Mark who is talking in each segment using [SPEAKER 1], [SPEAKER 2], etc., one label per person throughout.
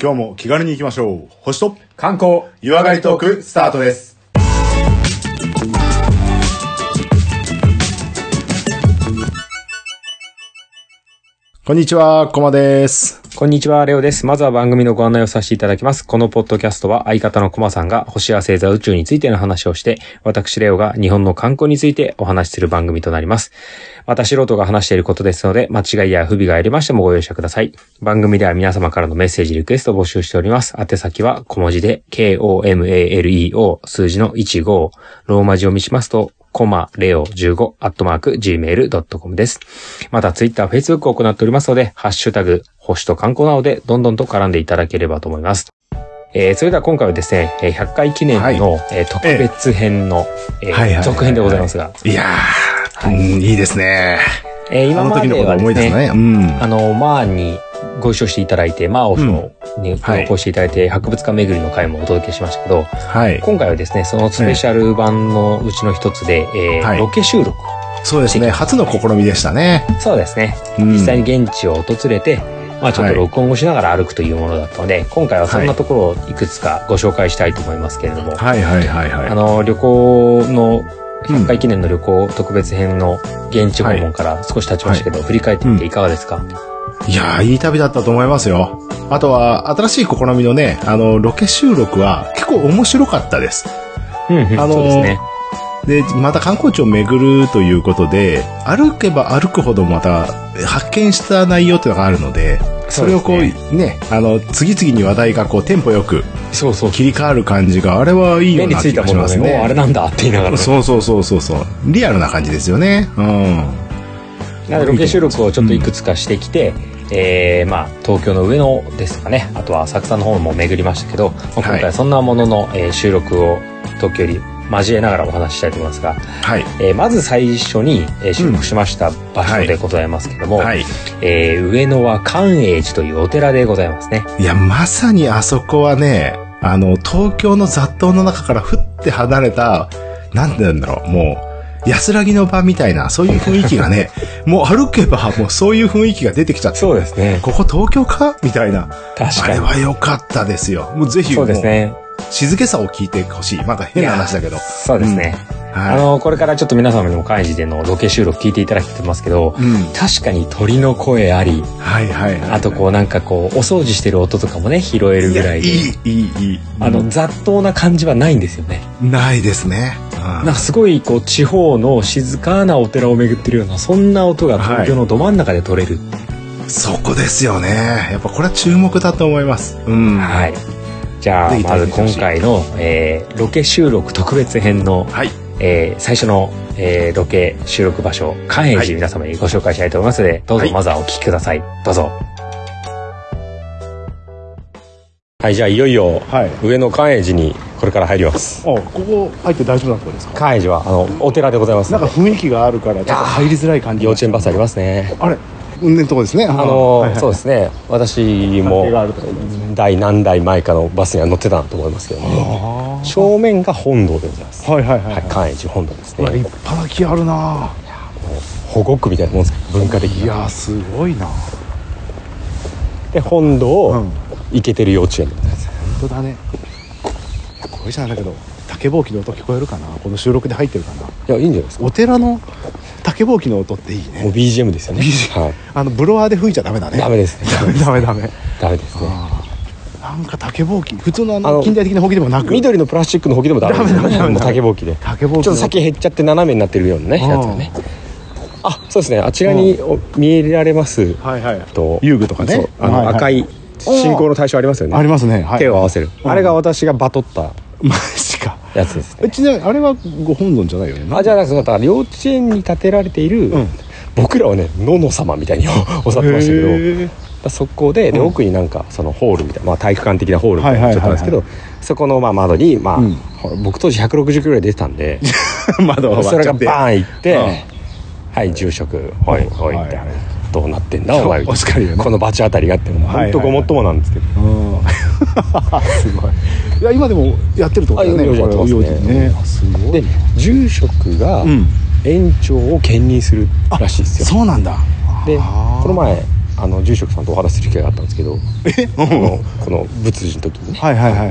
[SPEAKER 1] 今日も気軽に行きましょう。星と
[SPEAKER 2] 観光、
[SPEAKER 1] 湯上がりトークスタートです。こんにちは、コマです。
[SPEAKER 2] こんにちは、レオです。まずは番組のご案内をさせていただきます。このポッドキャストは相方のコマさんが星や星座宇宙についての話をして、私レオが日本の観光についてお話しする番組となります。また素人が話していることですので、間違いや不備がありましてもご容赦ください。番組では皆様からのメッセージ、リクエストを募集しております。宛先は小文字で、k-o-m-a-l-e-o 数字の15ローマ字読みしますと、コマレオ15アットマーク gmail.com です。またツイッター、フェイスブックを行っておりますので、ハッシュタグ、星と観光などでどんどんと絡んでいただければと思います。えー、それでは今回はですね、えー100回記念の、
[SPEAKER 1] はい
[SPEAKER 2] えー特別編の、え
[SPEAKER 1] は
[SPEAKER 2] ー
[SPEAKER 1] いはいはいはい
[SPEAKER 2] 続編でございますが、
[SPEAKER 1] いやー、うんいいですね。
[SPEAKER 2] えー
[SPEAKER 1] あ
[SPEAKER 2] 今
[SPEAKER 1] の
[SPEAKER 2] ま
[SPEAKER 1] 時
[SPEAKER 2] で
[SPEAKER 1] のこと
[SPEAKER 2] は
[SPEAKER 1] を
[SPEAKER 2] で
[SPEAKER 1] 思
[SPEAKER 2] す
[SPEAKER 1] い出
[SPEAKER 2] ね、
[SPEAKER 1] すね。うん。
[SPEAKER 2] あの、マーにご一緒していただいて、マーを賞に
[SPEAKER 1] はい
[SPEAKER 2] 同行していただいて、博物館巡りの回もお届けしましたけど、
[SPEAKER 1] はい。
[SPEAKER 2] 今回はですね、そのスペシャル版のうちの一つで、えー
[SPEAKER 1] はい
[SPEAKER 2] ロケ収録。
[SPEAKER 1] そうですね、初の試みでしたね。
[SPEAKER 2] そうですね。
[SPEAKER 1] うん
[SPEAKER 2] 実際に現地を訪れて、まあちょっと録音をしながら歩くというものだったので、今回はそんなところをいくつかご紹介したいと思いますけれども、
[SPEAKER 1] はいはいはいはい。
[SPEAKER 2] あの、旅行の、
[SPEAKER 1] うん
[SPEAKER 2] 100回記念の旅行特別編の現地訪問から少し経ちましたけど、振り返ってみていかがですか、
[SPEAKER 1] いやー、いい旅だったと思いますよ。あとは、新しい試みのね、あの、ロケ収録は結構面白かったです。
[SPEAKER 2] うん、うん、
[SPEAKER 1] あのー
[SPEAKER 2] そうですね。
[SPEAKER 1] で、また観光地を巡るということで、歩けば歩くほどまた発見した内容というのがあるので、それをこう、
[SPEAKER 2] そうで
[SPEAKER 1] ね、あの、次々に話題がこう、テンポよく
[SPEAKER 2] そうそう。
[SPEAKER 1] 切り替わる感じが、あれはいいよ
[SPEAKER 2] 目
[SPEAKER 1] う
[SPEAKER 2] に
[SPEAKER 1] な
[SPEAKER 2] つ
[SPEAKER 1] 気
[SPEAKER 2] い
[SPEAKER 1] が
[SPEAKER 2] たも
[SPEAKER 1] し
[SPEAKER 2] の
[SPEAKER 1] ま
[SPEAKER 2] ですもうあれ
[SPEAKER 1] ね。
[SPEAKER 2] なんだって言いながら。
[SPEAKER 1] そうそうそうそうそう。リアルな感じですよね。う
[SPEAKER 2] なのでロケ収録をちょっといくつかしてきて、えー、まあ東京の上野ですかねあとは浅草の方も巡りましたけど、まあ今
[SPEAKER 1] はい
[SPEAKER 2] 回そんなものの、えー収録を東京より交えながらお話ししたいと思いますが、
[SPEAKER 1] ん。はい。
[SPEAKER 2] えーまず最初に、えー収録しました場所でございますけども、
[SPEAKER 1] はい。
[SPEAKER 2] えー上野は寛永寺というお寺でございますね。
[SPEAKER 1] いや、まさにあそこはね、あの、東京の雑踏の中からふって離れた、なんて言うんだろう、もう、安らぎの場みたいな、そういう雰囲気が ね、もう歩けば、もうそういう雰囲気が出てきちゃって、
[SPEAKER 2] そうですね。
[SPEAKER 1] ここ東京かみたいな。
[SPEAKER 2] 確
[SPEAKER 1] あ
[SPEAKER 2] か
[SPEAKER 1] れ
[SPEAKER 2] に。
[SPEAKER 1] は良かったですよ。もうぜひ、
[SPEAKER 2] そうですね。
[SPEAKER 1] もう静けさを聞いてほしい。まだ変な話だけど。
[SPEAKER 2] そうですね。あ
[SPEAKER 1] は
[SPEAKER 2] の、これからちょっと皆様にも会議でのロケ収録聞いていただきてますけど
[SPEAKER 1] い。、うん。
[SPEAKER 2] 確かに鳥の声あり、
[SPEAKER 1] はいはいはい。
[SPEAKER 2] あとこうなんかこうお掃除してる音とかもね拾えるぐらいで
[SPEAKER 1] いやいい、いい、いい。
[SPEAKER 2] あの雑踏な感じはないんですよね
[SPEAKER 1] ないですね。
[SPEAKER 2] なんかすごいこう地方の静かなお寺を巡ってるようなそんな音が東京のど真ん中で取れる
[SPEAKER 1] うんそこですよね。やっぱこれは注目だと思います。うん。
[SPEAKER 2] はい、じゃあ
[SPEAKER 1] ぜひ
[SPEAKER 2] まず今回の、えーロケ収録特別編の、
[SPEAKER 1] はい。
[SPEAKER 2] えー最初の、えーロケ収録場所寛永
[SPEAKER 1] は
[SPEAKER 2] 寺
[SPEAKER 1] い
[SPEAKER 2] 皆様にご紹介したいと思いますのでどう
[SPEAKER 1] は
[SPEAKER 2] ぞ
[SPEAKER 1] い
[SPEAKER 2] まずはお聞きくださいどうぞはいじゃあいよいよ
[SPEAKER 3] はい。
[SPEAKER 2] 上野寛永寺にこれから入ります
[SPEAKER 3] あ、ここ入って大丈夫なとこですか。
[SPEAKER 2] 寛永寺はあのお寺でございます
[SPEAKER 3] なんか雰囲気があるから、ちょっと入りづらい感じ。
[SPEAKER 2] 幼稚園バスありますね
[SPEAKER 3] あれ、うんねんとこですね。あ
[SPEAKER 2] あの、そうですね私も
[SPEAKER 3] 関係があるところです
[SPEAKER 2] 第何代前かのバスには乗ってたと思いますけども
[SPEAKER 3] あ
[SPEAKER 2] 正面が本堂でございます
[SPEAKER 3] ーはいはいは
[SPEAKER 2] はいい、
[SPEAKER 3] は
[SPEAKER 2] 関越本堂です
[SPEAKER 3] い。うわ立
[SPEAKER 2] ね
[SPEAKER 3] 派な木あるな。
[SPEAKER 2] 保護区みたいなもんですけど文化的
[SPEAKER 3] い
[SPEAKER 2] な
[SPEAKER 3] や、すごいな。
[SPEAKER 2] で本堂
[SPEAKER 3] う
[SPEAKER 2] を
[SPEAKER 3] ん
[SPEAKER 2] 行けてる幼稚園でございます
[SPEAKER 3] 本当だね。いやこれじゃなんだけど、竹ぼうきの音聞こえるかな。この収録で入ってるかな。
[SPEAKER 2] いやいいんじゃないですか
[SPEAKER 3] お寺の竹ぼうきの音っていい
[SPEAKER 2] もう
[SPEAKER 3] ね。
[SPEAKER 2] BGM ですよね
[SPEAKER 3] BGM
[SPEAKER 2] はい
[SPEAKER 3] あのブロワーで吹いちゃダメだね。
[SPEAKER 2] ダメですね
[SPEAKER 3] ダメダメダメ。
[SPEAKER 2] ダメですね
[SPEAKER 3] あーなんか竹ぼうき、普通のあ
[SPEAKER 2] あの
[SPEAKER 3] の近代的なほうきでもなく。
[SPEAKER 2] 緑のプラスチックのほうきでもダメです
[SPEAKER 3] ダメダメダメ
[SPEAKER 2] もう竹ぼうきで
[SPEAKER 3] 竹ぼうき
[SPEAKER 2] ちょ
[SPEAKER 3] の
[SPEAKER 2] っと先減っちゃって斜めになってるようなね
[SPEAKER 3] うん
[SPEAKER 2] やつがねあそうですねあちらにお見えられます
[SPEAKER 3] はいはい。
[SPEAKER 2] と
[SPEAKER 3] 遊具とかね
[SPEAKER 2] そうあの、
[SPEAKER 3] はいはい
[SPEAKER 2] 赤い進行の対象ありますよね
[SPEAKER 3] ありますね。はい。
[SPEAKER 2] 手を合わせる、
[SPEAKER 3] うん
[SPEAKER 2] あれが私がバトった
[SPEAKER 3] マジか。
[SPEAKER 2] やつです
[SPEAKER 3] え
[SPEAKER 2] ね
[SPEAKER 3] ちなみにあれはご本尊じゃないよね。
[SPEAKER 2] あじゃあなんかそのだから幼稚園に建てられている、
[SPEAKER 3] うん
[SPEAKER 2] 僕らはねのの様みたいにおさってましたけどだか
[SPEAKER 3] へー
[SPEAKER 2] らそこでで
[SPEAKER 3] うん
[SPEAKER 2] 奥になんかそのホールみたいな、まあ、体育館的なホールみたいな
[SPEAKER 3] はい
[SPEAKER 2] ちょ
[SPEAKER 3] はい
[SPEAKER 2] っと
[SPEAKER 3] はい
[SPEAKER 2] な
[SPEAKER 3] は
[SPEAKER 2] ん
[SPEAKER 3] い
[SPEAKER 2] ですけど、そこのまあ窓に、まあ
[SPEAKER 3] うん
[SPEAKER 2] ほら僕当時160キロぐらい出てたんで
[SPEAKER 3] 窓を
[SPEAKER 2] そ
[SPEAKER 3] 割っ
[SPEAKER 2] れ
[SPEAKER 3] ちゃ
[SPEAKER 2] が
[SPEAKER 3] って。
[SPEAKER 2] バーンいって、
[SPEAKER 3] うん
[SPEAKER 2] はい住職ほいほいって、
[SPEAKER 3] はいはい
[SPEAKER 2] どうなってんだお前みたいな
[SPEAKER 3] 確かにね
[SPEAKER 2] この罰当たりがあってもうほんとごもっともなんですけど、
[SPEAKER 3] うん。 すごい。いや今でもやってるとこだよ
[SPEAKER 2] あ
[SPEAKER 3] ね。
[SPEAKER 2] 幼児やってますね
[SPEAKER 3] これ幼児ね。あすごい。
[SPEAKER 2] で住職が
[SPEAKER 3] うん
[SPEAKER 2] 園長を兼任するらしいですよ、
[SPEAKER 3] そうなんだ。
[SPEAKER 2] で
[SPEAKER 3] あー
[SPEAKER 2] この前ああの住職さんとお話しする機会があったんですけど
[SPEAKER 1] うん
[SPEAKER 2] このこの仏事の時にね、
[SPEAKER 3] はいはいはいはい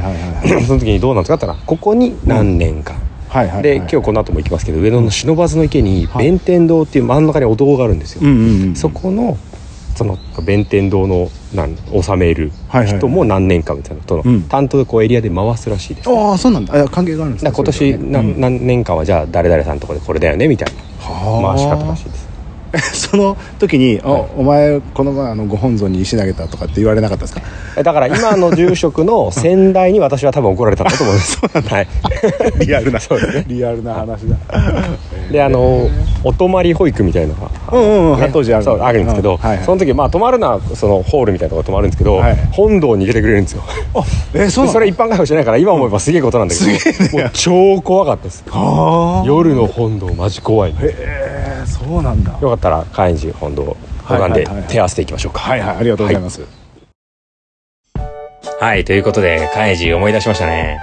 [SPEAKER 3] はい
[SPEAKER 2] その時にどうなんですかって言ったらここに何年間、
[SPEAKER 3] はいはい
[SPEAKER 2] で今日この後も行きますけど上野の不忍池に
[SPEAKER 3] はい
[SPEAKER 2] 弁天堂っていう真ん中にお堂があるんですよ、
[SPEAKER 3] うんうんうん
[SPEAKER 2] そこのその弁天堂のなん納める
[SPEAKER 3] はいはい
[SPEAKER 2] 人も何年かみたいなとの
[SPEAKER 3] うん
[SPEAKER 2] 担当でこうエリアで回すらしいです、
[SPEAKER 3] ああそうなんだあ関係があるんです
[SPEAKER 2] だ
[SPEAKER 3] ね
[SPEAKER 2] から今年
[SPEAKER 3] それ
[SPEAKER 2] な、
[SPEAKER 3] とね
[SPEAKER 2] 何年間はじゃあ誰々さんのとこでこれだよねみたいな
[SPEAKER 3] うん
[SPEAKER 2] 回し方らしいです
[SPEAKER 3] その時に「あ
[SPEAKER 2] はい
[SPEAKER 3] お前この前あのご本尊に石投げた」とかって言われなかったですか
[SPEAKER 2] えだから今の住職の先代に私は多分怒られたんだと思います はい
[SPEAKER 3] リアルな
[SPEAKER 2] そうですね
[SPEAKER 3] リアルな話だ
[SPEAKER 2] であのお泊まり保育みたいなのが
[SPEAKER 3] うんうんうん
[SPEAKER 2] ね
[SPEAKER 3] 当時ある
[SPEAKER 2] そうあるんですけど、
[SPEAKER 3] うんはいはい
[SPEAKER 2] その時まあ泊まるのはそのホールみたいなとこ泊まるんですけど、
[SPEAKER 3] はい
[SPEAKER 2] 本堂に入れてくれるんですよ
[SPEAKER 3] あえそう
[SPEAKER 2] で
[SPEAKER 3] なの
[SPEAKER 2] それ一般開放してないから今思えばすげえことなんだけど、もう超怖かったです
[SPEAKER 3] はあ
[SPEAKER 2] 夜の本堂マジ怖いんで
[SPEAKER 3] へえそうなんだ
[SPEAKER 2] よかったら会員寺本堂
[SPEAKER 3] はい
[SPEAKER 2] 拝んで
[SPEAKER 3] はいはい
[SPEAKER 2] 手合わせていきましょうか
[SPEAKER 3] はいはいありがとうございます、
[SPEAKER 2] はい、ということで会員寺思い出しましたね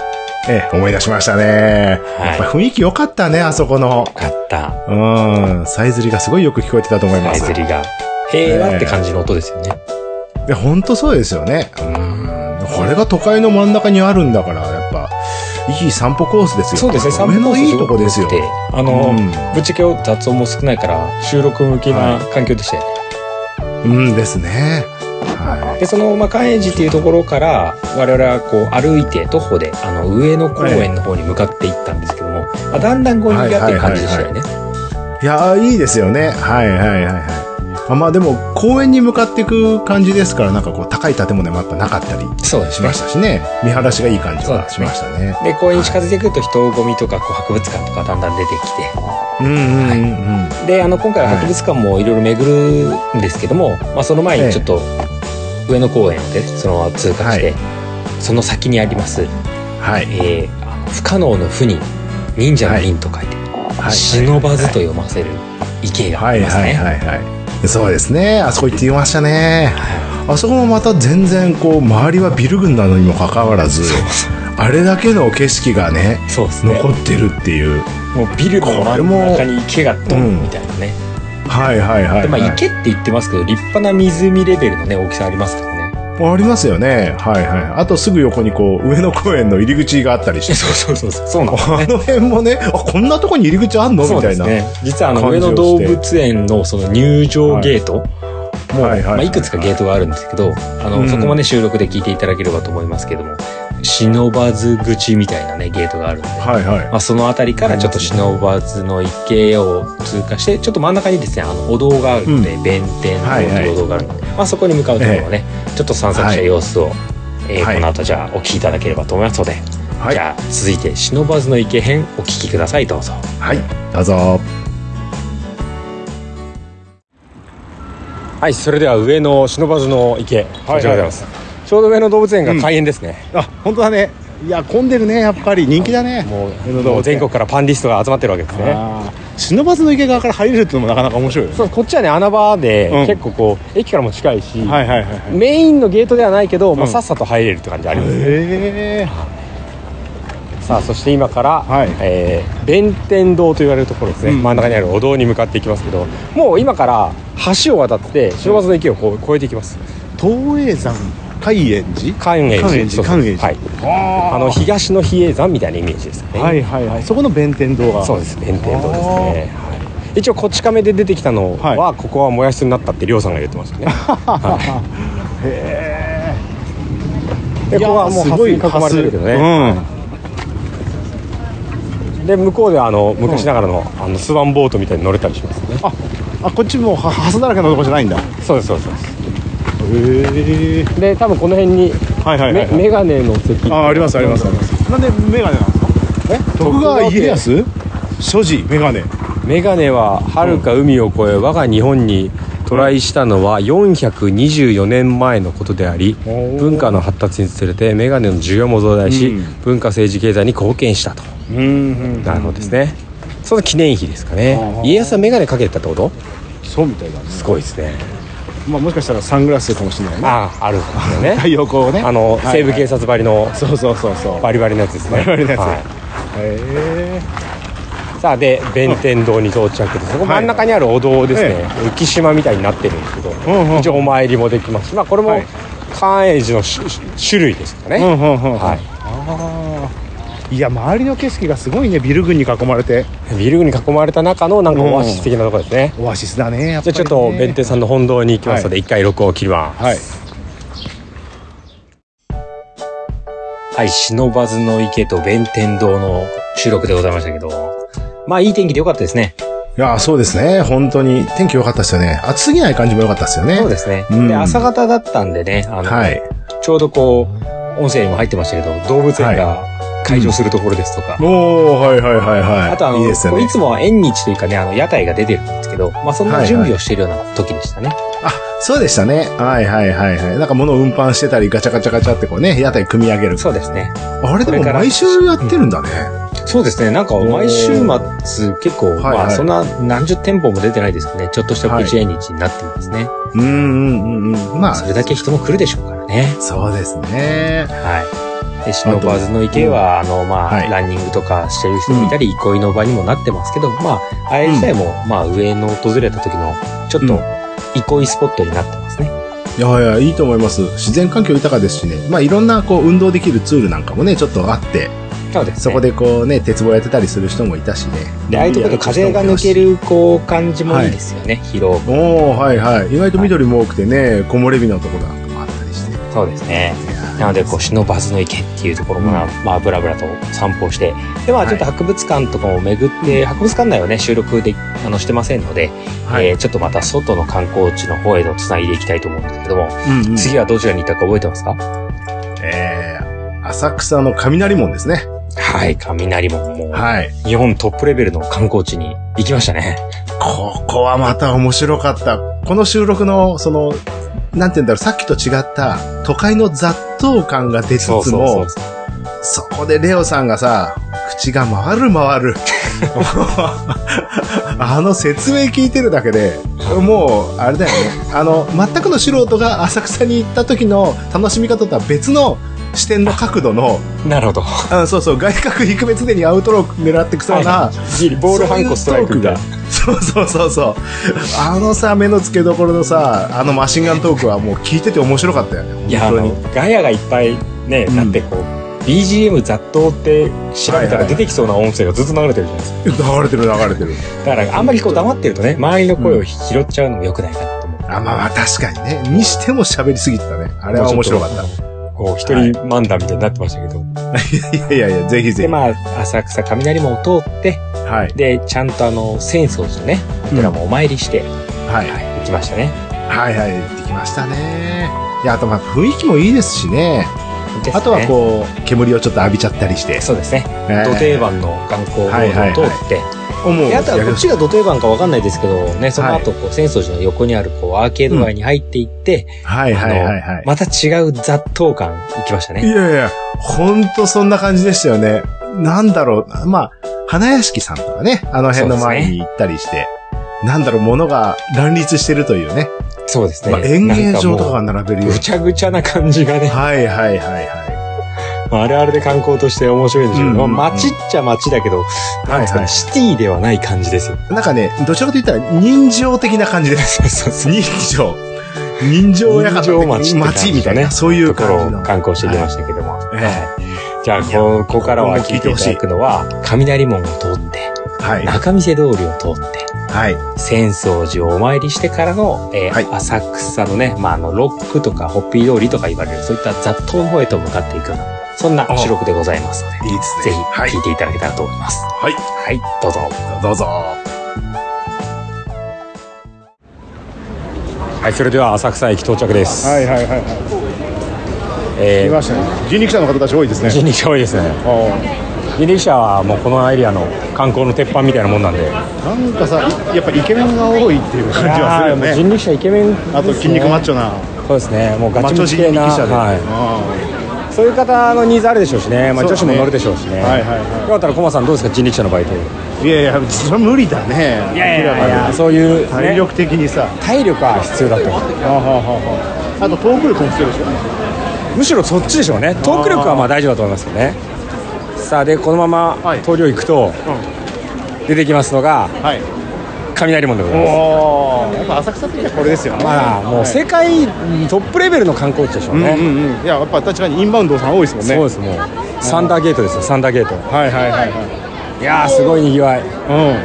[SPEAKER 1] ええ、思い出しましたね。やっぱ雰囲気良かったね、あそこの。
[SPEAKER 2] よかった
[SPEAKER 1] うん。さえずりがすごいよく聞こえてたと思いま
[SPEAKER 2] 舞
[SPEAKER 1] す。
[SPEAKER 2] 釣りが平和って感じの音ですよね、
[SPEAKER 1] いや、ほんとそうですよね。うん。これが都会の真ん中にあるんだから、やっぱ、いい散歩コースですよ。
[SPEAKER 2] そうですね、散
[SPEAKER 1] 目
[SPEAKER 2] 歩
[SPEAKER 1] のいいとこですよ。
[SPEAKER 2] ごく良くてあの、
[SPEAKER 1] うん
[SPEAKER 2] ぶっちゃけ雑音も少ないから、収録向きな環境でしたよね。
[SPEAKER 1] うんですね。は
[SPEAKER 2] で、その、まあ、関栄寺っていうところから、我々はこう、歩いて、徒歩で、あの、上野公園の方に向かっていったんですけども、まあ、だんだんこう、賑わってる感じでしたよね。
[SPEAKER 1] い。いやー、いいですよね。はいはいはいはい。あまあでも、公園に向かっていく感じですから、なんかこう、高い建物もやっぱなかったり
[SPEAKER 2] そうです
[SPEAKER 1] しま
[SPEAKER 2] ね
[SPEAKER 1] し。たしね。見晴らしがいい感じはしましたね。
[SPEAKER 2] で、公園に近づいてくると、人混みとか、こう、博物館とかだんだん出てきて、
[SPEAKER 1] うんうんうんうん。
[SPEAKER 2] であの今回は博物館もいろいろ巡るんですけども、まあ、その前にちょっと上野公園でそのまま通過して、その先にあります、
[SPEAKER 1] はい。
[SPEAKER 2] えーあの不可能の不に忍者の忍と書いて、
[SPEAKER 1] はい
[SPEAKER 2] 忍ばずと読ませる池があ
[SPEAKER 1] は
[SPEAKER 2] り
[SPEAKER 1] い
[SPEAKER 2] ますね。
[SPEAKER 1] はいはいはい。そうですね。あそこ行ってみましたね。あそこもまた全然こう、周りはビル群なのにもかかわらず、あれだけの景色がね、
[SPEAKER 2] そうですね。
[SPEAKER 1] 残ってるっていう。
[SPEAKER 2] もうビルの
[SPEAKER 1] これ
[SPEAKER 2] 真ん
[SPEAKER 1] も
[SPEAKER 2] 中に池がド
[SPEAKER 1] うん
[SPEAKER 2] ンみたいなね。
[SPEAKER 1] はいはいはい、はい。
[SPEAKER 2] でまあ池って言ってますけど立派な湖レベルのね大きさありますからね。
[SPEAKER 1] ありますよね。はいはい。あとすぐ横にこう、上野公園の入り口があったりして。
[SPEAKER 2] そうそうそうそう。そうなんですね
[SPEAKER 1] あの辺もね、あ、こんなとこに入り口あんの
[SPEAKER 2] そ
[SPEAKER 1] み
[SPEAKER 2] う
[SPEAKER 1] た
[SPEAKER 2] で
[SPEAKER 1] い
[SPEAKER 2] す
[SPEAKER 1] な。
[SPEAKER 2] ね。実はあの
[SPEAKER 1] 感
[SPEAKER 2] 上
[SPEAKER 1] じをし
[SPEAKER 2] 野
[SPEAKER 1] て
[SPEAKER 2] 動物園のその入場ゲート、もう、
[SPEAKER 1] はいはい
[SPEAKER 2] い
[SPEAKER 1] はい
[SPEAKER 2] まあ、いくつかゲートがあるんですけど、あの、
[SPEAKER 1] うん
[SPEAKER 2] そこもね収録で聞いていただければと思いますけども、忍ばず口みたいなねゲートがあるんで、
[SPEAKER 1] はいはい。
[SPEAKER 2] まあ、その辺りからちょっと忍ばずの池を通過して、ちょっと真ん中にですね、あのお堂があるので、弁天堂
[SPEAKER 1] はいはい
[SPEAKER 2] のお堂があるので、まあそこに向かうところをね、ちょっと散策した様子を、えー
[SPEAKER 1] はい
[SPEAKER 2] この後じゃあお聞きいただければと思いますので、
[SPEAKER 1] はい
[SPEAKER 2] じゃあ続いて忍ばずの池編お聞きくださいどうぞ。
[SPEAKER 1] はい。どうぞ。
[SPEAKER 2] はい、それでは上野忍ばずの池、こちらでございます。ちょうど上野動物園が開園ですね。
[SPEAKER 3] あ本当だねいや混んでるねやっぱり人気だね
[SPEAKER 2] もう
[SPEAKER 3] 上野動物園
[SPEAKER 2] もう全国からパンディストが集まってるわけですね。
[SPEAKER 3] あー忍ばずの池側から入れるっていうのもなかなか面白いよね
[SPEAKER 2] そう、こっちはね、穴場で、
[SPEAKER 3] うん
[SPEAKER 2] 結構こう、駅からも近いし、
[SPEAKER 3] はいはいはいはい
[SPEAKER 2] メインのゲートではないけど、もううんさっさと入れるって感じあります、
[SPEAKER 3] へえ
[SPEAKER 2] さあ、そして今から、
[SPEAKER 3] はい
[SPEAKER 2] えー弁天堂と言われるところですね、
[SPEAKER 3] うん
[SPEAKER 2] 真ん中にあるお堂に向かっていきますけど、もう今から橋を渡って、忍ばずの池をこう越えていきます。
[SPEAKER 3] 東映山海円寺
[SPEAKER 2] 関園寺。
[SPEAKER 3] 寛永寺
[SPEAKER 2] そうそう
[SPEAKER 3] 寛永寺
[SPEAKER 2] はい。あの、東の比叡山みたいなイメージですね。
[SPEAKER 3] はいはいはいそこの弁天堂が
[SPEAKER 2] そうです弁天堂ですね、はい、一応こち亀で出てきたのは、
[SPEAKER 3] は
[SPEAKER 2] ここはもやしになったって亮さんが言ってました ねはいでここはもうハスに囲まれてるけどね、で向こうではあの昔ながらの、あのスワンボートみたいに乗れたりしますよね
[SPEAKER 3] うん、あこっちもうはハスだらけのとこじゃないんだへ
[SPEAKER 2] そうですそうですそうです
[SPEAKER 3] え
[SPEAKER 2] で多分この辺に、
[SPEAKER 3] はいはいはい、
[SPEAKER 2] め
[SPEAKER 3] はい、
[SPEAKER 2] メガネの席
[SPEAKER 3] あありますありますありますなんでメガネなんですかえ徳川家康所持メガネ
[SPEAKER 2] メガネは遥か海を越え我が日本に渡来したのは424年前のことであり
[SPEAKER 3] おー
[SPEAKER 2] 文化の発達につれてメガネの需要も増大し、
[SPEAKER 3] うん
[SPEAKER 2] 文化政治経済に貢献したと
[SPEAKER 3] うん
[SPEAKER 2] なるほどですね、その記念碑ですかね
[SPEAKER 3] あー
[SPEAKER 2] 家康はメガネかけてたってこと
[SPEAKER 3] そうみたいだね
[SPEAKER 2] すごいですね
[SPEAKER 3] まあもしかしたらサングラスかもしれないね
[SPEAKER 2] あああるんですよ
[SPEAKER 3] 太
[SPEAKER 2] ね
[SPEAKER 3] 陽光をね
[SPEAKER 2] あの、
[SPEAKER 3] はいはい
[SPEAKER 2] 西部警察ばりの
[SPEAKER 3] そうそうそうそう
[SPEAKER 2] バリバリのやつです
[SPEAKER 3] バ
[SPEAKER 2] ね
[SPEAKER 3] リバリのやつ
[SPEAKER 2] はい
[SPEAKER 3] へえ
[SPEAKER 2] さあで弁天堂に到着ですそこ真ん中にあるお堂ですね、
[SPEAKER 1] え
[SPEAKER 2] 浮島みたいになってるんですけど、
[SPEAKER 1] んうん
[SPEAKER 2] 一応お参りもできますしまあこれ
[SPEAKER 1] は
[SPEAKER 2] も
[SPEAKER 1] い
[SPEAKER 2] 寛永寺のし種類ですかね、
[SPEAKER 1] うんうんうんうん
[SPEAKER 2] は
[SPEAKER 3] は
[SPEAKER 2] い
[SPEAKER 3] いいや周りの景色がすごいねビル群に囲まれて
[SPEAKER 2] ビル群に囲まれた中のなんかオアシス的なところですね、
[SPEAKER 3] オアシスだねやっ
[SPEAKER 2] じ
[SPEAKER 3] ぱ
[SPEAKER 2] ゃあ
[SPEAKER 3] り、ね、
[SPEAKER 2] ちょっと弁天さんの本堂に行きますので、
[SPEAKER 3] は
[SPEAKER 2] 一回録音を切ります
[SPEAKER 3] はい
[SPEAKER 2] はい、忍ばずの池と弁天堂の収録でございましたけど、まあいい天気でよかったですね。
[SPEAKER 1] いやー、そうですね。本当に。天気良かったですよね。暑すぎない感じも良かったですよね。
[SPEAKER 2] そうですね。
[SPEAKER 1] うん
[SPEAKER 2] で、朝方だったんでね、あの、
[SPEAKER 1] はい。
[SPEAKER 2] ちょうどこう、音声にも入ってましたけど、動物園が開場するところですとか、
[SPEAKER 1] おー、はいはいはいはい。
[SPEAKER 2] あとあの
[SPEAKER 1] いいですよ
[SPEAKER 2] こうい
[SPEAKER 1] ね。
[SPEAKER 2] つもは縁日というかね、あの、屋台が出てるんですけど、まあそんな準備をしているような時でしたね。
[SPEAKER 1] あ、そうでしたね。はいはいはいはい。なんか物を運搬してたり、ガチャガチャガチャってこうね、屋台組み上げる。
[SPEAKER 2] そうですね。
[SPEAKER 1] あれでも
[SPEAKER 2] これから
[SPEAKER 1] 毎週やってるんだね。
[SPEAKER 2] そうですね。なんか毎週末結構、
[SPEAKER 1] い
[SPEAKER 2] ま
[SPEAKER 1] は
[SPEAKER 2] あ
[SPEAKER 1] い
[SPEAKER 2] そんな何十店舗も出てないですけどね、ちょっとしたプチ縁日になってますね。
[SPEAKER 1] うんうんうんうん。まあ、
[SPEAKER 2] それだけ人も来るでしょうからね。
[SPEAKER 1] そうですね。
[SPEAKER 2] はい。で、忍ばずの池は、あの、まあ、
[SPEAKER 1] はい
[SPEAKER 2] ランニングとかしてる人もいたり、憩いの場にもなってますけど、まあ、あれ自体も、まあ、上の訪れた時の、ちょっ
[SPEAKER 1] う
[SPEAKER 2] と、憩いスポットになってますね。
[SPEAKER 1] いやいや、いいと思います。自然環境豊かですしね。まあいろんなこう運動できるツールなんかもね、ちょっとあって、
[SPEAKER 2] そうです、ね。
[SPEAKER 1] そこでこうね、鉄棒やってたりする人もいたしね。
[SPEAKER 2] で、ああいうところで風が抜け。る、こう、感じもいいですよね、疲労。
[SPEAKER 1] おー、はいはい。意外と緑も多くてね、木漏れ日のところなんかもあったりして。
[SPEAKER 2] そうですね。なので、こう、忍ばずの池っていうところも、まあ、ぶらぶらと散歩して、で、まあ、ちょっと博物館とかも巡って、博物館内はね、収録で、あの、してませんので、
[SPEAKER 1] はい
[SPEAKER 2] えーちょっとまた外の観光地の方へと繋いでいきたいと思うんですけども、
[SPEAKER 1] うんうん
[SPEAKER 2] 次はどちらに行ったか覚えてますか
[SPEAKER 1] えー、浅草の雷門ですね。
[SPEAKER 2] はい、雷門も、
[SPEAKER 1] はい。
[SPEAKER 2] 日本トップレベルの観光地に行きましたね。
[SPEAKER 1] ここはまた面白かった。この収録の、その、なんて言うんだろう、さっきと違った、都会の雑踏感が出つつも、そ
[SPEAKER 2] そう。
[SPEAKER 1] こでレオさんがさ、口が回る回 る。あの説明聞いてるだけで、もう、あれだよね。あの、全くの素人が浅草に行った時の楽しみ方とは別の視点の角度の、
[SPEAKER 2] なるほど。
[SPEAKER 1] あそうそう、外角低別でにアウトロー狙ってくそうな、
[SPEAKER 2] ボール半個ストライクみたいな。
[SPEAKER 1] そうそうそうそうあのさ目の付けどころのさあのマシンガントークはもう聞いてて面白かったよね
[SPEAKER 2] いや、あ
[SPEAKER 1] 本当
[SPEAKER 2] の
[SPEAKER 1] に、
[SPEAKER 2] ガヤがいっぱいね、
[SPEAKER 1] うん
[SPEAKER 2] だってこう、BGM 雑踏って調べ
[SPEAKER 1] はい
[SPEAKER 2] た
[SPEAKER 1] は
[SPEAKER 2] ら
[SPEAKER 1] い
[SPEAKER 2] 出てきそうな音声がずっと流れてるじゃないですか。
[SPEAKER 1] 流れてる流れてる
[SPEAKER 2] だから、あんまりこう黙ってるとね、周りの声を拾っちゃうのも良くないかなと思う。
[SPEAKER 1] あまあまあ確かにねにしても喋りすぎてたねあれは面白かった
[SPEAKER 2] こう、一人漫談みたいになってましたけど。
[SPEAKER 1] いやいやいやぜひぜ
[SPEAKER 2] で、
[SPEAKER 1] ひ、
[SPEAKER 2] まあ、浅草雷門を通って、
[SPEAKER 1] はい
[SPEAKER 2] で、ちゃんとあの、浅草寺のね、お寺もお参りして、
[SPEAKER 1] はい
[SPEAKER 2] はい、行きましたね。
[SPEAKER 1] はいはいできましたねいやあとまあ雰囲気もいいですしねあとは
[SPEAKER 2] う。
[SPEAKER 1] こう煙をちょっと浴びちゃったりして
[SPEAKER 2] そうですね。
[SPEAKER 1] えー
[SPEAKER 2] 土定番の観光道
[SPEAKER 1] はいはい
[SPEAKER 2] 路
[SPEAKER 1] は
[SPEAKER 2] を
[SPEAKER 1] い
[SPEAKER 2] 通って、
[SPEAKER 1] 思う
[SPEAKER 2] であとは
[SPEAKER 1] やり
[SPEAKER 2] ど
[SPEAKER 1] まし
[SPEAKER 2] っちが土定番かわかんないですけど、ね、その後、こう、浅草寺の横にある、こう、アーケード街に入っていって、
[SPEAKER 1] たはいはいはいはい
[SPEAKER 2] また違う雑踏感行きました
[SPEAKER 1] い
[SPEAKER 2] ね。
[SPEAKER 1] やいや、ほんとそんな感じでしたよね。なんだろう、まあ、花屋敷さんとかね、あの辺の前に行ったりして、なんだろう、物が乱立してるというね、
[SPEAKER 2] そうですね。
[SPEAKER 1] まあ、演芸場とか
[SPEAKER 2] なん
[SPEAKER 1] が並べるよ
[SPEAKER 2] もう
[SPEAKER 1] う
[SPEAKER 2] ぐちゃぐちゃな感じがね
[SPEAKER 1] な。、はいはいはいは
[SPEAKER 2] まああれあれで観光として面白いんでしょうけど、
[SPEAKER 1] うんうんうん
[SPEAKER 2] まあ街っちゃ街だけど、なんですか
[SPEAKER 1] はいは
[SPEAKER 2] ね、
[SPEAKER 1] い
[SPEAKER 2] シティではない感じですよ。
[SPEAKER 1] い。なんかね、どちらかと言ったら人情的な感じ です。
[SPEAKER 2] そうそうそう。
[SPEAKER 1] 人情。人情やか
[SPEAKER 2] 人情町って感じ
[SPEAKER 1] 街みたいな、そういう
[SPEAKER 2] ところ
[SPEAKER 1] 感じ
[SPEAKER 2] を
[SPEAKER 1] の。
[SPEAKER 2] 観光してきましたけども。
[SPEAKER 1] え
[SPEAKER 2] じゃあ、
[SPEAKER 1] いや
[SPEAKER 2] こここからは聞いていただくのは、雷門を通って、
[SPEAKER 1] えはい。
[SPEAKER 2] 中見世通りを通って、
[SPEAKER 1] はい。
[SPEAKER 2] 浅草寺をお参りしてからの、えー
[SPEAKER 1] はい
[SPEAKER 2] 浅草のね、まあ、あの、ロックとかホッピー通りとか言われる、そういった雑踏の方へと向かっていくような、そんな
[SPEAKER 1] ああ
[SPEAKER 2] 収録でございますので、
[SPEAKER 1] いいですね。
[SPEAKER 2] ぜ
[SPEAKER 1] は
[SPEAKER 2] ひ
[SPEAKER 1] い
[SPEAKER 2] 聞い。ていただけたらと思います。
[SPEAKER 1] はい。
[SPEAKER 2] はい、どうぞ。
[SPEAKER 1] どうぞ。
[SPEAKER 2] はい、それでは浅草駅到着です。
[SPEAKER 3] はいはいはいはい
[SPEAKER 2] え
[SPEAKER 3] 見ましたね人力車の方たち多いですね
[SPEAKER 2] 人力車多いですね。
[SPEAKER 3] あ
[SPEAKER 2] 人力車はもうこのエリアの観光の鉄板みたいなもんなんで。
[SPEAKER 3] あなんかさいやっぱイケメンが多いっていう感じはするよ
[SPEAKER 2] いやーもう
[SPEAKER 3] ね
[SPEAKER 2] 人力車イケメン、
[SPEAKER 3] あと筋肉マッチョな
[SPEAKER 2] そうですね、もうガ
[SPEAKER 3] マッ
[SPEAKER 2] チ
[SPEAKER 3] チョ
[SPEAKER 2] ムチ
[SPEAKER 3] 人
[SPEAKER 2] 系
[SPEAKER 3] 力
[SPEAKER 2] な。
[SPEAKER 3] 車で、
[SPEAKER 2] はい。
[SPEAKER 3] あ
[SPEAKER 2] そういう方のニーズあるでしょうしね、まあ、
[SPEAKER 3] そうだ
[SPEAKER 2] 女
[SPEAKER 3] ね
[SPEAKER 2] 子も乗るでしょうしね。
[SPEAKER 3] はいはいはい
[SPEAKER 2] よかったら、コマさんどうですか、人力車のバイト。
[SPEAKER 3] あいやいやそれは無理だね明らかに
[SPEAKER 2] そういう、
[SPEAKER 3] 体力的にさ、
[SPEAKER 2] 体力は必要だと。
[SPEAKER 3] あはあはああと遠くで飛んでるでしょ
[SPEAKER 2] むしろそっちでしょうね。トーク力はまあ大丈夫だと思いますけどね。さあ、で、このまま
[SPEAKER 3] はい
[SPEAKER 2] 通りを行くと、出てきますのが、
[SPEAKER 3] はい
[SPEAKER 2] 雷門でございます。
[SPEAKER 3] おおやっぱ浅草ってこれですよね
[SPEAKER 2] まあ、も
[SPEAKER 3] は
[SPEAKER 2] う
[SPEAKER 3] い
[SPEAKER 2] 世界トップレベルの観光地でしょう
[SPEAKER 3] うん
[SPEAKER 2] ね。
[SPEAKER 3] うんうんいややっぱ確かにインバウンドさん多いですもんね
[SPEAKER 2] そうです、もう。サンダーゲートですよ、サンダーゲート。
[SPEAKER 3] はいはいはいはい
[SPEAKER 2] いやー、すごい賑わい。
[SPEAKER 3] うん本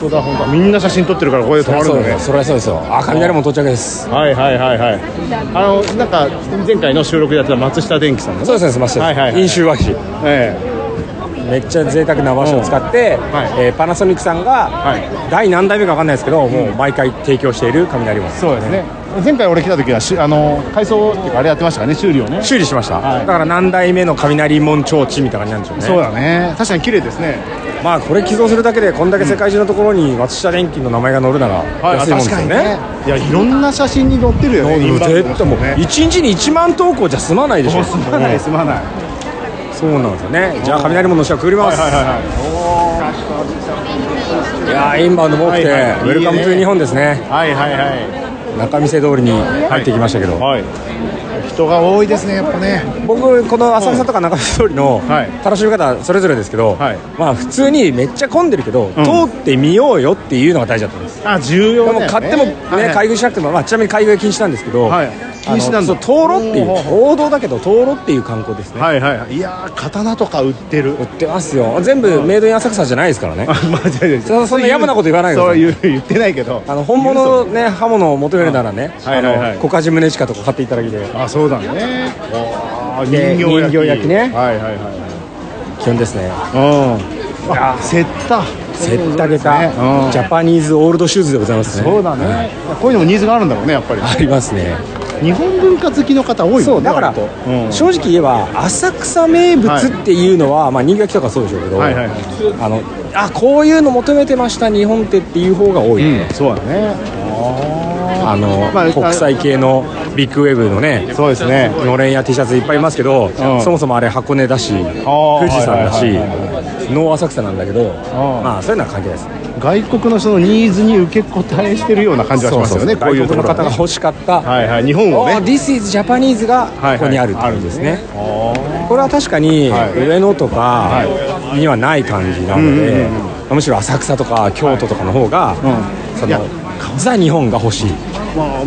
[SPEAKER 3] 当だ本当だみんな写真撮ってるからここで
[SPEAKER 2] そ
[SPEAKER 3] 止ま
[SPEAKER 2] り
[SPEAKER 3] る
[SPEAKER 2] ゃそ
[SPEAKER 3] ん
[SPEAKER 2] う
[SPEAKER 3] だ
[SPEAKER 2] ですよ、
[SPEAKER 3] ね
[SPEAKER 2] そりゃそうですよ。あ、雷門到着です。
[SPEAKER 3] はいはいはいはいあのなんか前回の収録でやってた松下電器さんの
[SPEAKER 2] そうですね、すまして。
[SPEAKER 3] はいはいはい
[SPEAKER 2] 飲酒和紙。
[SPEAKER 3] え
[SPEAKER 2] めっちゃ贅沢な和紙を使って、
[SPEAKER 3] はい
[SPEAKER 2] えーパナソニックさんが、
[SPEAKER 3] はい
[SPEAKER 2] 第何代目か分かんないですけど、もう毎回提供している雷門
[SPEAKER 3] えそうですね前回俺来た時はしあの改装っていうかあれやってましたからね修理をね
[SPEAKER 2] 修理しました、
[SPEAKER 3] はい
[SPEAKER 2] だから何代目の雷門提灯みたいな感じなんでしょ
[SPEAKER 3] そうう
[SPEAKER 2] ね
[SPEAKER 3] だね確かに綺麗ですね
[SPEAKER 2] まあこれ寄贈するだけでこんだけ世界中のところに松下電器の名前が載るなら安いもんですよね、
[SPEAKER 3] いやいろんな写真に載ってるよね
[SPEAKER 2] もう
[SPEAKER 3] インバウンド
[SPEAKER 2] 絶対もう1日に1万投稿じゃ済まないでし
[SPEAKER 3] も
[SPEAKER 2] ょ
[SPEAKER 3] うすまないすまない
[SPEAKER 2] そうなんですよねじゃあ雷門の人はくぐります、い
[SPEAKER 3] は
[SPEAKER 2] やーインバウンドも多くて、
[SPEAKER 3] はいはい
[SPEAKER 2] ウェルカム
[SPEAKER 3] いいね
[SPEAKER 2] トゥ日本ですね
[SPEAKER 3] いはいはい
[SPEAKER 2] 中見世通りに入ってきましたけど、
[SPEAKER 3] はいはい人が多いですねやっぱね
[SPEAKER 2] 僕この浅草とか中見世通りの
[SPEAKER 3] はい
[SPEAKER 2] 楽しみ方それぞれですけど、
[SPEAKER 3] はい
[SPEAKER 2] まあ普通にめっちゃ混んでるけど、
[SPEAKER 3] ん
[SPEAKER 2] 通ってみようよっていうのが大事だったんです
[SPEAKER 3] あ重要
[SPEAKER 2] で
[SPEAKER 3] だよ
[SPEAKER 2] も
[SPEAKER 3] ね
[SPEAKER 2] 買ってもね、買い
[SPEAKER 3] はい
[SPEAKER 2] 食いしなくても、まあ、ちなみに買い食い禁止なんですけど、
[SPEAKER 3] はい禁止なんだ
[SPEAKER 2] あのそう灯籠っていう
[SPEAKER 3] おー
[SPEAKER 2] 王道だけど灯籠っていう観光ですね、
[SPEAKER 3] はいはいはいいやー刀とか売ってる
[SPEAKER 2] 売ってますよ全部メイドイン浅草じゃないですからね
[SPEAKER 3] あ まあじゃあじゃあじゃ
[SPEAKER 2] そ
[SPEAKER 3] あ
[SPEAKER 2] そんなやぶなこと言わないでくだ
[SPEAKER 3] そ
[SPEAKER 2] さ
[SPEAKER 3] う
[SPEAKER 2] い
[SPEAKER 3] 言う言ってないけど
[SPEAKER 2] あの本物のね刃物を求めるならね
[SPEAKER 3] はいはいはい
[SPEAKER 2] あの小梶宗近とか買っていただきで
[SPEAKER 3] あそうだねおー
[SPEAKER 2] で
[SPEAKER 3] 人形焼き
[SPEAKER 2] 人形焼きね
[SPEAKER 3] はいはいはい
[SPEAKER 2] 基本ですね
[SPEAKER 3] うんあセッター
[SPEAKER 2] せっ
[SPEAKER 3] そ
[SPEAKER 2] たげ
[SPEAKER 3] うですねう
[SPEAKER 2] た
[SPEAKER 3] ん
[SPEAKER 2] ジャパニーズオールドシューズでございますね
[SPEAKER 3] そうだねこういうのもニーズがあるんだろうねやっぱり
[SPEAKER 2] ありますね
[SPEAKER 3] 日本文化好きの方多いもんね
[SPEAKER 2] そうだから、
[SPEAKER 3] 割とうん
[SPEAKER 2] 正直言えば浅草名物っていうのは、まあ人形焼きとかそうでしょうけど、
[SPEAKER 3] はいはいはい
[SPEAKER 2] あのあこういうの求めてました日本ってっていう方が多い、
[SPEAKER 3] うんそうだね
[SPEAKER 2] あの、
[SPEAKER 3] まあ
[SPEAKER 2] 国際系のビッグウェーブのね
[SPEAKER 3] そうですね
[SPEAKER 2] のれんや T シャツいっぱいいますけど、そもそもあれ箱根だし富士山だ
[SPEAKER 3] は
[SPEAKER 2] し
[SPEAKER 3] いはいは
[SPEAKER 2] 能浅草なんだけど
[SPEAKER 3] ん
[SPEAKER 2] まあそういうのは関係ないですね
[SPEAKER 3] 外国のそのニーズに受け答えしてるような感じはしますよねこういうとこ
[SPEAKER 2] 外国の
[SPEAKER 3] ろ
[SPEAKER 2] 方
[SPEAKER 3] は
[SPEAKER 2] が
[SPEAKER 3] ね
[SPEAKER 2] 欲しかった、
[SPEAKER 3] はいはい日本をね
[SPEAKER 2] お This is Japanese が
[SPEAKER 3] はいはい
[SPEAKER 2] ここにあるっていうんですね、これは確かに
[SPEAKER 3] はい
[SPEAKER 2] 上野とかにはない感じなので、
[SPEAKER 3] うん
[SPEAKER 2] むしろ浅草とか京都とかの方が、そ
[SPEAKER 3] いや
[SPEAKER 2] のザ日本が欲しい、
[SPEAKER 3] まあ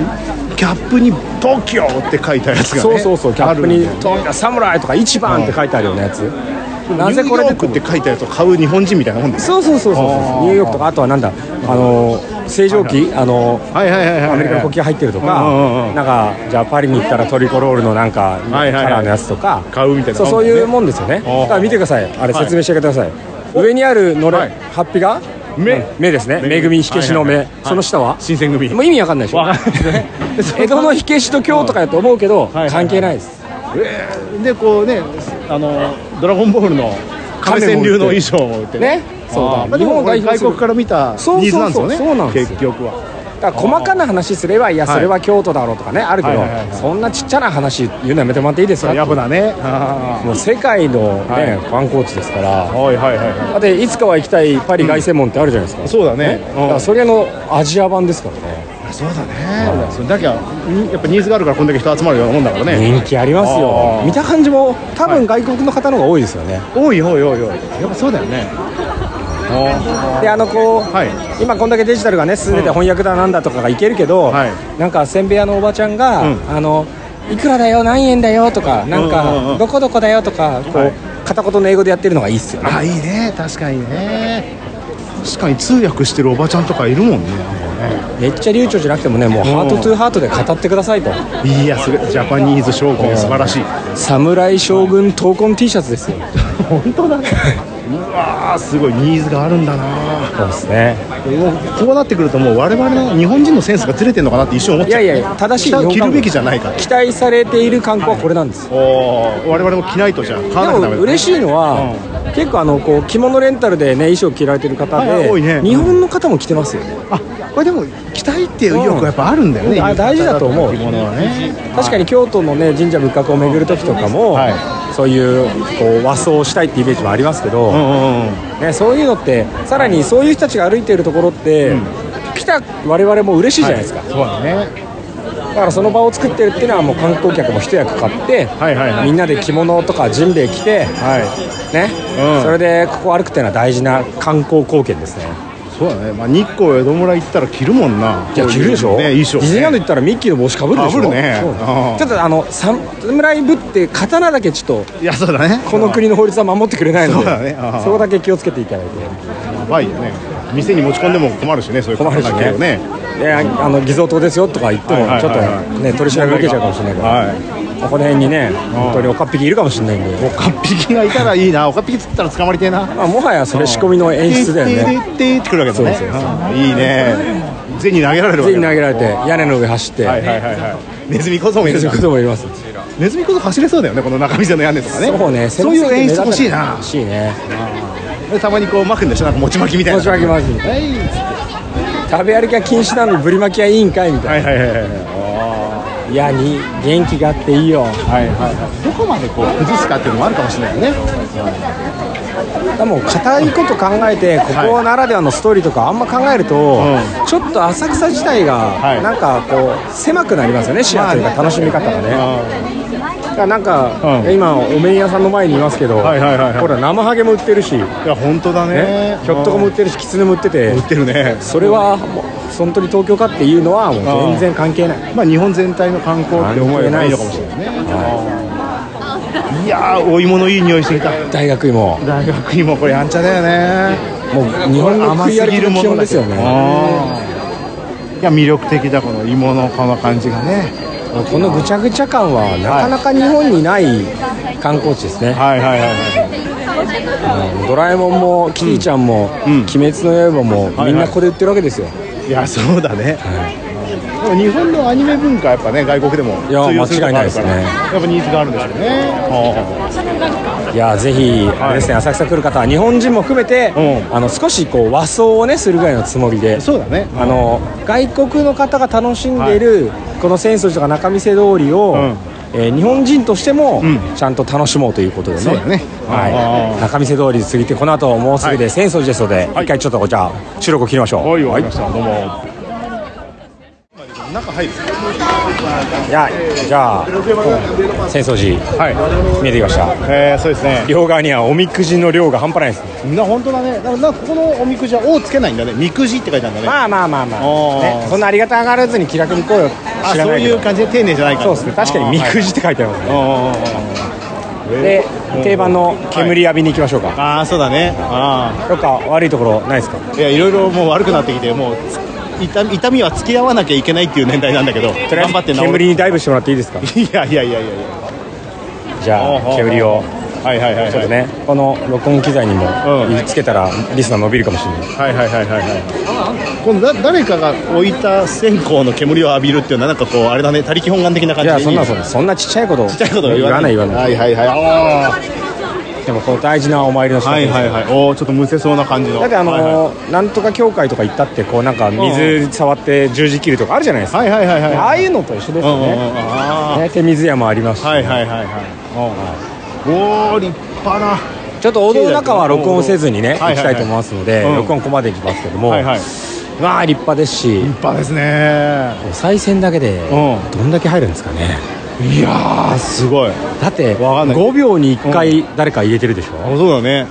[SPEAKER 3] キャップに「東京」って書いたやつがね
[SPEAKER 2] そうそうそうキャップに
[SPEAKER 3] あるん
[SPEAKER 2] 「
[SPEAKER 3] で
[SPEAKER 2] 富田侍」とか「一番」って書いてあるようなやつ、なぜこれ
[SPEAKER 3] ニューヨ
[SPEAKER 2] で
[SPEAKER 3] ークって書いたやつを買う日本人みたいなもんです
[SPEAKER 2] そうそうそうそう
[SPEAKER 3] あー
[SPEAKER 2] ニューヨークとかあとはなんだあのー正常期あのー
[SPEAKER 3] はいはいはいはい
[SPEAKER 2] アメリカの国旗入ってるとか、
[SPEAKER 3] うんうんうん
[SPEAKER 2] なんかじゃあパリに行ったらトリコロールのなんか、
[SPEAKER 3] はいはい
[SPEAKER 2] カラーのやつとか
[SPEAKER 3] 買うみたいな
[SPEAKER 2] そうそういうもんですよねだ
[SPEAKER 3] あー
[SPEAKER 2] から見てくださいあれ
[SPEAKER 3] はい
[SPEAKER 2] 説明してください、上にあるのれん、
[SPEAKER 3] はい
[SPEAKER 2] ハッピが
[SPEAKER 3] 目
[SPEAKER 2] 目ですねめぐみ火消しの目、
[SPEAKER 3] はいはいはい
[SPEAKER 2] その下は、
[SPEAKER 3] 新選組
[SPEAKER 2] もう意味わかん ないでしょ
[SPEAKER 3] わかんないですね
[SPEAKER 2] 江戸の火消しと京とかやと思うけど、
[SPEAKER 3] いはい
[SPEAKER 2] 関係ないです
[SPEAKER 3] でこうねあの「ドラゴンボール」の亀仙流の衣装も売って
[SPEAKER 2] ねそうだ
[SPEAKER 3] あーまあでもこれ外国から見たニ
[SPEAKER 2] そうそ
[SPEAKER 3] ー
[SPEAKER 2] うそう
[SPEAKER 3] ズなんですよね
[SPEAKER 2] そうなんですよ
[SPEAKER 3] 結局は
[SPEAKER 2] だから細かな話すればいや
[SPEAKER 3] はい
[SPEAKER 2] それは京都だろうとかねあるけど
[SPEAKER 3] はいはいはいはい
[SPEAKER 2] そんなちっちゃな話言うのやめてもらっていいですか
[SPEAKER 3] ヤフだねあ
[SPEAKER 2] もう世界の、ね
[SPEAKER 3] はい
[SPEAKER 2] 観光地ですから
[SPEAKER 3] ーはいはいはいは
[SPEAKER 2] だっていつかは行きたいパリ凱旋門ってあるじゃないですか、
[SPEAKER 3] いそうだね
[SPEAKER 2] だからそれのアジア版ですからね
[SPEAKER 3] うんそうだねそれだけはんやっぱニーズがあるからこんだけ人集まるようなもんだからね
[SPEAKER 2] 人気ありますよ
[SPEAKER 3] あー
[SPEAKER 2] 見た感じも多分外国の方の方が多いですよね、
[SPEAKER 3] おいおいおいおいやっぱそうだよねあ
[SPEAKER 2] であのこう、
[SPEAKER 3] はい
[SPEAKER 2] 今こんだけデジタルがね進んでて翻訳だなんだとかがいけるけど、
[SPEAKER 3] はい
[SPEAKER 2] なんかせんべい屋のおばちゃんが、
[SPEAKER 3] うん
[SPEAKER 2] あのいくらだよ何円だよとかなん
[SPEAKER 3] うんうんう
[SPEAKER 2] か
[SPEAKER 3] ん
[SPEAKER 2] どこどこだよとかこう、
[SPEAKER 3] はい
[SPEAKER 2] 片言の英語でやってるのがいいっすよね
[SPEAKER 3] ーあいいね確かにね確かに通訳してるおばちゃんとかいるもんね
[SPEAKER 2] めっちゃ流暢じゃなくてもねもうハートトゥーハートで語ってくださいと
[SPEAKER 3] いやすごいジャパニーズ将軍素晴らしい
[SPEAKER 2] 侍将軍闘魂 T シャツですよ
[SPEAKER 3] 本当だねうわーすごいニーズがあるんだな
[SPEAKER 2] そうですね
[SPEAKER 3] もうこうなってくるともう我々の日本人のセンスがずれてるのかなって一瞬思っ
[SPEAKER 2] い
[SPEAKER 3] ちゃ
[SPEAKER 2] や
[SPEAKER 3] う
[SPEAKER 2] いや正しい
[SPEAKER 3] 着た
[SPEAKER 2] 日
[SPEAKER 3] 着
[SPEAKER 2] 本
[SPEAKER 3] るべきじゃないか
[SPEAKER 2] 期待されている観光はこれなんですよ
[SPEAKER 3] おお我々も着ないとじゃあ買わなきゃ
[SPEAKER 2] で
[SPEAKER 3] ダメ
[SPEAKER 2] も
[SPEAKER 3] だ
[SPEAKER 2] 嬉しいのは、結構あのこう着物レンタルでね衣装着られてる方で、
[SPEAKER 3] はいはい多いね
[SPEAKER 2] 日本の方も着てますよね
[SPEAKER 3] あこれでも着たいっていう意欲はやっぱあるんだよね、
[SPEAKER 2] うんあ大事だと思う
[SPEAKER 3] 着物はね
[SPEAKER 2] 確かに京都のね神社仏閣を巡る時とかも、
[SPEAKER 3] は
[SPEAKER 2] そういうこう和装をしたいってイメージもありますけど、
[SPEAKER 3] うんうんうん
[SPEAKER 2] ね、そういうのってさらにそういう人たちが歩いてるところって、来た我々も嬉しいじゃないですか、
[SPEAKER 3] そうだね
[SPEAKER 2] からその場を作ってるっていうのはもう観光客も一役買って、
[SPEAKER 3] はいはいはい
[SPEAKER 2] みんなで着物とかジンベエ着て
[SPEAKER 3] はい
[SPEAKER 2] ね、
[SPEAKER 3] うん
[SPEAKER 2] それでここ歩くっていうのは大事な観光貢献ですね
[SPEAKER 3] そうだね、まあ、日光江戸村行ったら着るもんない
[SPEAKER 2] や着るでしょ、
[SPEAKER 3] ね衣装
[SPEAKER 2] ディズニーランド行
[SPEAKER 3] ね
[SPEAKER 2] ったらミッキーの帽子かぶるでしょ
[SPEAKER 3] 被るね
[SPEAKER 2] そう
[SPEAKER 3] うん
[SPEAKER 2] ちょっとあの侍ぶって刀だけちょっと
[SPEAKER 3] いやそうだね
[SPEAKER 2] この国の法律は守ってくれないので
[SPEAKER 3] そうだねああ
[SPEAKER 2] そこだけ気をつけていただいて
[SPEAKER 3] やばいよね店に持ち込んでも困るしねそういう
[SPEAKER 2] 困るし
[SPEAKER 3] だ
[SPEAKER 2] ね
[SPEAKER 3] けね
[SPEAKER 2] でああの偽造党ですよとか言っても
[SPEAKER 3] はいはい
[SPEAKER 2] ちょっと
[SPEAKER 3] はいはい
[SPEAKER 2] ね取り調べ受けちゃうかもしれないから、
[SPEAKER 3] はい
[SPEAKER 2] ここの辺にね本当におかっぴきいるかもしれないんで、
[SPEAKER 3] おかっぴきがいたらいいなおかっぴきつったら捕まりてえな
[SPEAKER 2] まあ、もはやそれ仕込みの演出だよね
[SPEAKER 3] てーてーてーってくるわけだね
[SPEAKER 2] そうそうそ
[SPEAKER 3] あーいいね銭投げられるわ
[SPEAKER 2] 全
[SPEAKER 3] け
[SPEAKER 2] 員投げられ
[SPEAKER 3] て
[SPEAKER 2] て屋根の上走って、
[SPEAKER 3] はいはいはいはいネズミ小僧もいる
[SPEAKER 2] そ
[SPEAKER 3] じゃ
[SPEAKER 2] ういうんこともいます
[SPEAKER 3] ネズミ小僧走れそうだよねこの中店の屋根とかね
[SPEAKER 2] そうね
[SPEAKER 3] そういう演出欲しいな
[SPEAKER 2] 欲しいね
[SPEAKER 3] でたまにこう巻くんでしょなんか餅巻きみたいな
[SPEAKER 2] 持ち巻き巻き
[SPEAKER 3] はい
[SPEAKER 2] 食べ歩きは禁止なのにぶり巻きはいいんかいみたいな、
[SPEAKER 3] はいはいはいはい
[SPEAKER 2] い、やに元気があっていいよ
[SPEAKER 3] はいはいはいどこまでこう崩すかっていうのもあるかもしれないよね
[SPEAKER 2] でも硬いこと考えてここならではのストーリーとかあんま考えると、
[SPEAKER 3] うん
[SPEAKER 2] ちょっと浅草自体
[SPEAKER 3] は
[SPEAKER 2] が
[SPEAKER 3] い
[SPEAKER 2] なんかこう狭くなりますよね視野というか楽しみ方がね、だからなんか、
[SPEAKER 3] うん
[SPEAKER 2] 今お麺屋さんの前にいますけど、
[SPEAKER 3] はいはいはいはい
[SPEAKER 2] ほら生ハゲも売ってるし、
[SPEAKER 3] いや本当だね
[SPEAKER 2] ね、ひょっとこも売ってるしキツネも売ってて
[SPEAKER 3] 売ってるね
[SPEAKER 2] それはもう本当に東京かっていうのはもう全然関係ない
[SPEAKER 3] まあ日本全体の観光って思えばいいのかもしれないねいやーお芋のいい匂いしてきた
[SPEAKER 2] 大学芋
[SPEAKER 3] 大学芋これやんちゃだよね
[SPEAKER 2] もう日本の食い歩きの基本ですよね
[SPEAKER 3] いや魅力的だこの芋のこの感じがね
[SPEAKER 2] このぐちゃぐちゃ感はなかなか日本にない観光地ですね、
[SPEAKER 3] はいはいはい
[SPEAKER 2] ドラえもんもキティちゃんも、
[SPEAKER 3] うん
[SPEAKER 2] 鬼滅の刃も、
[SPEAKER 3] はい
[SPEAKER 2] みんなここで売ってるわけですよ、
[SPEAKER 3] いやそうだね、でも日本のアニメ文化はやっぱね外国でも
[SPEAKER 2] いや
[SPEAKER 3] 通用するとこあるから
[SPEAKER 2] 間違いないですね
[SPEAKER 3] やっぱニーズがあるんでしょうねあ
[SPEAKER 2] い、やぜひ、あれですね浅草来る方は日本人も含めて、
[SPEAKER 3] うん
[SPEAKER 2] あの少しこう和装をねするぐらいのつもりで
[SPEAKER 3] あそうだね
[SPEAKER 2] あの外国の方が楽しんでいる、この浅草寺とか仲見世通りを、
[SPEAKER 3] うん
[SPEAKER 2] えー日本人としても
[SPEAKER 3] うん
[SPEAKER 2] ちゃんと楽しもうということでね,、
[SPEAKER 3] そうだね
[SPEAKER 2] は
[SPEAKER 3] あ
[SPEAKER 2] い、
[SPEAKER 3] ー
[SPEAKER 2] 仲見世通り過ぎてこの後もうすぐで
[SPEAKER 3] は
[SPEAKER 2] 浅草寺ですので、一回ちょっとじゃあ収録を切りましょう、
[SPEAKER 3] はいわかりましたどうも中入る
[SPEAKER 2] いやじゃあ浅草寺
[SPEAKER 3] はい
[SPEAKER 2] 見えてきました
[SPEAKER 3] えー、そうですね
[SPEAKER 2] 両側にはおみくじの量が半端ないですね
[SPEAKER 3] な本当だねななんかここのおみくじは「お」つけないんだねみくじって書いてあるんだね、
[SPEAKER 2] まあまあまあまあ、
[SPEAKER 3] おー
[SPEAKER 2] ね、そんなありがたがらずに気楽に行こうよ
[SPEAKER 3] あ
[SPEAKER 2] 知ら
[SPEAKER 3] そ
[SPEAKER 2] な
[SPEAKER 3] う
[SPEAKER 2] いけ
[SPEAKER 3] い
[SPEAKER 2] ど
[SPEAKER 3] う感じで丁寧じゃないから
[SPEAKER 2] そうですね確かにみくじって書いてありますね
[SPEAKER 3] あ
[SPEAKER 2] で定番の煙浴びに行きましょうか、
[SPEAKER 3] あーそうだねあ
[SPEAKER 2] どっか悪いところないですか
[SPEAKER 3] あいやいろいろもう悪くなってきてもうつ痛み痛みは付き合わなきゃいけないっていう年代なんだけど
[SPEAKER 2] とりあ
[SPEAKER 3] 頑張って
[SPEAKER 2] えず
[SPEAKER 3] 治る
[SPEAKER 2] 煙にダイブしてもらっていいですか
[SPEAKER 3] いやいやいやいやいや
[SPEAKER 2] じゃあ煙を
[SPEAKER 3] はいはいはいはい
[SPEAKER 2] ちょっとねこの録音機材にも
[SPEAKER 3] うん
[SPEAKER 2] つけたらリスナー伸びるかもしれない
[SPEAKER 3] はいはいはいはいはい今度だ誰かが置いた線香の煙を浴びるっていうのはなんかこうあれだね他力本願的な感
[SPEAKER 2] い
[SPEAKER 3] じで
[SPEAKER 2] やそんな
[SPEAKER 3] ち
[SPEAKER 2] そんなそんなちっちゃいことち
[SPEAKER 3] っちゃいことは
[SPEAKER 2] 言わない言わない
[SPEAKER 3] はいはいはいあー
[SPEAKER 2] でもこの大事なお参りの仕方
[SPEAKER 3] はいはいはいおおちょっとむせそうな感じの
[SPEAKER 2] だってあの
[SPEAKER 3] はいはい
[SPEAKER 2] なんとか教会とか行ったってこうなんか水触って十字切るとかあるじゃないですか、
[SPEAKER 3] はいはいはいはい
[SPEAKER 2] ああいうのと一緒ですよ
[SPEAKER 3] うんうんうんうん
[SPEAKER 2] ね
[SPEAKER 3] あー
[SPEAKER 2] ね手水屋もありますし、
[SPEAKER 3] はいはいはいはいおおー立派な
[SPEAKER 2] ちょっとお堂の中は録音せずにね、
[SPEAKER 3] はいはいはい
[SPEAKER 2] 行きたいと思いますので、
[SPEAKER 3] うん
[SPEAKER 2] 録音ここまで行きますけども、
[SPEAKER 3] はいはい
[SPEAKER 2] まあ立派ですし、
[SPEAKER 3] 立派ですね
[SPEAKER 2] お賽銭だけで
[SPEAKER 3] うん
[SPEAKER 2] どんだけ入るんですかね、
[SPEAKER 3] いやーすごい
[SPEAKER 2] だって
[SPEAKER 3] わかんない
[SPEAKER 2] 5秒に1回誰か入れてるでしょ、
[SPEAKER 3] あそうだね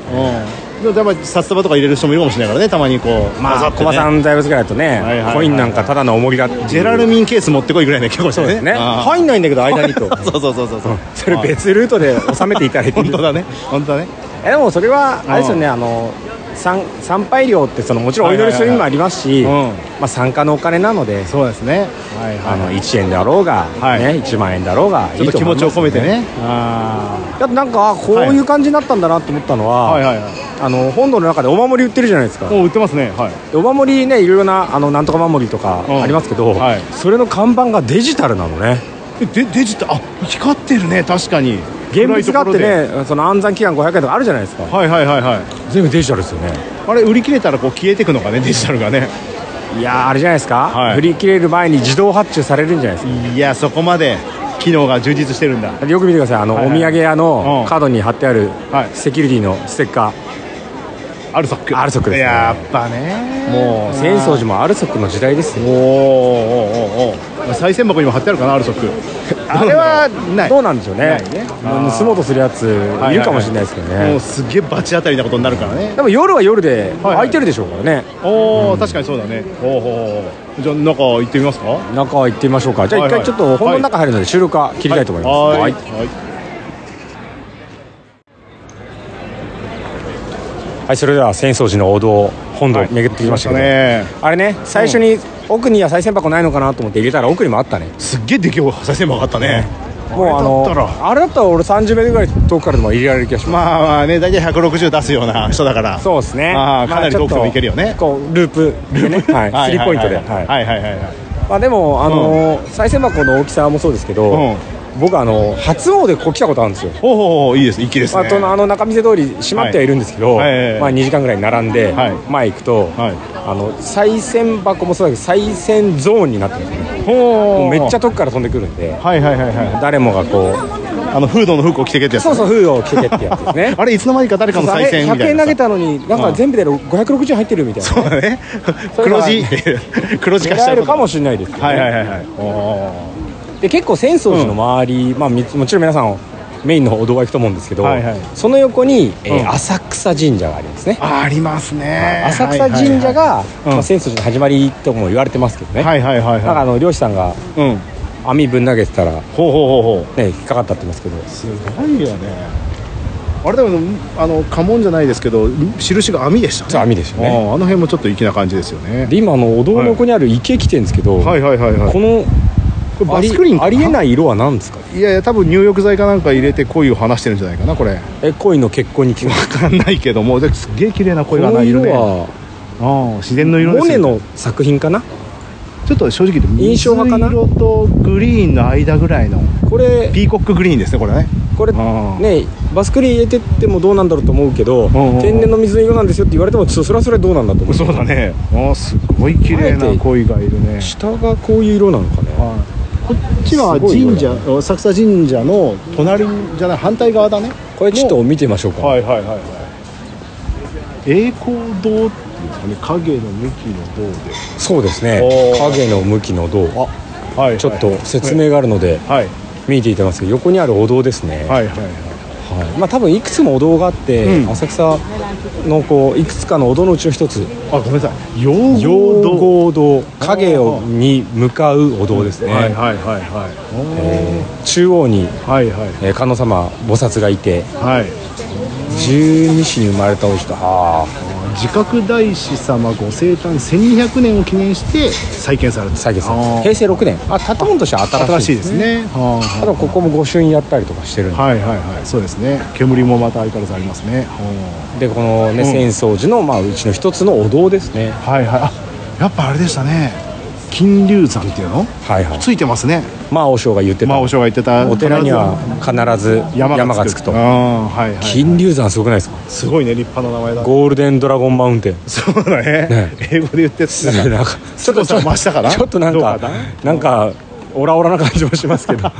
[SPEAKER 3] うんでもやっぱり札束とか入れる人もいるかもしれないからねたまにこう
[SPEAKER 2] まあ
[SPEAKER 3] ってね
[SPEAKER 2] 駒さん財閥ぐらいだとね、
[SPEAKER 3] はいはいはい
[SPEAKER 2] コインなんかただの重りが
[SPEAKER 3] ジェラルミンケース持ってこいぐらいの結構
[SPEAKER 2] そうですね
[SPEAKER 3] は
[SPEAKER 2] 入んないんだけど間にと
[SPEAKER 3] そうそうそうそうそう
[SPEAKER 2] それ別ルートで収めていただいていい
[SPEAKER 3] 本当だね本当だね
[SPEAKER 2] えでもそれはあれですよねあの参参拝料ってそのもちろんお祈りする意味もありますし、
[SPEAKER 3] はいはいはいうん
[SPEAKER 2] まあ、参加のお金なので
[SPEAKER 3] そうですねはい
[SPEAKER 2] あの
[SPEAKER 3] はい
[SPEAKER 2] 1円だろうが、
[SPEAKER 3] はい
[SPEAKER 2] ね、1万円だろうがいい
[SPEAKER 3] ちょっと
[SPEAKER 2] と
[SPEAKER 3] 気
[SPEAKER 2] 思
[SPEAKER 3] 持
[SPEAKER 2] います
[SPEAKER 3] ちを込めて
[SPEAKER 2] よ
[SPEAKER 3] ねあ
[SPEAKER 2] だってなんかあこういう感じになったんだなと思ったの
[SPEAKER 3] あ
[SPEAKER 2] は、
[SPEAKER 3] はいはいはい
[SPEAKER 2] あの本堂の中でお守り売ってるじゃないですか
[SPEAKER 3] もう売ってますねはい
[SPEAKER 2] でお守りねいろいろなあのなんとか守りとか
[SPEAKER 3] うん
[SPEAKER 2] ありますけど、
[SPEAKER 3] はい
[SPEAKER 2] それの看板がデジタルなのね
[SPEAKER 3] えでデジタルあ光ってるね確かに
[SPEAKER 2] 現物があ
[SPEAKER 3] 暗
[SPEAKER 2] っ
[SPEAKER 3] いところ
[SPEAKER 2] て
[SPEAKER 3] で
[SPEAKER 2] ねその暗算期間500円とかあるじゃないですか
[SPEAKER 3] はいはいはいはい
[SPEAKER 2] 全部デジタルですよね
[SPEAKER 3] あれ売り切れたらこう消えてくのかねデジタルがね
[SPEAKER 2] いやーあれじゃないですか、
[SPEAKER 3] はい
[SPEAKER 2] 振り切れる前に自動発注されるんじゃないです
[SPEAKER 3] いやそこまで機能が充実してるんだ
[SPEAKER 2] かよく見てくださいあの、
[SPEAKER 3] はいはい
[SPEAKER 2] お土産屋
[SPEAKER 3] う
[SPEAKER 2] の
[SPEAKER 3] ん
[SPEAKER 2] カードに貼ってある
[SPEAKER 3] はい
[SPEAKER 2] セキュリティのステッカー、
[SPEAKER 3] アルソック
[SPEAKER 2] アルソックですね
[SPEAKER 3] やっぱね
[SPEAKER 2] もう、浅草寺もアルソックの時代です
[SPEAKER 3] おー
[SPEAKER 2] よ。
[SPEAKER 3] おーおーおー再銭箱にも貼ってあるか なアルソック
[SPEAKER 2] あれは、
[SPEAKER 3] ない
[SPEAKER 2] どうなんでしょうね
[SPEAKER 3] ないね。
[SPEAKER 2] もう盗もうとするやつ、いるかもしれないですけど
[SPEAKER 3] も
[SPEAKER 2] ね
[SPEAKER 3] う。すげえバチ当たりなことになるからね
[SPEAKER 2] でも夜は夜で、
[SPEAKER 3] はい
[SPEAKER 2] 空いてるでしょうからね。
[SPEAKER 3] おお、確かにそうだねおーおーおーじゃあ中行ってみますか
[SPEAKER 2] 中行ってみましょうか。じゃあ
[SPEAKER 3] は
[SPEAKER 2] 一
[SPEAKER 3] いは
[SPEAKER 2] 回
[SPEAKER 3] い
[SPEAKER 2] ちょっと本の中入るので収録は切りたいと思います。
[SPEAKER 3] は
[SPEAKER 2] はいい。
[SPEAKER 3] はい
[SPEAKER 2] はい、それでは浅草寺のお堂、本堂巡ってきましたけど。
[SPEAKER 3] ね
[SPEAKER 2] あれね、最初に奥には再銭箱ないのかなと思って入れたら奥にもあったね。
[SPEAKER 3] すっげえでけえ再銭箱あったね
[SPEAKER 2] もう
[SPEAKER 3] あ
[SPEAKER 2] あ
[SPEAKER 3] れだった
[SPEAKER 2] の、あれだったら俺30メートルぐらい遠くからでも入れられる気がします。
[SPEAKER 3] まあまあね大体160出すような人だから
[SPEAKER 2] そうですね。
[SPEAKER 3] ああかなり
[SPEAKER 2] まあちょっと
[SPEAKER 3] 遠くも行けるよね
[SPEAKER 2] こうループでね、はい、スリーポイントで。
[SPEAKER 3] はい
[SPEAKER 2] はい
[SPEAKER 3] はいはいはいはい
[SPEAKER 2] まあでもあのー再生箱の大きさもそうですけど、
[SPEAKER 3] うん
[SPEAKER 2] 僕あの初詣でこう来たことあるんですよ。
[SPEAKER 3] ほうほうほういいです一気です
[SPEAKER 2] まあ、
[SPEAKER 3] ね
[SPEAKER 2] とあの中見世通り閉まってはいるんですけど、
[SPEAKER 3] はいはいはい
[SPEAKER 2] まあ、2時間ぐらい並んで、
[SPEAKER 3] はい
[SPEAKER 2] 前行くと、
[SPEAKER 3] はい
[SPEAKER 2] あの再銭箱もそうだけど再銭ゾーンになってるんですよね
[SPEAKER 3] ほ
[SPEAKER 2] も
[SPEAKER 3] う
[SPEAKER 2] うめっちゃ遠くから飛んでくるんで
[SPEAKER 3] はいはいはいは
[SPEAKER 2] 誰もがこ
[SPEAKER 3] いあのフードの服を着てけって
[SPEAKER 2] う
[SPEAKER 3] やつ
[SPEAKER 2] そうそう封を着てけってやつです ね
[SPEAKER 3] あれいつの間にか誰かの
[SPEAKER 2] そうあ
[SPEAKER 3] 再
[SPEAKER 2] れ
[SPEAKER 3] 選み
[SPEAKER 2] 100
[SPEAKER 3] たい
[SPEAKER 2] 円投
[SPEAKER 3] な
[SPEAKER 2] げ
[SPEAKER 3] さ
[SPEAKER 2] たのになんか全部で560入ってるみたいな、ね、
[SPEAKER 3] そうだね
[SPEAKER 2] れ
[SPEAKER 3] 黒
[SPEAKER 2] が
[SPEAKER 3] 字っていう黒字化し
[SPEAKER 2] 狙
[SPEAKER 3] ちゃ
[SPEAKER 2] え
[SPEAKER 3] う
[SPEAKER 2] るかも
[SPEAKER 3] し
[SPEAKER 2] しれないですけど、ね
[SPEAKER 3] はいはいはいはいお
[SPEAKER 2] で結構浅草寺の周り、まあ、みもちろん皆さんメインのお堂は行くと思うんですけど、
[SPEAKER 3] はいはい
[SPEAKER 2] その横に、えー
[SPEAKER 3] うん
[SPEAKER 2] 浅草神社がありますね、
[SPEAKER 3] ーありますね
[SPEAKER 2] 浅草神社が、
[SPEAKER 3] うん
[SPEAKER 2] まあ、浅草寺の始まりとも言われてますけどね、
[SPEAKER 3] はいはいはいはい
[SPEAKER 2] だから
[SPEAKER 3] は
[SPEAKER 2] あ
[SPEAKER 3] い
[SPEAKER 2] の漁師さんが
[SPEAKER 3] うん
[SPEAKER 2] 網ぶん投げてたら、ね、
[SPEAKER 3] ほうほうほうほう
[SPEAKER 2] 引っかかったって言いますけど
[SPEAKER 3] すごいよねあれでもあの家紋じゃないですけど印が網でしたね
[SPEAKER 2] そう網でしたね
[SPEAKER 3] あーあの辺もちょっと粋な感じですよね
[SPEAKER 2] で今あのお堂の横にある池来てるんですけど、
[SPEAKER 3] はいはいはいはい
[SPEAKER 2] この
[SPEAKER 3] これ
[SPEAKER 2] あ
[SPEAKER 3] バ
[SPEAKER 2] り
[SPEAKER 3] スクリーンか
[SPEAKER 2] ありえない色は何ですか
[SPEAKER 3] いやいや多分入浴剤かなんか入れて恋を話してるんじゃないかなこれ
[SPEAKER 2] え恋の結婚に聞く
[SPEAKER 3] 分かんないけどもですっげえ綺麗な
[SPEAKER 2] こ
[SPEAKER 3] 恋が
[SPEAKER 2] の
[SPEAKER 3] ない
[SPEAKER 2] 色
[SPEAKER 3] るね
[SPEAKER 2] は
[SPEAKER 3] ああ自然の色で
[SPEAKER 2] モ
[SPEAKER 3] す
[SPEAKER 2] ネ
[SPEAKER 3] よ
[SPEAKER 2] の作品かな
[SPEAKER 3] ちょっと正直言って
[SPEAKER 2] 印象派かな
[SPEAKER 3] 水色とグリーンの間ぐらいの
[SPEAKER 2] これ
[SPEAKER 3] ピーコックグリーンですねこれね
[SPEAKER 2] これ
[SPEAKER 3] あー
[SPEAKER 2] ねバスクリーン入れてってもどうなんだろうと思うけど、
[SPEAKER 3] んうんうん
[SPEAKER 2] 天然の水の色なんですよって言われてもそそれはそれはどうなんだと思う
[SPEAKER 3] そうだねああすごい綺麗な恋がいるね
[SPEAKER 2] 下がこういう色なのかね
[SPEAKER 3] こっちは
[SPEAKER 2] すごい
[SPEAKER 3] 神
[SPEAKER 2] 色
[SPEAKER 3] 社
[SPEAKER 2] だ
[SPEAKER 3] 浅草神社の隣じゃない反対側だね
[SPEAKER 2] これちょっと見てみましょうか、
[SPEAKER 3] いはいはいはい栄光堂っていうんですかね影の向きの堂で
[SPEAKER 2] そうですね
[SPEAKER 3] おー
[SPEAKER 2] 影の向きの銅あ
[SPEAKER 3] はい、はい
[SPEAKER 2] ちょっと説明があるので
[SPEAKER 3] はい
[SPEAKER 2] 見ていただきますけど横にあるお堂です
[SPEAKER 3] は
[SPEAKER 2] ね、
[SPEAKER 3] いはいはい
[SPEAKER 2] はいまあ、多分いくつもお堂があって、
[SPEAKER 3] うん
[SPEAKER 2] 浅草のこういくつかのお堂のうちの一つ
[SPEAKER 3] あごめんなさい陽
[SPEAKER 2] 陽
[SPEAKER 3] 堂
[SPEAKER 2] 合堂影をに向かうお堂ですね、
[SPEAKER 3] はいはいはいは
[SPEAKER 2] 中央に、
[SPEAKER 3] いはいはい
[SPEAKER 2] えー観音様菩薩がいて
[SPEAKER 3] はい
[SPEAKER 2] 十二支に生まれたお人は
[SPEAKER 3] 自覚大師様ご生誕1200年を記念して再建された
[SPEAKER 2] 再建され
[SPEAKER 3] あ
[SPEAKER 2] た
[SPEAKER 3] ー
[SPEAKER 2] 平成6年あ建物としては新
[SPEAKER 3] 新
[SPEAKER 2] し
[SPEAKER 3] し
[SPEAKER 2] い
[SPEAKER 3] い
[SPEAKER 2] で
[SPEAKER 3] ですす
[SPEAKER 2] ね
[SPEAKER 3] ねはあ
[SPEAKER 2] ただここも御朱印やったりとかしてるんで,、
[SPEAKER 3] はいはいはいそうですね煙もまた相変わらずありますねは
[SPEAKER 2] でこのね
[SPEAKER 3] うん
[SPEAKER 2] 浅草寺の、まあ、うちの一つのお堂ですね
[SPEAKER 3] あはいはいあやっぱあれでしたね金龍山っていうの
[SPEAKER 2] はいはい
[SPEAKER 3] ついてますね
[SPEAKER 2] まあ和尚が言ってた、
[SPEAKER 3] まあお正が言ってた
[SPEAKER 2] お寺には必ず
[SPEAKER 3] 山が
[SPEAKER 2] 山がつくと
[SPEAKER 3] ああはいはい、はい、
[SPEAKER 2] 金龍山すごくないですか
[SPEAKER 3] すごいね立派な名前だ
[SPEAKER 2] ゴールデンドラゴンマウンテン
[SPEAKER 3] そうだね
[SPEAKER 2] ね
[SPEAKER 3] 英語で言ってた
[SPEAKER 2] なんか
[SPEAKER 3] ちょっとさ増したかな
[SPEAKER 2] ちょっとなん
[SPEAKER 3] ど
[SPEAKER 2] か
[SPEAKER 3] うか
[SPEAKER 2] なんかオラオラな感じもしま すけど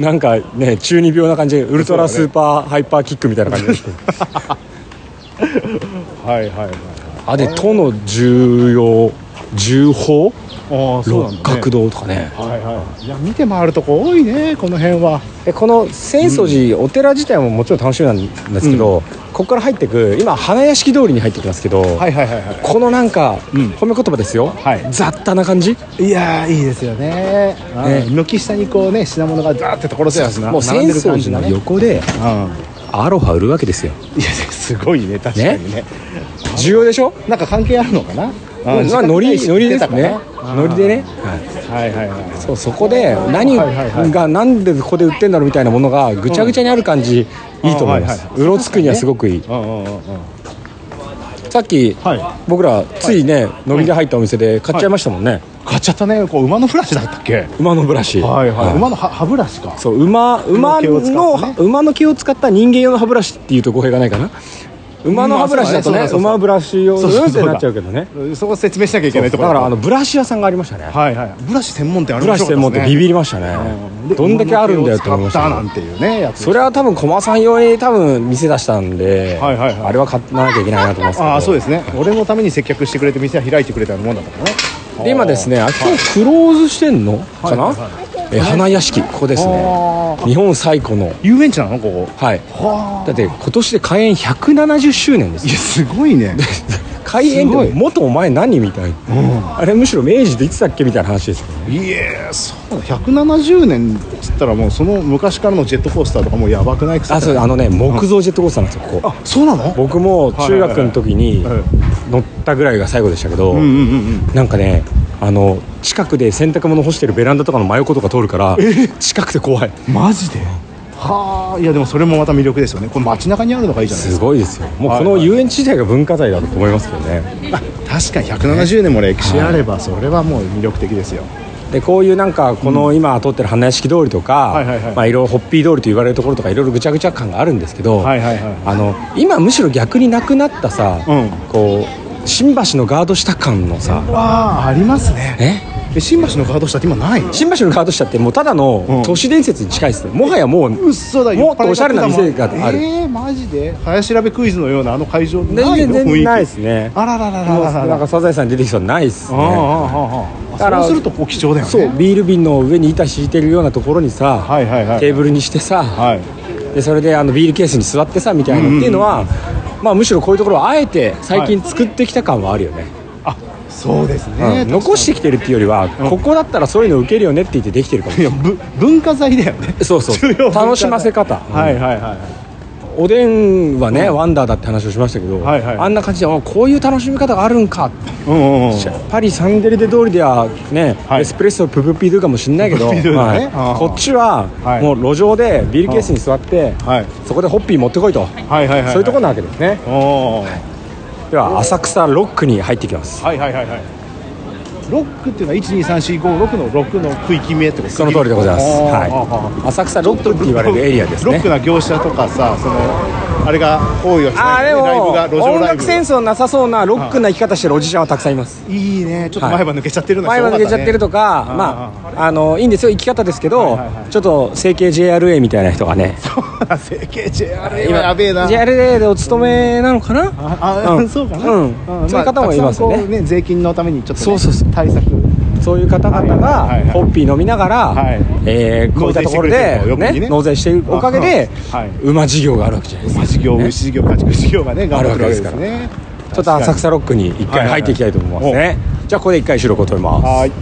[SPEAKER 2] なんかね中二病な感じでウルトラスーパーハイパーキックみたいな感じですけど
[SPEAKER 3] はいはいはい
[SPEAKER 2] あで都の重要重宝
[SPEAKER 3] ああそうなんだ、ね、
[SPEAKER 2] 六角堂とかね
[SPEAKER 3] はいはいいや見て回るとこ多いねこの辺は
[SPEAKER 2] えこの浅草寺、お寺自体ももちろん楽しみなんですけど、ここから入ってく今花屋敷通りに入ってきますけど、
[SPEAKER 3] はいはいはいは
[SPEAKER 2] このなんか、
[SPEAKER 3] うん
[SPEAKER 2] 褒め言葉ですよ、
[SPEAKER 3] はい
[SPEAKER 2] 雑多な感じ
[SPEAKER 3] いいやーいいですよねあー軒下にこうね品物がザーってところせやすな
[SPEAKER 2] もう
[SPEAKER 3] 並ん
[SPEAKER 2] 浅
[SPEAKER 3] でる
[SPEAKER 2] 草
[SPEAKER 3] 感じ
[SPEAKER 2] 寺
[SPEAKER 3] だ
[SPEAKER 2] の
[SPEAKER 3] ね
[SPEAKER 2] 横で
[SPEAKER 3] う
[SPEAKER 2] アロハ売るわけですよ
[SPEAKER 3] んいやすごいね確かにね
[SPEAKER 2] 重要でしょ
[SPEAKER 3] なんか関係あるのかな
[SPEAKER 2] まあ
[SPEAKER 3] うん
[SPEAKER 2] ノリノリですね
[SPEAKER 3] あー
[SPEAKER 2] ノリでね、
[SPEAKER 3] はいはいはい
[SPEAKER 2] そうそこで何
[SPEAKER 3] はいはいはい
[SPEAKER 2] がなんでここで売ってんだろうみたいなものがぐちゃぐちゃにある感
[SPEAKER 3] う
[SPEAKER 2] じ、
[SPEAKER 3] ん
[SPEAKER 2] いいと思いま
[SPEAKER 3] あ
[SPEAKER 2] す、
[SPEAKER 3] ーはいは
[SPEAKER 2] うろつくにはすごくいい、
[SPEAKER 3] うんうんうんうん
[SPEAKER 2] さっき、
[SPEAKER 3] は
[SPEAKER 2] 僕らついね飲みで入ったお店で買っちゃいましたもんね、
[SPEAKER 3] い買っちゃったねこう馬のフラッシュだったっけ
[SPEAKER 2] 馬のブラシ
[SPEAKER 3] 馬の歯歯ブラシか
[SPEAKER 2] そう馬馬
[SPEAKER 3] 馬の毛を使った
[SPEAKER 2] の
[SPEAKER 3] ね
[SPEAKER 2] 馬の毛を使った人間用の歯ブラシっていうと語弊がないかな馬の歯ブラシだとね
[SPEAKER 3] まあそうだねそうそう
[SPEAKER 2] 馬ブラシを
[SPEAKER 3] そううそうそうん
[SPEAKER 2] ってなっちゃうけどね
[SPEAKER 3] そこ説明しなきゃいけ
[SPEAKER 2] そ
[SPEAKER 3] な
[SPEAKER 2] う
[SPEAKER 3] い
[SPEAKER 2] だ
[SPEAKER 3] と
[SPEAKER 2] か
[SPEAKER 3] ころ
[SPEAKER 2] らあのブラシ屋さんがありましたね
[SPEAKER 3] はいはいブラシ専門店あれ
[SPEAKER 2] ブラシ専門ってビ
[SPEAKER 3] ビ
[SPEAKER 2] ビりましたねどんだけあるんだよって思いました
[SPEAKER 3] な
[SPEAKER 2] ね
[SPEAKER 3] んていうねやつ
[SPEAKER 2] それは多分駒さん用に多分店出したんで、
[SPEAKER 3] はいはいはい
[SPEAKER 2] あれは買わなきゃいけないなと思いますけど
[SPEAKER 3] ああそうですね俺のために接客してくれて店は開いてくれたようなもんだったからね
[SPEAKER 2] で今ですねあ今日クローズしてんのかな、
[SPEAKER 3] はいは
[SPEAKER 2] え花屋敷ここですね
[SPEAKER 3] あ
[SPEAKER 2] 日本最古の
[SPEAKER 3] 遊園地なのここ
[SPEAKER 2] はい
[SPEAKER 3] は
[SPEAKER 2] だって今年で開園170周年です
[SPEAKER 3] いやすごいね
[SPEAKER 2] 開園って
[SPEAKER 3] すごい
[SPEAKER 2] 元お前何みたいな、あれむしろ明治でいつだっけみたいな話ですけど ね
[SPEAKER 3] いやそうだ170年っつったらもうその昔からのジェットコースターとかもうやばくないくせ
[SPEAKER 2] あそうあのね木造ジェットコースターなんですよここ
[SPEAKER 3] あそうなの
[SPEAKER 2] 僕も中学の時に
[SPEAKER 3] はいはいは
[SPEAKER 2] 乗ったぐらいが最後でしたけど、
[SPEAKER 3] うんうんうんうん
[SPEAKER 2] なんかねあの近くで洗濯物干してるベランダとかの真横とか通るから近くて怖い
[SPEAKER 3] マジではあいやでもそれもまた魅力ですよねこれ街中にあるのがいいじゃないですすか
[SPEAKER 2] ごいですよもうこの遊園地自体が文化財だと思いますけどね
[SPEAKER 3] 確かに170年も歴史あればそれはもう魅力的ですよ
[SPEAKER 2] でこういうなんかこの今通ってる花屋敷通りとか
[SPEAKER 3] はいはいはい
[SPEAKER 2] まあいろいろホッピー通りと言われるところとかいろいろぐちゃぐちゃ感があるんですけど
[SPEAKER 3] はいはいはい
[SPEAKER 2] あの今むしろ逆になくなったさ
[SPEAKER 3] うん
[SPEAKER 2] こう新橋のガード下感のさ
[SPEAKER 3] ああありますね
[SPEAKER 2] え
[SPEAKER 3] え新橋のガード下って今ないの
[SPEAKER 2] 新橋のガード下ってもうただ
[SPEAKER 3] う
[SPEAKER 2] の
[SPEAKER 3] ん
[SPEAKER 2] 都市伝説に近いですねもはやもう
[SPEAKER 3] うっそだ
[SPEAKER 2] もっとおしゃれな店がある
[SPEAKER 3] えー、マジで林調べクイズのようなあの会場ないの
[SPEAKER 2] 全然全
[SPEAKER 3] 雰囲
[SPEAKER 2] 然
[SPEAKER 3] 気
[SPEAKER 2] ないですね
[SPEAKER 3] あらららら
[SPEAKER 2] もう
[SPEAKER 3] らら
[SPEAKER 2] なんかサザエさんに出てきそうにないっす
[SPEAKER 3] あ
[SPEAKER 2] ね
[SPEAKER 3] あああああ
[SPEAKER 2] だから
[SPEAKER 3] そうするとこう貴重だよね
[SPEAKER 2] そうビール瓶の上に板敷いてるようなところにさ、
[SPEAKER 3] はいはいはい
[SPEAKER 2] テーブルにしてさ、
[SPEAKER 3] はい
[SPEAKER 2] でそれであのビールケースに座ってさみたいなっていうのは、まあ、むしろこういうところをあえて最近作ってきた感はあるよね、
[SPEAKER 3] あそうですね、
[SPEAKER 2] うん残してきてるっていうよりは、ここだったらそういうの受けるよねって言ってできてるかもし
[SPEAKER 3] い
[SPEAKER 2] れ
[SPEAKER 3] やぶ文化財だよね
[SPEAKER 2] ないそ うそ
[SPEAKER 3] 重要
[SPEAKER 2] う
[SPEAKER 3] 文化財
[SPEAKER 2] 楽しませ方、
[SPEAKER 3] はいはいはい
[SPEAKER 2] おでんはね、ワンダーだって話をしましたけど、
[SPEAKER 3] はいはい
[SPEAKER 2] あんな感じであこういう楽しみ方があるんか
[SPEAKER 3] うんうんうん
[SPEAKER 2] パリ・サンデルデ通りではね、
[SPEAKER 3] はい
[SPEAKER 2] エスプレッソププピドゥかもしれないけど、
[SPEAKER 3] ププピドゥねあ
[SPEAKER 2] は
[SPEAKER 3] ー
[SPEAKER 2] い、こっちは
[SPEAKER 3] はい
[SPEAKER 2] もう路上でビールケースに座って、
[SPEAKER 3] はい
[SPEAKER 2] そこでホッピー持ってこいと、
[SPEAKER 3] はいはいはい
[SPEAKER 2] そういうところなわけですね
[SPEAKER 3] おー
[SPEAKER 2] では浅草ロックに入ってきます
[SPEAKER 3] はいはいはいはいロックっていうのは123456の6の区域名ってこと
[SPEAKER 2] その通りでございます、
[SPEAKER 3] おー
[SPEAKER 2] はい、浅草ロックって言われるエリアです
[SPEAKER 3] ロッ
[SPEAKER 2] ね
[SPEAKER 3] クな業者とかさそのあれが多いわけ
[SPEAKER 2] あー
[SPEAKER 3] ね
[SPEAKER 2] で
[SPEAKER 3] ライブが路
[SPEAKER 2] も
[SPEAKER 3] 上
[SPEAKER 2] 音
[SPEAKER 3] ライブ
[SPEAKER 2] 楽センスのなさそうなロックな生き方してるおじちゃんはたくさんいます
[SPEAKER 3] いいねちょっと前歯抜けちゃってるの
[SPEAKER 2] 前は抜けちゃってるとか、
[SPEAKER 3] ー
[SPEAKER 2] まあ、あのいいんですよ生き方ですけど、
[SPEAKER 3] はいはいはい
[SPEAKER 2] ちょっと整形 JRA みたいな人がね
[SPEAKER 3] か整形 JR 今やべえな
[SPEAKER 2] JRA でお勤めなのかな
[SPEAKER 3] ああ、
[SPEAKER 2] う ん
[SPEAKER 3] そうかな、
[SPEAKER 2] うん
[SPEAKER 3] まあ
[SPEAKER 2] そういう方もいますよね
[SPEAKER 3] たくさんこう税金のためにちょっと、ね、
[SPEAKER 2] そうそうそう
[SPEAKER 3] 対策
[SPEAKER 2] そういう方々が
[SPEAKER 3] はいはいはいはい
[SPEAKER 2] ホッピー飲みながら、
[SPEAKER 3] はい
[SPEAKER 2] えーこういったところで
[SPEAKER 3] 納税してくれてるのよくに
[SPEAKER 2] ね
[SPEAKER 3] ね
[SPEAKER 2] 納税しているおかげで、
[SPEAKER 3] あはい
[SPEAKER 2] 馬事業があるわけじゃないですか
[SPEAKER 3] 馬事業牛事業家畜事業がね頑張ってるわけです
[SPEAKER 2] あるわ
[SPEAKER 3] ね
[SPEAKER 2] ちょっと浅草ロックに一回入っていきたいと思いますね、
[SPEAKER 3] はいは
[SPEAKER 2] じゃあここで一回収録を取ります
[SPEAKER 3] はい
[SPEAKER 2] はい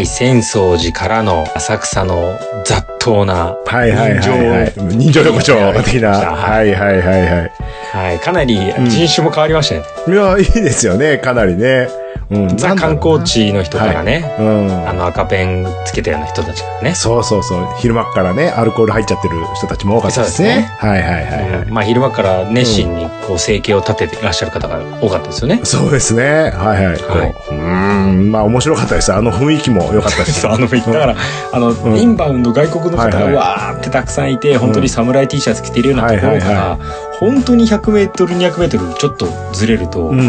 [SPEAKER 2] 浅草寺からの浅草の雑踏な
[SPEAKER 1] はいはいはい、はい。人情横丁的な。
[SPEAKER 2] は
[SPEAKER 1] はいはいはいはい。
[SPEAKER 2] はい、かなり人種も変わりましたね、
[SPEAKER 1] いや、いいですよね、かなりね。うん、
[SPEAKER 2] ザ観光地の人
[SPEAKER 1] と
[SPEAKER 2] からね、
[SPEAKER 1] うん
[SPEAKER 2] あ。の赤ペンつけたような人たちからね
[SPEAKER 1] そうそうそう。昼間っからね、アルコール入っちゃってる人たちも多かったです
[SPEAKER 2] そう
[SPEAKER 1] ね。
[SPEAKER 2] ですね
[SPEAKER 1] はいはいはいはい。
[SPEAKER 2] まあ、昼間から熱心にこう生計を立てていらっしゃる方が多かったですよね。
[SPEAKER 1] そうですね。はいはい。
[SPEAKER 2] はい
[SPEAKER 1] こううーん、まあ面白かったです。あの雰囲気も良かったし。
[SPEAKER 2] そうあのだからあの、
[SPEAKER 1] ん
[SPEAKER 2] インバウンド外国の方が
[SPEAKER 1] はいはい
[SPEAKER 2] わーってたくさんいて、本当に侍 T シャツ着てるようなところか
[SPEAKER 1] はい
[SPEAKER 2] ら、本当に100メートル200メートルちょっとずれると、
[SPEAKER 1] う
[SPEAKER 2] なん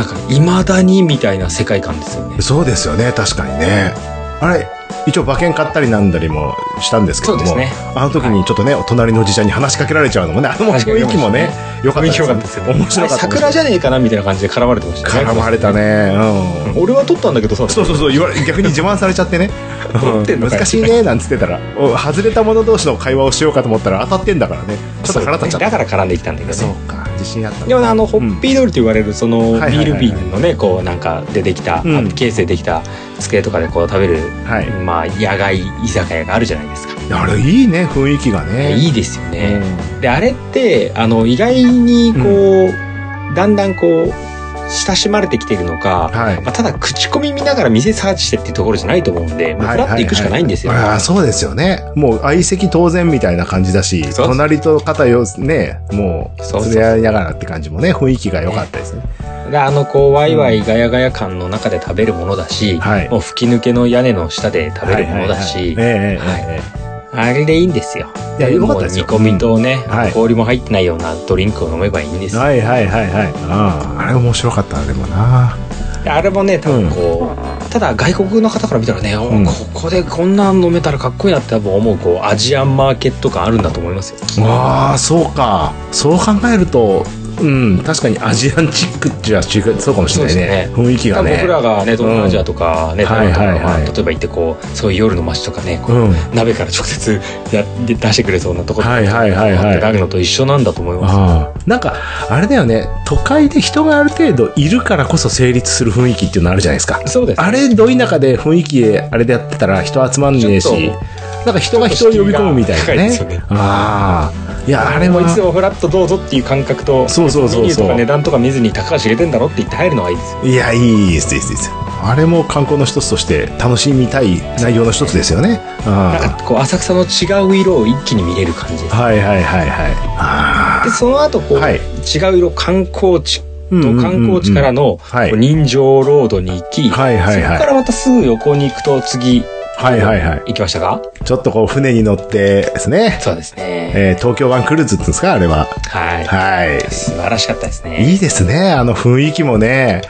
[SPEAKER 1] ん。
[SPEAKER 2] か未だにみたいな世界観ですよね。
[SPEAKER 1] そうですよね、確かにね。あれ、一応馬券買ったりなんだりもしたんですけども、
[SPEAKER 2] そうですね
[SPEAKER 1] あの時にちょっとね、お隣のおじちゃんに話しかけられちゃうのもね、あの
[SPEAKER 2] 確か
[SPEAKER 1] 雰
[SPEAKER 2] に
[SPEAKER 1] 囲気もね、良かった
[SPEAKER 2] 面
[SPEAKER 1] です
[SPEAKER 2] 白
[SPEAKER 1] よ
[SPEAKER 2] かっ
[SPEAKER 1] ね
[SPEAKER 2] たですよね。
[SPEAKER 1] 面白かった。
[SPEAKER 2] あれ桜じ
[SPEAKER 1] ゃ
[SPEAKER 2] ゃねえかなみたいな感じで絡まれてましたね。
[SPEAKER 1] 絡まれたね。うん。
[SPEAKER 2] 俺は撮ったんだけどさ、
[SPEAKER 1] そうそうそう、言われ逆に自慢されちゃってね、
[SPEAKER 2] 撮ってんのかよ
[SPEAKER 1] 難しいね、なんつってたら、お外れた者同士の会話をしようかと思ったら当たってんだからね、ちょっと腹立っちゃっ
[SPEAKER 2] だ
[SPEAKER 1] た。
[SPEAKER 2] から絡んできたんだけどね。
[SPEAKER 1] そうか、自信あったな。
[SPEAKER 2] でもねあのホッピー通りと言われるそのビ
[SPEAKER 1] はいはいはい
[SPEAKER 2] ール瓶のねこうなんか出てきた、
[SPEAKER 1] うん
[SPEAKER 2] ケースでできた机とかでこう食べる、
[SPEAKER 1] はい
[SPEAKER 2] まあ野外居酒屋があるじゃないですか、
[SPEAKER 1] あれ、いいね、雰囲気がね。
[SPEAKER 2] い
[SPEAKER 1] い
[SPEAKER 2] いですよね、であれってあの意外にこう、だんだんこう親しまれてきているのか、
[SPEAKER 1] はい
[SPEAKER 2] まあ、ただ口コミ見ながら店サーチしてっていうところじゃないと思うんでもうフラッと行くしかないんですよ、
[SPEAKER 1] ああ、そうですよね。もう相席当然みたいな感じだし、
[SPEAKER 2] そう
[SPEAKER 1] 隣と肩よ、ね、も
[SPEAKER 2] そう
[SPEAKER 1] う、
[SPEAKER 2] そう
[SPEAKER 1] 連れ合いながらって感じもね、雰囲気が良かったですね。
[SPEAKER 2] であのこうワイワイガヤガヤ感の中で食べるものだし、
[SPEAKER 1] はい
[SPEAKER 2] もう吹き抜けの屋根の下で食べるものだし、
[SPEAKER 1] はいはいはいええええええ
[SPEAKER 2] あれでいいんですよ。
[SPEAKER 1] いやよかったですよ
[SPEAKER 2] もう煮込みとね、
[SPEAKER 1] うんはい
[SPEAKER 2] 氷も入ってないようなドリンクを飲めばいいんですよ。
[SPEAKER 1] はいはいはいはい。ああ、あれ面白かったな、でもな。
[SPEAKER 2] あれもね、多分こう、ただ外国の方から見たらね、お
[SPEAKER 1] うん
[SPEAKER 2] ここでこんなん飲めたらかっこいいなって多分思う、こう、アジアンマーケット感あるんだと思いますよ。
[SPEAKER 1] ああ、そうか。そう考えると、うん、確かにアジアンチックっちゃ違うそうかもしれないね。雰囲気が
[SPEAKER 2] 多分
[SPEAKER 1] ね
[SPEAKER 2] 僕。らがね、東南アジアとかね、
[SPEAKER 1] うん
[SPEAKER 2] 台湾と
[SPEAKER 1] は
[SPEAKER 2] か
[SPEAKER 1] いはいはい
[SPEAKER 2] 例えば行ってこう、そういう夜の街とかね、こう
[SPEAKER 1] うん。
[SPEAKER 2] 鍋から直接やって出してくれそうなところ
[SPEAKER 1] はいはいはいはい
[SPEAKER 2] あるのと一緒なんだと思います。
[SPEAKER 1] ああ。なんか、あれだよね。都会で人がある程度いるからこそ成立する雰囲気っていうのあるじゃないですか。
[SPEAKER 2] そうです。
[SPEAKER 1] あれ、ど田舎で雰囲気であれでやってたら人集まんねえ
[SPEAKER 2] ちょっ
[SPEAKER 1] し、なんか人が人を呼び込むみたいな
[SPEAKER 2] ちょっと敷居が高いで
[SPEAKER 1] ね
[SPEAKER 2] すよね。
[SPEAKER 1] ああ。いや、あれ
[SPEAKER 2] も
[SPEAKER 1] は
[SPEAKER 2] ういつでもフラットどうぞっていう感覚と、
[SPEAKER 1] そうそうそ
[SPEAKER 2] メ
[SPEAKER 1] う
[SPEAKER 2] ニュー
[SPEAKER 1] そ
[SPEAKER 2] とか値
[SPEAKER 1] う。
[SPEAKER 2] 段とか見ずに高橋入れてんだろって言って入るのはいいですよ。
[SPEAKER 1] いや、いいです、いいです、いいです。あれも観光の一つとして楽しみたい内容の一つですよね。あ
[SPEAKER 2] なん
[SPEAKER 1] あ
[SPEAKER 2] かこう、浅草の違う色を一気に見れる感じです。
[SPEAKER 1] はいはいはいはい。あ
[SPEAKER 2] で、その後こう、
[SPEAKER 1] はい
[SPEAKER 2] 違う色観光地
[SPEAKER 1] ーうんうん
[SPEAKER 2] と
[SPEAKER 1] うんうん
[SPEAKER 2] 観光地からの、
[SPEAKER 1] はい
[SPEAKER 2] こう人情ロードに行き、
[SPEAKER 1] はいはい
[SPEAKER 2] そこ
[SPEAKER 1] は
[SPEAKER 2] か
[SPEAKER 1] い。
[SPEAKER 2] らまたすぐ横に行くと次、
[SPEAKER 1] はいはいはい。
[SPEAKER 2] 行きましたか
[SPEAKER 1] ちょっとこう船に乗ってですね、
[SPEAKER 2] そうですね。
[SPEAKER 1] えー東京湾クルーズって言うんですかあれは。
[SPEAKER 2] はい。
[SPEAKER 1] はい。
[SPEAKER 2] 素晴らしかったですね。
[SPEAKER 1] いいですね。あの雰囲気もね。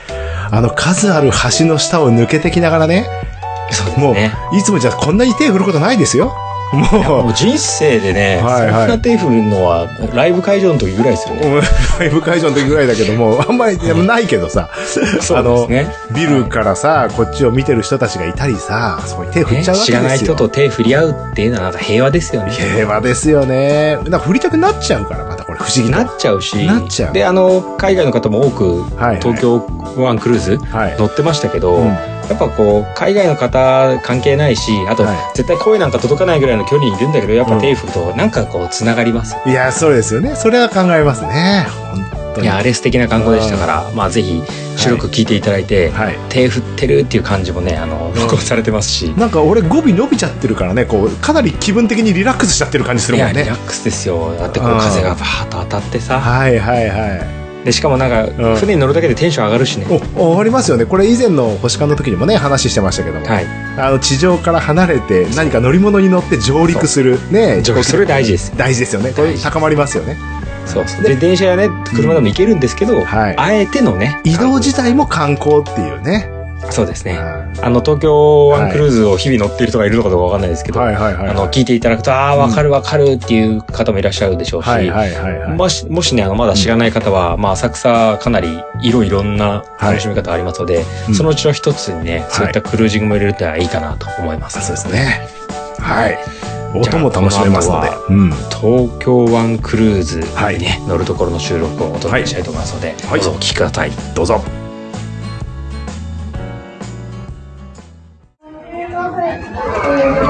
[SPEAKER 1] あの数ある橋の下を抜けてきながらね。
[SPEAKER 2] そうです
[SPEAKER 1] もう、
[SPEAKER 2] ね。
[SPEAKER 1] いつもじゃこんなに手振ることないですよ。も
[SPEAKER 2] もう人生でね、
[SPEAKER 1] はいはい
[SPEAKER 2] そんな手振るのはライブ会場の時ぐらいですよ
[SPEAKER 1] う、
[SPEAKER 2] ね。
[SPEAKER 1] もうライブ会場の時ぐらいだけども、あんまりでもないけどさ。
[SPEAKER 2] そうですね。
[SPEAKER 1] あの、ビルからさ、こっちを見てる人たちがいたりさ、そこに手振っちゃうわ
[SPEAKER 2] 知
[SPEAKER 1] けですよ。
[SPEAKER 2] らない人と手振り合うっていうのはなんか平和ですよね。
[SPEAKER 1] 平和ですよね。なんか振りたくなっちゃうから、またこれ不思議
[SPEAKER 2] な
[SPEAKER 1] な。
[SPEAKER 2] っちゃうし、
[SPEAKER 1] なっちゃう
[SPEAKER 2] で、あの、海外の方も多く、
[SPEAKER 1] はいはい
[SPEAKER 2] 東京湾クルーズ
[SPEAKER 1] はい。
[SPEAKER 2] 乗ってましたけど、
[SPEAKER 1] うん
[SPEAKER 2] やっぱこう、海外の方関係ないし、あと、
[SPEAKER 1] は
[SPEAKER 2] 絶対声なんか届かないぐらいの距離にいるんだけど、やっぱ手振ると、なんかこう、つながりますよね。
[SPEAKER 1] いや、そうですよね。それは考えますね。本当
[SPEAKER 2] い
[SPEAKER 1] に。
[SPEAKER 2] や、あれ素敵な観光でしたから、まあぜひ、白く聞いていただいて、
[SPEAKER 1] はい。
[SPEAKER 2] 手振ってるっていう感じもね、あの、録音されてますし。
[SPEAKER 1] なんか俺語尾伸びちゃってるからね、こう、かなり気分的にリラックスしちゃってる感じする
[SPEAKER 2] い
[SPEAKER 1] も
[SPEAKER 2] や
[SPEAKER 1] ん
[SPEAKER 2] リ
[SPEAKER 1] ね
[SPEAKER 2] ラ。ックスですよだってこう
[SPEAKER 1] うん
[SPEAKER 2] 風がバーッと当たってさ
[SPEAKER 1] はいはいはい。
[SPEAKER 2] でしかもなん
[SPEAKER 1] うん
[SPEAKER 2] か船に乗るだけでテンション上がるしね、
[SPEAKER 1] お、終わりますよね。これ以前の星間の時にもね、話してましたけども。
[SPEAKER 2] はい
[SPEAKER 1] あの、地上から離れて、何か乗り物に乗って上陸する。ね
[SPEAKER 2] 上陸それ大事ですよ
[SPEAKER 1] 大事ですよね。これ
[SPEAKER 2] 大事
[SPEAKER 1] 高まりますよね。
[SPEAKER 2] そうそうで電車やね車でも行けるんですけど、
[SPEAKER 1] はい
[SPEAKER 2] あえてのね
[SPEAKER 1] 移動自体も観光っていうね。
[SPEAKER 2] そうですね
[SPEAKER 1] は
[SPEAKER 2] あの東京湾クルーズを日々乗っている人がいるのかどうかわかんないですけ
[SPEAKER 1] い
[SPEAKER 2] ど、
[SPEAKER 1] はいはいはい。
[SPEAKER 2] あの聞いていただくとああわかるわかるっていう方もいらっしゃるでしょうし、
[SPEAKER 1] はいはいはいはい。
[SPEAKER 2] もしもしねあのまだ知らない方は、まあ、浅草かなり色いろんな楽しみ方がありますので、
[SPEAKER 1] うん
[SPEAKER 2] そのうちの一つにね、そういったクルージングも入れるといいかなと思います。
[SPEAKER 1] そうですね。はい。
[SPEAKER 2] じゃあ
[SPEAKER 1] 音も楽しめますので
[SPEAKER 2] この後。
[SPEAKER 1] うん。
[SPEAKER 2] 東京湾クルーズにね、
[SPEAKER 1] はい
[SPEAKER 2] 乗るところの収録をお届けしたいと思いますので、
[SPEAKER 1] はい
[SPEAKER 2] どうぞお聞きください、
[SPEAKER 1] どうぞ。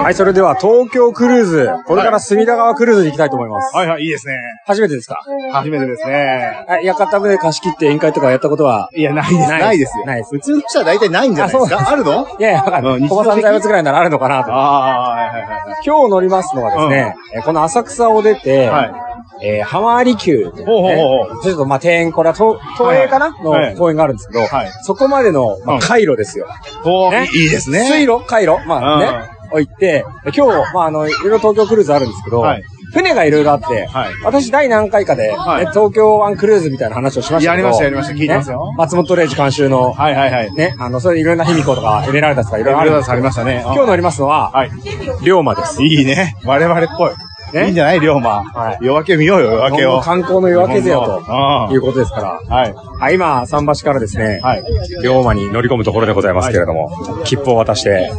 [SPEAKER 4] はい、それでは東京クルーズ、これから隅田川クルーズに行きたいと思います。
[SPEAKER 3] はいはい、いいですね。
[SPEAKER 4] 初めてですか
[SPEAKER 3] 初めてですね。
[SPEAKER 4] はい、屋形船貸し切って宴会とかやったことは、
[SPEAKER 3] いや、ないです。ないですよ。
[SPEAKER 4] ないです
[SPEAKER 3] 普通の人は大体ないんじゃないですかあるの
[SPEAKER 4] いやいや、わかん
[SPEAKER 3] う
[SPEAKER 4] なんい。小葉さん大仏ぐらいならあるのかな
[SPEAKER 3] あ
[SPEAKER 4] と。
[SPEAKER 3] あ、はいはいはい
[SPEAKER 4] 今日乗りますのはですね、えこの浅草を出て、
[SPEAKER 3] はい。はい。
[SPEAKER 4] えー浜離宮というね、
[SPEAKER 3] ほうほうほうほ
[SPEAKER 4] ちょっとまあ庭園、これは東東映かな、
[SPEAKER 3] はいはい
[SPEAKER 4] の公園があるんですけど、
[SPEAKER 3] はい
[SPEAKER 4] そこまでの、ま
[SPEAKER 3] う
[SPEAKER 4] あ、
[SPEAKER 3] ん
[SPEAKER 4] 回路ですよ。
[SPEAKER 3] こう、
[SPEAKER 4] ね
[SPEAKER 3] いいですね。
[SPEAKER 4] 水路回路まあね、を行って、で今日、まああの、いろいろ東京クルーズあるんですけど、
[SPEAKER 3] はい
[SPEAKER 4] 船がいろいろあって、
[SPEAKER 3] はい
[SPEAKER 4] 私第何回かで、
[SPEAKER 3] はい
[SPEAKER 4] ね東京湾クルーズみたいな話をしましたけど、
[SPEAKER 3] やりましたやりました聞いてますよ
[SPEAKER 4] ね松本零士監修の、
[SPEAKER 3] はいはいはい。
[SPEAKER 4] ね、あの、それいろんな卑弥呼とか、エメラルダスとかいろいろあるんですけ
[SPEAKER 3] あり
[SPEAKER 4] ど、
[SPEAKER 3] ましたね。
[SPEAKER 4] 今日乗りますのは、
[SPEAKER 3] はい。
[SPEAKER 4] 龍馬です。
[SPEAKER 3] いいね。我々っぽい。
[SPEAKER 4] ね
[SPEAKER 3] いいんじゃない龍馬。
[SPEAKER 4] はい
[SPEAKER 3] 夜明け見ようよ、夜明け
[SPEAKER 4] 日本
[SPEAKER 3] を。
[SPEAKER 4] の観光の夜明けぜよ
[SPEAKER 3] あ
[SPEAKER 4] ということですから、
[SPEAKER 3] はい。
[SPEAKER 4] はい、今、桟橋からですね、
[SPEAKER 3] はい。
[SPEAKER 4] 龍馬に乗り込むところでございますけれども、切符を渡して、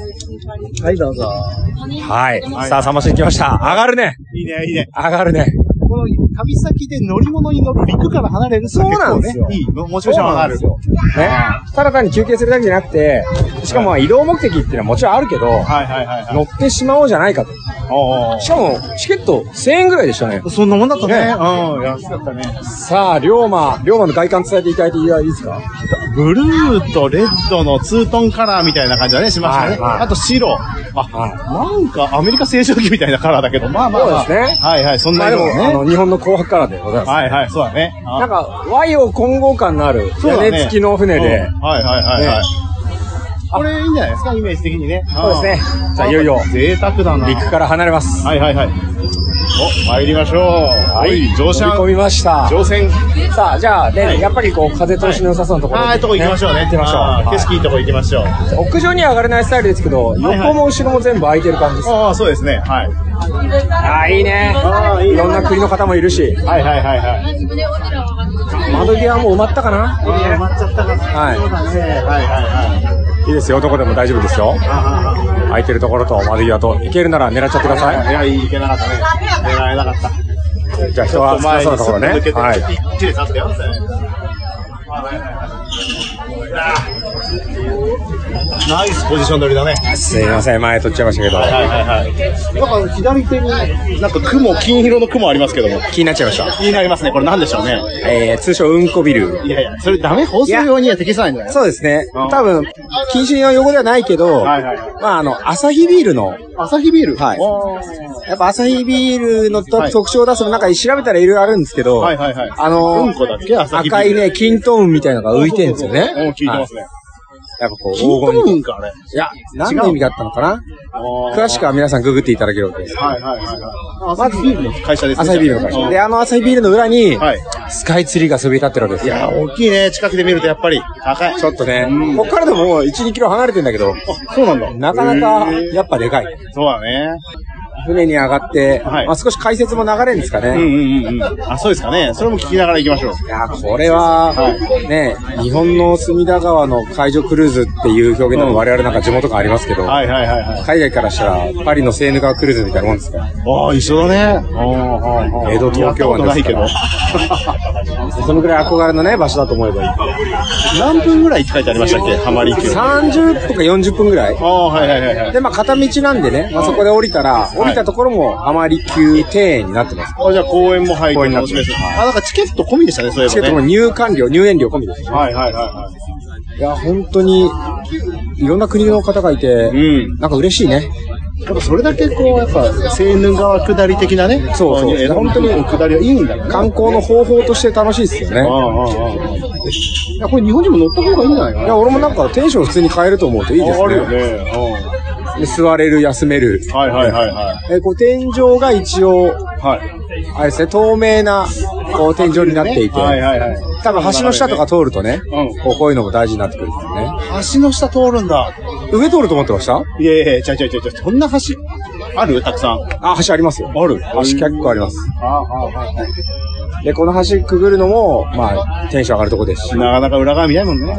[SPEAKER 3] はい、どうぞ。
[SPEAKER 4] はい、さあ桟橋に来ました。上がるね
[SPEAKER 3] いいね、いいね。
[SPEAKER 4] 上がるね
[SPEAKER 3] この旅先で乗り物に乗る陸から離れるそう
[SPEAKER 4] なんですよ
[SPEAKER 3] いい、モチベーション上がる。
[SPEAKER 4] そうなんですよね。ただ単に休憩するだけじゃなくて、しかもまあ移動目的っていうのはもちろんあるけど、
[SPEAKER 3] はいはいはいはい。
[SPEAKER 4] 乗ってしまおうじゃないかと。
[SPEAKER 3] おー
[SPEAKER 4] しかも、チケット1000円ぐらいでしたね。
[SPEAKER 3] そんなもんだったね。
[SPEAKER 4] ね
[SPEAKER 3] うん、安かったね。
[SPEAKER 4] さあ、龍馬、龍馬の外観伝えていただいていいですか
[SPEAKER 3] ブルーとレッドのツートンカラーみたいな感じだね、しましたね。
[SPEAKER 4] はいはい
[SPEAKER 3] あと白。あ、なんかアメリカ青少期みたいなカラーだけど、まあまあ、まあ。
[SPEAKER 4] そうですね
[SPEAKER 3] はいはい、そんな
[SPEAKER 4] まあで
[SPEAKER 3] 色
[SPEAKER 4] も、あ
[SPEAKER 3] ね。
[SPEAKER 4] の、日本の紅白カラーでございます。
[SPEAKER 3] はいはい、そうだね。あ
[SPEAKER 4] なんか、和洋混合感のある
[SPEAKER 3] そうだ
[SPEAKER 4] 屋
[SPEAKER 3] ね
[SPEAKER 4] 根付きの船で、
[SPEAKER 3] うんはいはいはいはい。これいいんじゃないですか、イメージ的にね。
[SPEAKER 4] そうですね。じゃあ、いよいよ、
[SPEAKER 3] 贅沢だな。
[SPEAKER 4] 陸から離れます。
[SPEAKER 3] はいはいはい。お、参りましょう。は乗車、
[SPEAKER 4] 飛び込みました。
[SPEAKER 3] 乗船。
[SPEAKER 4] さあ、じゃあね、
[SPEAKER 3] はい
[SPEAKER 4] やっぱりこう、風通しの良さそうなところ、
[SPEAKER 3] ああ、とこ行きましょうね。
[SPEAKER 4] 行きましょう。
[SPEAKER 3] あー景色いいとこ行きましょう。
[SPEAKER 4] はい屋上には上がれないスタイルですけど、
[SPEAKER 3] はい
[SPEAKER 4] 横も後ろも全部空いてる感じです。
[SPEAKER 3] ああ、そうですね。はい。
[SPEAKER 4] ああ、いいね。
[SPEAKER 3] あーいい
[SPEAKER 4] いろんな国の方もいるし。
[SPEAKER 3] はいはいはいはい。
[SPEAKER 4] 窓際もう埋まったかな
[SPEAKER 3] あー埋まっちゃったから。
[SPEAKER 4] はい
[SPEAKER 3] そうだね。はいはいはい。
[SPEAKER 4] いいですよ、どこでも大丈夫ですよ。
[SPEAKER 3] あー
[SPEAKER 4] 空いてるところと窓際と、行けるなら狙っちゃってくだ
[SPEAKER 3] あー
[SPEAKER 4] さ
[SPEAKER 3] いや、いけなかったね。狙えなかった。
[SPEAKER 4] い。じゃあ人は少なそうなところね。
[SPEAKER 3] 抜けて、
[SPEAKER 4] はい。
[SPEAKER 3] きっちり立ってよ。ナイスポジション取りだね。
[SPEAKER 4] すいません、前取っちゃいましたけど、
[SPEAKER 3] はいはいはい。なんか左手に、なんか雲、金色の雲ありますけども。
[SPEAKER 4] 気になっちゃいました。
[SPEAKER 3] 気になりますね。これなんでしょうね。
[SPEAKER 4] えー、通称、うんこビル。
[SPEAKER 3] いやいや、それダメ放送用には適さないんじゃない
[SPEAKER 4] そうですね
[SPEAKER 3] うん。
[SPEAKER 4] 多分、禁止の用語ではないけど、
[SPEAKER 3] はいはいはい
[SPEAKER 4] まあ、あの、アサヒビールの、
[SPEAKER 3] アサヒビール
[SPEAKER 4] はい
[SPEAKER 3] おー
[SPEAKER 4] やっぱアサヒビールのと
[SPEAKER 3] はい
[SPEAKER 4] 特徴を出すの中に調べたらいろいろあるんですけど、
[SPEAKER 3] はいはいはい。
[SPEAKER 4] あの
[SPEAKER 3] うんこだっけアサヒビール
[SPEAKER 4] 赤いね、キントーンみたいなのが浮いてるんですよね。
[SPEAKER 3] そうそうそううん、聞いてますね。
[SPEAKER 4] やっぱこう、黄
[SPEAKER 3] 金
[SPEAKER 4] 金
[SPEAKER 3] ト
[SPEAKER 4] に。
[SPEAKER 3] ーンか、あれ。
[SPEAKER 4] いや、何の意味があったのかな詳しくは皆さんググっていただけるとです。
[SPEAKER 3] はいはいはいはい。アサヒビールの会社ですね。
[SPEAKER 4] アサヒビールの会社。で、
[SPEAKER 3] うん
[SPEAKER 4] あのアサヒビールの裏に、
[SPEAKER 3] はい。
[SPEAKER 4] スカイツリーがそびえ立ってるわけです
[SPEAKER 3] い
[SPEAKER 4] よ。
[SPEAKER 3] やー、大きいね。近くで見るとやっぱり高い。
[SPEAKER 4] ちょっとね、こっからでも1、2キロ離れてんだけど、
[SPEAKER 3] あそうなんだ。
[SPEAKER 4] なかなか
[SPEAKER 3] へー
[SPEAKER 4] やっぱでかい。
[SPEAKER 3] そうだね。
[SPEAKER 4] 船に上がって、
[SPEAKER 3] はい
[SPEAKER 4] まあ少し解説も流れるんですかね。
[SPEAKER 3] うんうんうんうん。あ、そうですかね。それも聞きながら行きましょう。
[SPEAKER 4] いやー、これは、ね、日本の隅田川の海上クルーズっていう表現でも我々なんか地元感ありますけど、
[SPEAKER 3] はいはいはいはい。
[SPEAKER 4] 海外からしたらパリのセーヌ川クルーズみたいなもんですから、
[SPEAKER 3] ああ、一緒だね。
[SPEAKER 4] 江戸東京
[SPEAKER 3] は
[SPEAKER 4] 湾
[SPEAKER 3] な
[SPEAKER 4] で
[SPEAKER 3] い
[SPEAKER 4] す
[SPEAKER 3] け
[SPEAKER 4] か
[SPEAKER 3] ど
[SPEAKER 4] ら。そのくらい憧れのね、場所だと思えばいい。
[SPEAKER 3] 何分ぐらいって書いてありましたっけハマり級。あ
[SPEAKER 4] 30とか40分ぐらい
[SPEAKER 3] あ、はいはいはいはい。
[SPEAKER 4] で、まあ、片道なんでね、まあ、そこで降りたら、降りたところも、あまり急庭園になってます。
[SPEAKER 3] あじゃあ公園も入
[SPEAKER 4] 公園
[SPEAKER 3] って
[SPEAKER 4] になっ
[SPEAKER 3] 楽
[SPEAKER 4] て
[SPEAKER 3] し
[SPEAKER 4] ま
[SPEAKER 3] め
[SPEAKER 4] す
[SPEAKER 3] る。あ、なんかチケット込みでしたね、そうい
[SPEAKER 4] チケ
[SPEAKER 3] え
[SPEAKER 4] ット
[SPEAKER 3] ば
[SPEAKER 4] も
[SPEAKER 3] ね。
[SPEAKER 4] 入館料、入園料込みです。
[SPEAKER 3] はいはいはいはい
[SPEAKER 4] や、本当に、いろんな国の方がいて、
[SPEAKER 3] い。うん。
[SPEAKER 4] なんか嬉しいね。
[SPEAKER 3] やっぱそれだけこう、やっぱ、セーヌ川下り的なね。
[SPEAKER 4] そうそう
[SPEAKER 3] こい江戸の下りはいいんだよね。
[SPEAKER 4] 観光の方法として楽しいですよね。
[SPEAKER 3] ああ、ああ、ああ。いや、これ日本人も乗った方がいいんじゃないか
[SPEAKER 4] い
[SPEAKER 3] な。
[SPEAKER 4] や、俺もなんかテンション普通に変えると思うといいです
[SPEAKER 3] ああるよ
[SPEAKER 4] ね。
[SPEAKER 3] ね。
[SPEAKER 4] で座れる、休める
[SPEAKER 3] う。んはいはいはいは
[SPEAKER 4] え、こう、天井が一応、
[SPEAKER 3] い。はい。
[SPEAKER 4] あれですね、透明な、こう、天井になっていて、
[SPEAKER 3] はいはいはい。
[SPEAKER 4] 多分橋の下とか通るとね、
[SPEAKER 3] うん
[SPEAKER 4] こうこういうのも大事になってくるんです
[SPEAKER 3] 橋
[SPEAKER 4] よね。
[SPEAKER 3] の下通るんだ。
[SPEAKER 4] 上通ると思ってました
[SPEAKER 3] いやいやいや、ちゃうちゃうちゃうちゃう。そんな橋あるたくさん。
[SPEAKER 4] あ、橋ありますよ。
[SPEAKER 3] ある
[SPEAKER 4] 橋結構あります。
[SPEAKER 3] ああ、ああ、
[SPEAKER 4] で、この橋くぐるのも、まあ、テンション上がるとこですし。
[SPEAKER 3] なかなか裏側見ないもんね。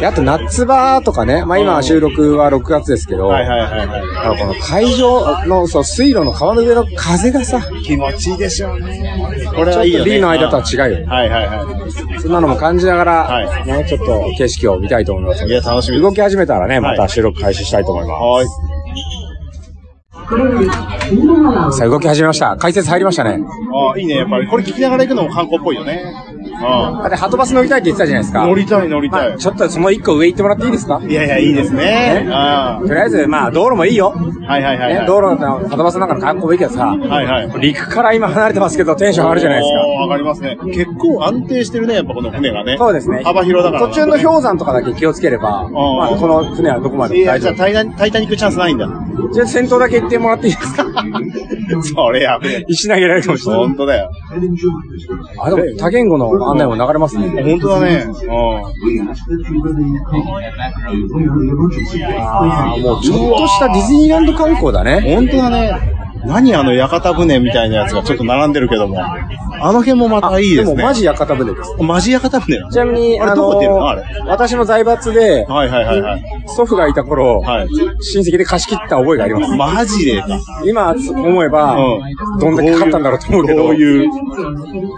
[SPEAKER 4] であと、夏場とかね、まあ今収録は6月ですけど、
[SPEAKER 3] はいはいはいは
[SPEAKER 4] あのこの海上の、そう、水路の川の上の風がさ、
[SPEAKER 3] い。気持ちいいでしょうね。これはいい
[SPEAKER 4] ちょ
[SPEAKER 3] よ
[SPEAKER 4] っと
[SPEAKER 3] ね。
[SPEAKER 4] リーの間とは違うよね
[SPEAKER 3] んはいはいは
[SPEAKER 4] そんなのも感じなが
[SPEAKER 3] は
[SPEAKER 4] ら、
[SPEAKER 3] い
[SPEAKER 4] ね、ちょっと景色を見たいと思います
[SPEAKER 3] い。い。や、楽しみで
[SPEAKER 4] 動
[SPEAKER 3] す。
[SPEAKER 4] き始めたらね、ま
[SPEAKER 3] は
[SPEAKER 4] た
[SPEAKER 3] い
[SPEAKER 4] 収録開始したいと思いま
[SPEAKER 3] はーい。
[SPEAKER 4] す。さあ、動き始めました。解説入りましたね。
[SPEAKER 3] ああ、いいね。やっぱりこれ聞きながら行くのも観光っぽいよね。あ
[SPEAKER 4] あで、ハトバス乗りたいって言ってたじゃないです
[SPEAKER 3] あ。
[SPEAKER 4] か
[SPEAKER 3] 乗。りたい乗りたい。
[SPEAKER 4] ちょっとその一個上行ってもらっていいですか
[SPEAKER 3] いやいや、いいですね。
[SPEAKER 4] ね
[SPEAKER 3] あ
[SPEAKER 4] とりあえず、まあ、道路もいいよ。
[SPEAKER 3] あ。はいはいはいは
[SPEAKER 4] ね
[SPEAKER 3] い。、
[SPEAKER 4] 道路のハトバスの中の観光もいいけどさ、
[SPEAKER 3] はいはい。
[SPEAKER 4] 陸から今離れてますけど、テンション上がるじゃないです
[SPEAKER 3] おー上がりますね。結構安定してるね、やっぱこの船がね。
[SPEAKER 4] か。そうですね。
[SPEAKER 3] 幅広だから。
[SPEAKER 4] 途中の氷山とかだけ気をつければ、まあ、この船はどこまで
[SPEAKER 3] い
[SPEAKER 4] も
[SPEAKER 3] や、
[SPEAKER 4] 大
[SPEAKER 3] じ
[SPEAKER 4] 丈
[SPEAKER 3] ゃあ
[SPEAKER 4] 夫。
[SPEAKER 3] タイタニタイタニックチャンスないんだ。
[SPEAKER 4] じゃあ、先頭だけ行ってもらっていいですか
[SPEAKER 3] それやべえ。
[SPEAKER 4] 石投げられるかもしれな
[SPEAKER 3] ほ
[SPEAKER 4] い
[SPEAKER 3] ん。とだよ。
[SPEAKER 4] あ、でも、多言語の案内も流れますね。
[SPEAKER 3] ほんとだね。う
[SPEAKER 4] ああ、もうちょっとしたディズニーランド観光だね。
[SPEAKER 3] ん。ほんとだね。何あの屋形船みたいなやつがちょっと並んでるけども。あの辺もまたいいですね。
[SPEAKER 4] も、マジ屋形船です。
[SPEAKER 3] マジ屋形船なの
[SPEAKER 4] ちなみに、
[SPEAKER 3] あれ
[SPEAKER 4] の
[SPEAKER 3] どこっていうのあれ。
[SPEAKER 4] 私の財閥で、
[SPEAKER 3] はいはいはいはい。
[SPEAKER 4] 祖父がいた頃、
[SPEAKER 3] はい
[SPEAKER 4] 親戚で貸し切った覚えがあります。
[SPEAKER 3] マジでか。
[SPEAKER 4] 今思えば、
[SPEAKER 3] うん
[SPEAKER 4] どんだけ買ったんだろうと思うけど。
[SPEAKER 3] こういう。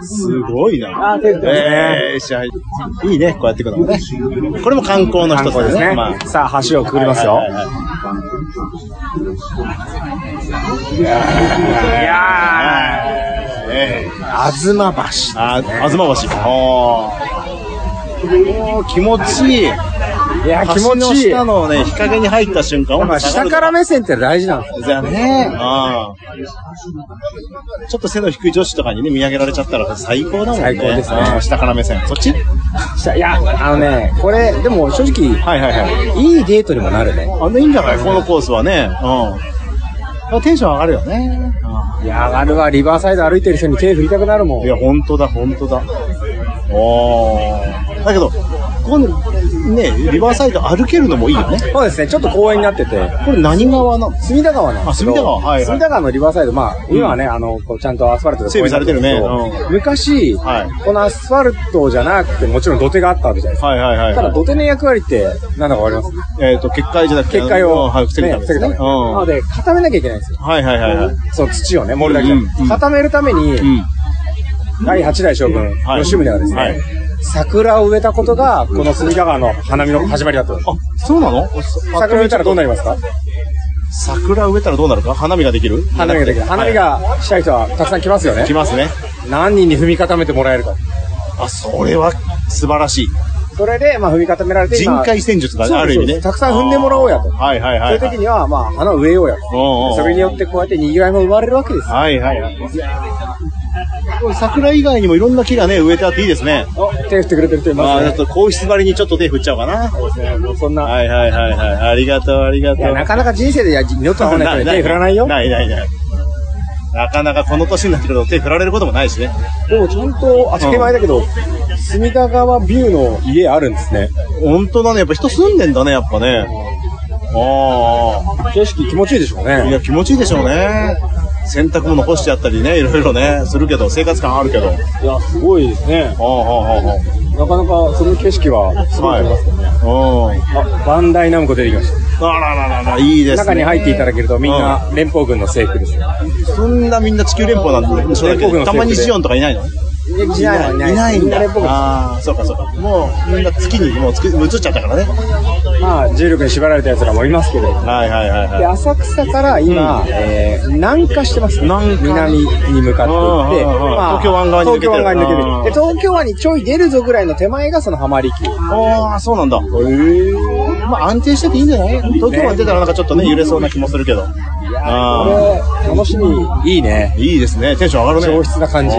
[SPEAKER 3] すごいな。
[SPEAKER 4] あー手ですね
[SPEAKER 3] えー、しゃいいいね、こうやっていくのもね。これも観光の
[SPEAKER 4] 観
[SPEAKER 3] 一つ
[SPEAKER 4] 光ですね。
[SPEAKER 3] まあ
[SPEAKER 4] さあ、橋をくぐりますよ。
[SPEAKER 3] はいはいはいはい
[SPEAKER 4] いや
[SPEAKER 3] ええ
[SPEAKER 4] ー、あずま橋。
[SPEAKER 3] あ、あずま橋。ああ。おー気持ちいい。
[SPEAKER 4] いや、気
[SPEAKER 3] 橋
[SPEAKER 4] 持
[SPEAKER 3] の
[SPEAKER 4] ちいい。
[SPEAKER 3] 下
[SPEAKER 4] や
[SPEAKER 3] のね、日陰に入った瞬間、
[SPEAKER 4] っぱ下から目線って大事なんですよ。
[SPEAKER 3] じゃねああちょっと背の低い女子とかにね、見上げられちゃったら最高だもんね。
[SPEAKER 4] 最高ですね
[SPEAKER 3] ああ下から目線。そっちは
[SPEAKER 4] 下いや、あのね、これ、でも正直、
[SPEAKER 3] いはいはい。
[SPEAKER 4] いいデートにもなる
[SPEAKER 3] あ、
[SPEAKER 4] ね。
[SPEAKER 3] いいんじゃないこのコースはね。うん。テンション上がるよね。
[SPEAKER 4] いや、あれはリバーサイド歩いてる人に手振りたくなるもん。
[SPEAKER 3] いや、本当だ、本当だ。おー。だけど、この、ね、リバーサイド歩けるのもいいよね。
[SPEAKER 4] そうですね、ちょっと公園になってて、
[SPEAKER 3] これ何側なの
[SPEAKER 4] 隅田川なんですけ
[SPEAKER 3] あ隅
[SPEAKER 4] ど
[SPEAKER 3] 田川はいはい
[SPEAKER 4] 隅田川のリバーサイド、まあ、今はね、あの、こうちゃんとアスファルトで
[SPEAKER 3] 整備されてるね
[SPEAKER 4] 公園になってるんですけど昔、
[SPEAKER 3] はい
[SPEAKER 4] このアスファルトじゃなくて、もちろん土手があったわけじゃないですか。
[SPEAKER 3] はいはいはい。
[SPEAKER 4] ただ、土手の役割って、なんだかわかります
[SPEAKER 3] えっ、と、結界じゃなくて、
[SPEAKER 4] 結界
[SPEAKER 3] うん
[SPEAKER 4] を、
[SPEAKER 3] はい、防ぐためですね。
[SPEAKER 4] ね
[SPEAKER 3] う
[SPEAKER 4] なの
[SPEAKER 3] ん。
[SPEAKER 4] で、固めなきゃいけないんですよ。
[SPEAKER 3] はいはいはいはい。
[SPEAKER 4] その土をね、盛るだけじゃなくて
[SPEAKER 3] うんうん
[SPEAKER 4] 固めるために、
[SPEAKER 3] うん。
[SPEAKER 4] 第8代将軍、
[SPEAKER 3] はい
[SPEAKER 4] 吉宗はですね、
[SPEAKER 3] はい
[SPEAKER 4] 桜を植えたことが、この隅田川の花見の始まりだと。
[SPEAKER 3] あ、そうなの
[SPEAKER 4] 桜を植えたらどうなりますか
[SPEAKER 3] 桜植えたらどうなるか花見ができる
[SPEAKER 4] 花見ができる。花見
[SPEAKER 3] は
[SPEAKER 4] がしたい人はたくさん来ますよね
[SPEAKER 3] い。来ますね。
[SPEAKER 4] 何人に踏み固めてもらえるか。
[SPEAKER 3] あ、それは素晴らしい。
[SPEAKER 4] それで、まあ、踏み固められて、
[SPEAKER 3] 人
[SPEAKER 4] 今
[SPEAKER 3] 海戦術だね、
[SPEAKER 4] そうです
[SPEAKER 3] ある意味
[SPEAKER 4] そうで
[SPEAKER 3] ね。
[SPEAKER 4] すたくさん踏んでもらおうやと
[SPEAKER 3] あーはいはい
[SPEAKER 4] そ
[SPEAKER 3] はい。
[SPEAKER 4] ういう時には、まあ、花を植えようやと。
[SPEAKER 3] おうおう
[SPEAKER 4] それによって、こうやって賑わいも生まれるわけですよ。
[SPEAKER 3] はいはいはい。これ桜以外にもいろんな木がね、植えてあっていいですね。
[SPEAKER 4] お、手振ってくれてる人い
[SPEAKER 3] あ
[SPEAKER 4] ま
[SPEAKER 3] あ、
[SPEAKER 4] す
[SPEAKER 3] ちょっ。と
[SPEAKER 4] ね
[SPEAKER 3] 皇室張りにちょっと手振っちゃおうかな。
[SPEAKER 4] もうそんな。
[SPEAKER 3] はいはいはいはい。ありがとうありが
[SPEAKER 4] い
[SPEAKER 3] とう。
[SPEAKER 4] や、なかなか人生で、いや、二度と会わないから手振らないよ。
[SPEAKER 3] ないないない。なかなかこの年になってくると手振られることもないしね。
[SPEAKER 4] でも、ちゃんと、当たり前だけど、隅田川ビューの家あるんですね。
[SPEAKER 3] 本当だね。やっぱ人住んでんだね、やっぱね。ああ。
[SPEAKER 4] 景色気持ちいいでしょう
[SPEAKER 3] い
[SPEAKER 4] ね。
[SPEAKER 3] や、気持ちいいでしょうね。洗濯物干してやったりね、いろいろね、するけど、生活感あるけど。あ
[SPEAKER 4] いや、すごいですね。
[SPEAKER 3] あ、ああ、あ
[SPEAKER 4] なかなか、その景色は、す
[SPEAKER 3] あ。
[SPEAKER 4] ごい
[SPEAKER 3] はい。
[SPEAKER 4] と思いますけどね。
[SPEAKER 3] うん。
[SPEAKER 4] あ、バンダイナムコ出てきました。
[SPEAKER 3] あらららら、いいですね。
[SPEAKER 4] 中に入っていただけるとみんな連邦軍の制服です。い
[SPEAKER 3] そんなみんな地球連邦なんで、そうだけ
[SPEAKER 4] 連邦軍
[SPEAKER 3] ど、
[SPEAKER 4] の
[SPEAKER 3] たまにジオンとかいないの
[SPEAKER 4] ない
[SPEAKER 3] いないん
[SPEAKER 4] みんな
[SPEAKER 3] だ
[SPEAKER 4] 連邦。軍。
[SPEAKER 3] ああ、そうかそうか。もう、みんな月に、もう月、移っちゃったからね。
[SPEAKER 4] まあ重力に縛られた奴らもいますけど。
[SPEAKER 3] はいはいはいはい
[SPEAKER 4] で。浅草から今、えー南下してます、
[SPEAKER 3] 南下
[SPEAKER 4] 南に向かっていっ
[SPEAKER 3] う
[SPEAKER 4] て、
[SPEAKER 3] んうんうん東京湾側に抜けてる
[SPEAKER 4] 東京湾側に抜けて
[SPEAKER 3] うん
[SPEAKER 4] るで東京湾にちょい出るぞぐらいの手前がその浜離宮
[SPEAKER 3] ああ、そうなんだ。まあ安定してていいんじゃない東京湾出たらなんかちょっとね、揺れそうな気もするけど。ああ、
[SPEAKER 4] これ楽しみいいね
[SPEAKER 3] いいですね。テンション上がるね。
[SPEAKER 4] 上質な感じ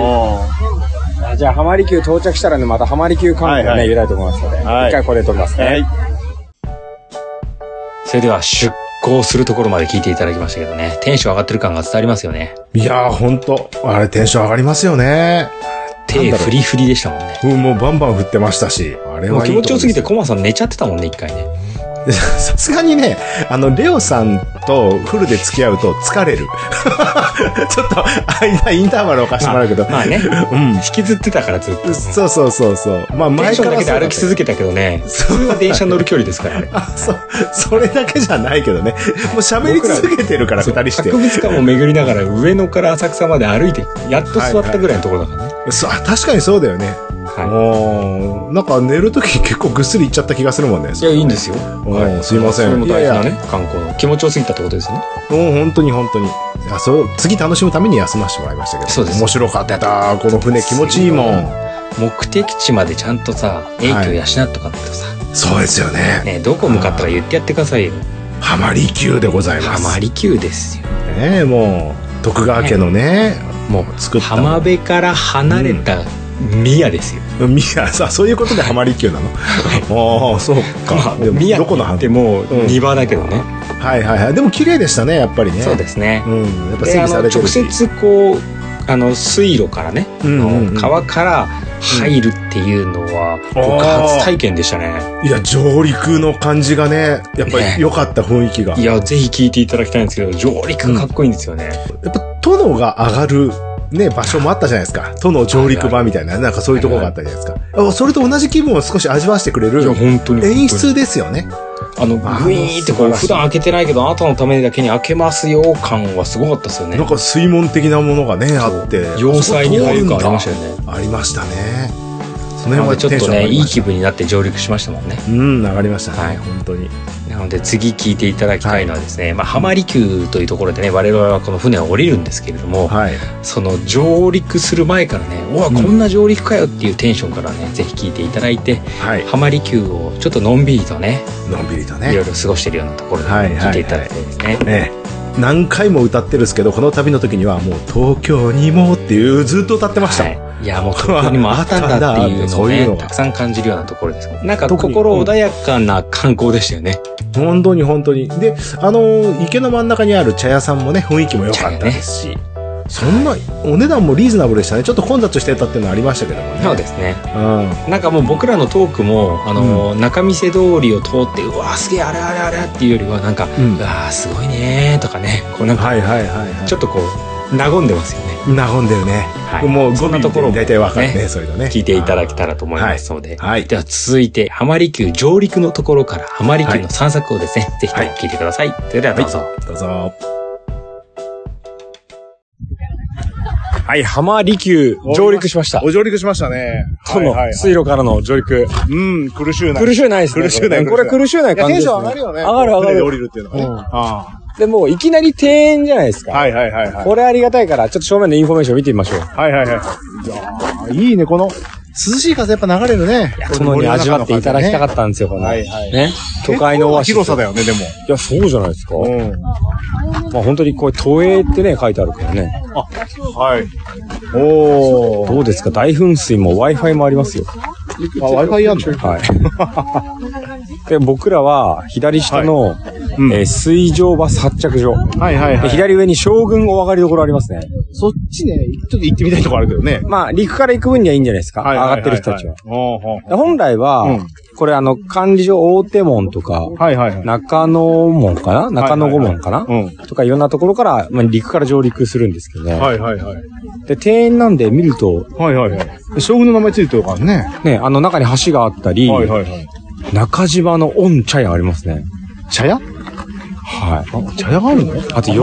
[SPEAKER 3] あ
[SPEAKER 4] じゃあ浜離宮到着したらねまた浜離宮観光が
[SPEAKER 3] はいは
[SPEAKER 4] ね
[SPEAKER 3] い
[SPEAKER 4] 入れたいと思いますので、
[SPEAKER 3] はい
[SPEAKER 4] 一回これで撮ります
[SPEAKER 3] あ
[SPEAKER 4] ね、
[SPEAKER 3] はい。
[SPEAKER 2] それでは出航するところまで聞いていただきましたけどね、テンション上がってる感が伝わりますよね。
[SPEAKER 1] いやー、ほんと、あれテンション上がりますよね。
[SPEAKER 2] 手フリフリでしたもんね。
[SPEAKER 1] うん、もうバンバン振ってましたし、あれ
[SPEAKER 2] もう
[SPEAKER 1] は
[SPEAKER 2] 気
[SPEAKER 1] いい
[SPEAKER 2] 持ちよすぎて
[SPEAKER 1] と
[SPEAKER 2] コマさん寝ちゃってたもんね、一回ね。
[SPEAKER 1] こですさすがにね、あの、レオさんとフルで付き合うと疲れる。 ちょっと、間、インターバルおかしてもらうけど。
[SPEAKER 2] まあね、
[SPEAKER 1] うん
[SPEAKER 2] 引きずってたからずっと。
[SPEAKER 1] そうそうそうそう。まあ
[SPEAKER 2] テン
[SPEAKER 1] 前
[SPEAKER 2] ショ
[SPEAKER 1] か
[SPEAKER 2] ンだ
[SPEAKER 1] ら
[SPEAKER 2] けで
[SPEAKER 1] そうだ
[SPEAKER 2] 歩き続けたけどね、普通は電車乗る距離です からね。
[SPEAKER 1] あ、そう、それだけじゃないけどね。もう喋り続けてるから、二人して
[SPEAKER 2] 博。物館を巡りながら上野から浅草まで歩いて、やっと座ったぐらいのところだからね。
[SPEAKER 1] そう、あ確かにそうだよね。
[SPEAKER 2] は
[SPEAKER 1] もう、なんか寝るとき結構ぐっすりいっちゃった気がするもんね。
[SPEAKER 2] い。いや、いいんですよ。
[SPEAKER 1] うんすいません
[SPEAKER 2] それも大事ない
[SPEAKER 1] や
[SPEAKER 2] ね、観光の。気持ちよすぎたってことですよね。
[SPEAKER 1] もう本当に本当に。あそう次楽しむために休ませてもらいましたけど。
[SPEAKER 2] そうです
[SPEAKER 1] 面白かったやったこの船気持ちいいもん。
[SPEAKER 2] 目的地までちゃんとさ、影響養っとかないとさ、
[SPEAKER 1] そうですよね。
[SPEAKER 2] ね、どこ向かったか言ってやってくださいよ。
[SPEAKER 1] 浜離宮でございます。
[SPEAKER 2] 浜離宮ですよ。
[SPEAKER 1] ねえもう、徳川家のね、
[SPEAKER 2] もう、
[SPEAKER 1] 作った。
[SPEAKER 2] 浜辺から離れた宮ですよ。
[SPEAKER 1] 宮、さ、そういうことで浜離宮なの。ああ、そうか。でも、
[SPEAKER 2] 宮
[SPEAKER 1] どこの
[SPEAKER 2] っ
[SPEAKER 1] 浜
[SPEAKER 2] てもう
[SPEAKER 1] うん
[SPEAKER 2] 庭だけどね。
[SPEAKER 1] はいはいはい。でも綺麗でしたね、やっぱりね。
[SPEAKER 2] そうですね。
[SPEAKER 1] うん。やっぱ整
[SPEAKER 2] であ
[SPEAKER 1] 備さ
[SPEAKER 2] の
[SPEAKER 1] れて
[SPEAKER 2] 直
[SPEAKER 1] るし。
[SPEAKER 2] 接こうあの水路からね、
[SPEAKER 1] うんうんうん
[SPEAKER 2] 川から入るっていうのは僕初体験でしたね、
[SPEAKER 1] いや、上陸の感じがね、やっぱ
[SPEAKER 2] ね
[SPEAKER 1] り良かった雰囲気が。
[SPEAKER 2] い
[SPEAKER 1] や
[SPEAKER 2] やぜひ聞いていただきたいんですけど上陸かっこいいんですよね、
[SPEAKER 1] っぱ、殿が上がる、ね、場所もあったじゃないですか。殿上陸場みたいな、なんかそういうとこがあったじゃないですか。あそれと同じ気分を少し味わわせてくれる
[SPEAKER 2] いや本当に
[SPEAKER 1] 演出ですよね。
[SPEAKER 2] あのグ
[SPEAKER 1] あー
[SPEAKER 2] イーンって
[SPEAKER 1] 素晴
[SPEAKER 2] こう
[SPEAKER 1] らしい
[SPEAKER 2] 普段開けてないけどあなたのためだけに開けますよ感はすごかったですよね
[SPEAKER 1] なんか水門的なものがね、あって。
[SPEAKER 2] 要塞に入る感ありました
[SPEAKER 1] よ
[SPEAKER 2] よね
[SPEAKER 1] ありましたね。
[SPEAKER 2] そ
[SPEAKER 5] その辺は
[SPEAKER 2] ち
[SPEAKER 5] テン
[SPEAKER 2] ょっ
[SPEAKER 5] ショ
[SPEAKER 2] と
[SPEAKER 5] ン上が
[SPEAKER 2] ね、
[SPEAKER 5] り
[SPEAKER 2] いい
[SPEAKER 5] まし
[SPEAKER 2] 気分になって上陸しましたもんね。
[SPEAKER 5] た。うん、上がりましたね。
[SPEAKER 2] はい
[SPEAKER 5] 本当に。
[SPEAKER 2] なので次聞いていただきたいのはですね、まあ、浜離宮というところでね、我々はこの船を降りるんですけれども、
[SPEAKER 5] はい。
[SPEAKER 2] その上陸する前からね、うわ、こんな上陸かよっていうテンションからね、ぜひ聞いていただいて、
[SPEAKER 5] はい。
[SPEAKER 2] 浜離宮をちょっとのんびりとね、
[SPEAKER 5] のんびりと
[SPEAKER 2] いろ
[SPEAKER 5] ね
[SPEAKER 2] い。ろ過ごしてるようなところで
[SPEAKER 5] はいはいはい
[SPEAKER 2] 聞いていただきたいですね。
[SPEAKER 5] ええ。何回も歌ってるんですけど、この旅の時にはもう東京にもっていう、ずっと歌ってましたもん。
[SPEAKER 2] はい、いやもう東京にもあったんだっていうの
[SPEAKER 5] そ
[SPEAKER 2] を
[SPEAKER 5] ういうの
[SPEAKER 2] ね
[SPEAKER 5] が
[SPEAKER 2] たくさん感じるようなところですなんか
[SPEAKER 5] 特に
[SPEAKER 2] 心穏やかな観光でしたよね
[SPEAKER 5] 本当に本当に。で、あのー池の真ん中にある茶屋さんもね、雰囲気も良かったですし、そんな、お値段もリーズナブルでしたね。ちょっと混雑してたっていうのはありましたけどもね。
[SPEAKER 2] そうですね
[SPEAKER 5] うん。
[SPEAKER 2] なんかもう僕らのトークもあの、仲見世通りを通ってうわーすげえあれあれあれっていうよりはなんか、う
[SPEAKER 5] うん
[SPEAKER 2] わーすごいねーとかねこうなんか
[SPEAKER 5] はいはいはい、はい。
[SPEAKER 2] ちょっとこう和んでますよね、
[SPEAKER 5] 和んでるね。
[SPEAKER 2] はい、
[SPEAKER 5] もう
[SPEAKER 2] そ
[SPEAKER 5] 語
[SPEAKER 2] んな
[SPEAKER 5] 尾
[SPEAKER 2] と
[SPEAKER 5] とこ
[SPEAKER 2] ころ
[SPEAKER 5] ろ
[SPEAKER 2] も
[SPEAKER 5] 大体わかるね、
[SPEAKER 2] ね
[SPEAKER 5] そういうのね。
[SPEAKER 2] 聞いていただけたらと思いますので、
[SPEAKER 5] はい。
[SPEAKER 2] では続いて浜離宮上陸のところから浜離宮の散策をですね、ぜひとも
[SPEAKER 5] はい
[SPEAKER 2] 聞いてください、それではどうぞ、
[SPEAKER 5] どうぞ。
[SPEAKER 4] はい、浜離宮、上陸しました。
[SPEAKER 1] お上陸しましたね。
[SPEAKER 4] この水路からの上陸。
[SPEAKER 1] うん、苦しゅうない。
[SPEAKER 4] 苦しゅうないですね。
[SPEAKER 1] 苦しゅうない
[SPEAKER 4] これこれ苦しゅうない
[SPEAKER 1] いや
[SPEAKER 4] 感じ
[SPEAKER 1] テ
[SPEAKER 4] で
[SPEAKER 1] ン
[SPEAKER 4] す、
[SPEAKER 1] ション
[SPEAKER 4] ね。
[SPEAKER 1] 上がるよね。
[SPEAKER 4] 上がる上が
[SPEAKER 1] 船で降
[SPEAKER 4] る。
[SPEAKER 1] りるっていうのがね。あ
[SPEAKER 4] でもういきなり庭園じゃないです
[SPEAKER 1] あ
[SPEAKER 4] か。
[SPEAKER 1] はいはいはいはい。
[SPEAKER 4] これありがたいから、ちょっと正面のインフォメーション見てみましょう。
[SPEAKER 1] はいはいはい。いやーいいね、この、涼しい風やっぱ流れるね。
[SPEAKER 4] 殿に味わっていただきたか
[SPEAKER 1] っ
[SPEAKER 4] ったんですよ、この。
[SPEAKER 1] はいはい
[SPEAKER 4] ね。都会のオアシス。
[SPEAKER 1] 広さだよね、でも。
[SPEAKER 4] いや、そうじゃないですか。
[SPEAKER 1] うん。
[SPEAKER 4] まあ本当にこれ、都営ってね、書いてあるからね。
[SPEAKER 1] はい。おー。
[SPEAKER 4] どうですか大噴水も Wi-Fi もありますよ。
[SPEAKER 1] あ、Wi-Fi やんの
[SPEAKER 4] はい。で、僕らは、左下の、
[SPEAKER 1] うん
[SPEAKER 4] えー水上場発着所。
[SPEAKER 1] はいはいは
[SPEAKER 4] で
[SPEAKER 1] い。
[SPEAKER 4] 左上に将軍お上がりどころありますね。
[SPEAKER 1] そっちね、ちょっと行ってみたいとこあるけどね。
[SPEAKER 4] まあ、陸から行く分にはいいんじゃないですか。
[SPEAKER 1] は
[SPEAKER 4] 上
[SPEAKER 1] いはい
[SPEAKER 4] が
[SPEAKER 1] はいはい
[SPEAKER 4] ってる人たちは。
[SPEAKER 1] おーほん
[SPEAKER 4] で本来は、
[SPEAKER 1] うん
[SPEAKER 4] これあの、管理所大手門とか、
[SPEAKER 1] はいはいはい。
[SPEAKER 4] 中野門かな中野御門かな、
[SPEAKER 1] うん。
[SPEAKER 4] とかいろんなところから、まあ、陸から上陸するんですけどね。
[SPEAKER 1] はいはいはい。
[SPEAKER 4] で、庭園なんで見ると、
[SPEAKER 1] はいはいはい。将軍の名前ついてるからね。
[SPEAKER 4] ね、あの中に橋があったり、
[SPEAKER 1] はいはいはい。
[SPEAKER 4] 中島の御茶屋ありますね。
[SPEAKER 1] 茶屋
[SPEAKER 4] はい。
[SPEAKER 1] あ茶屋があるの
[SPEAKER 4] あと、吉、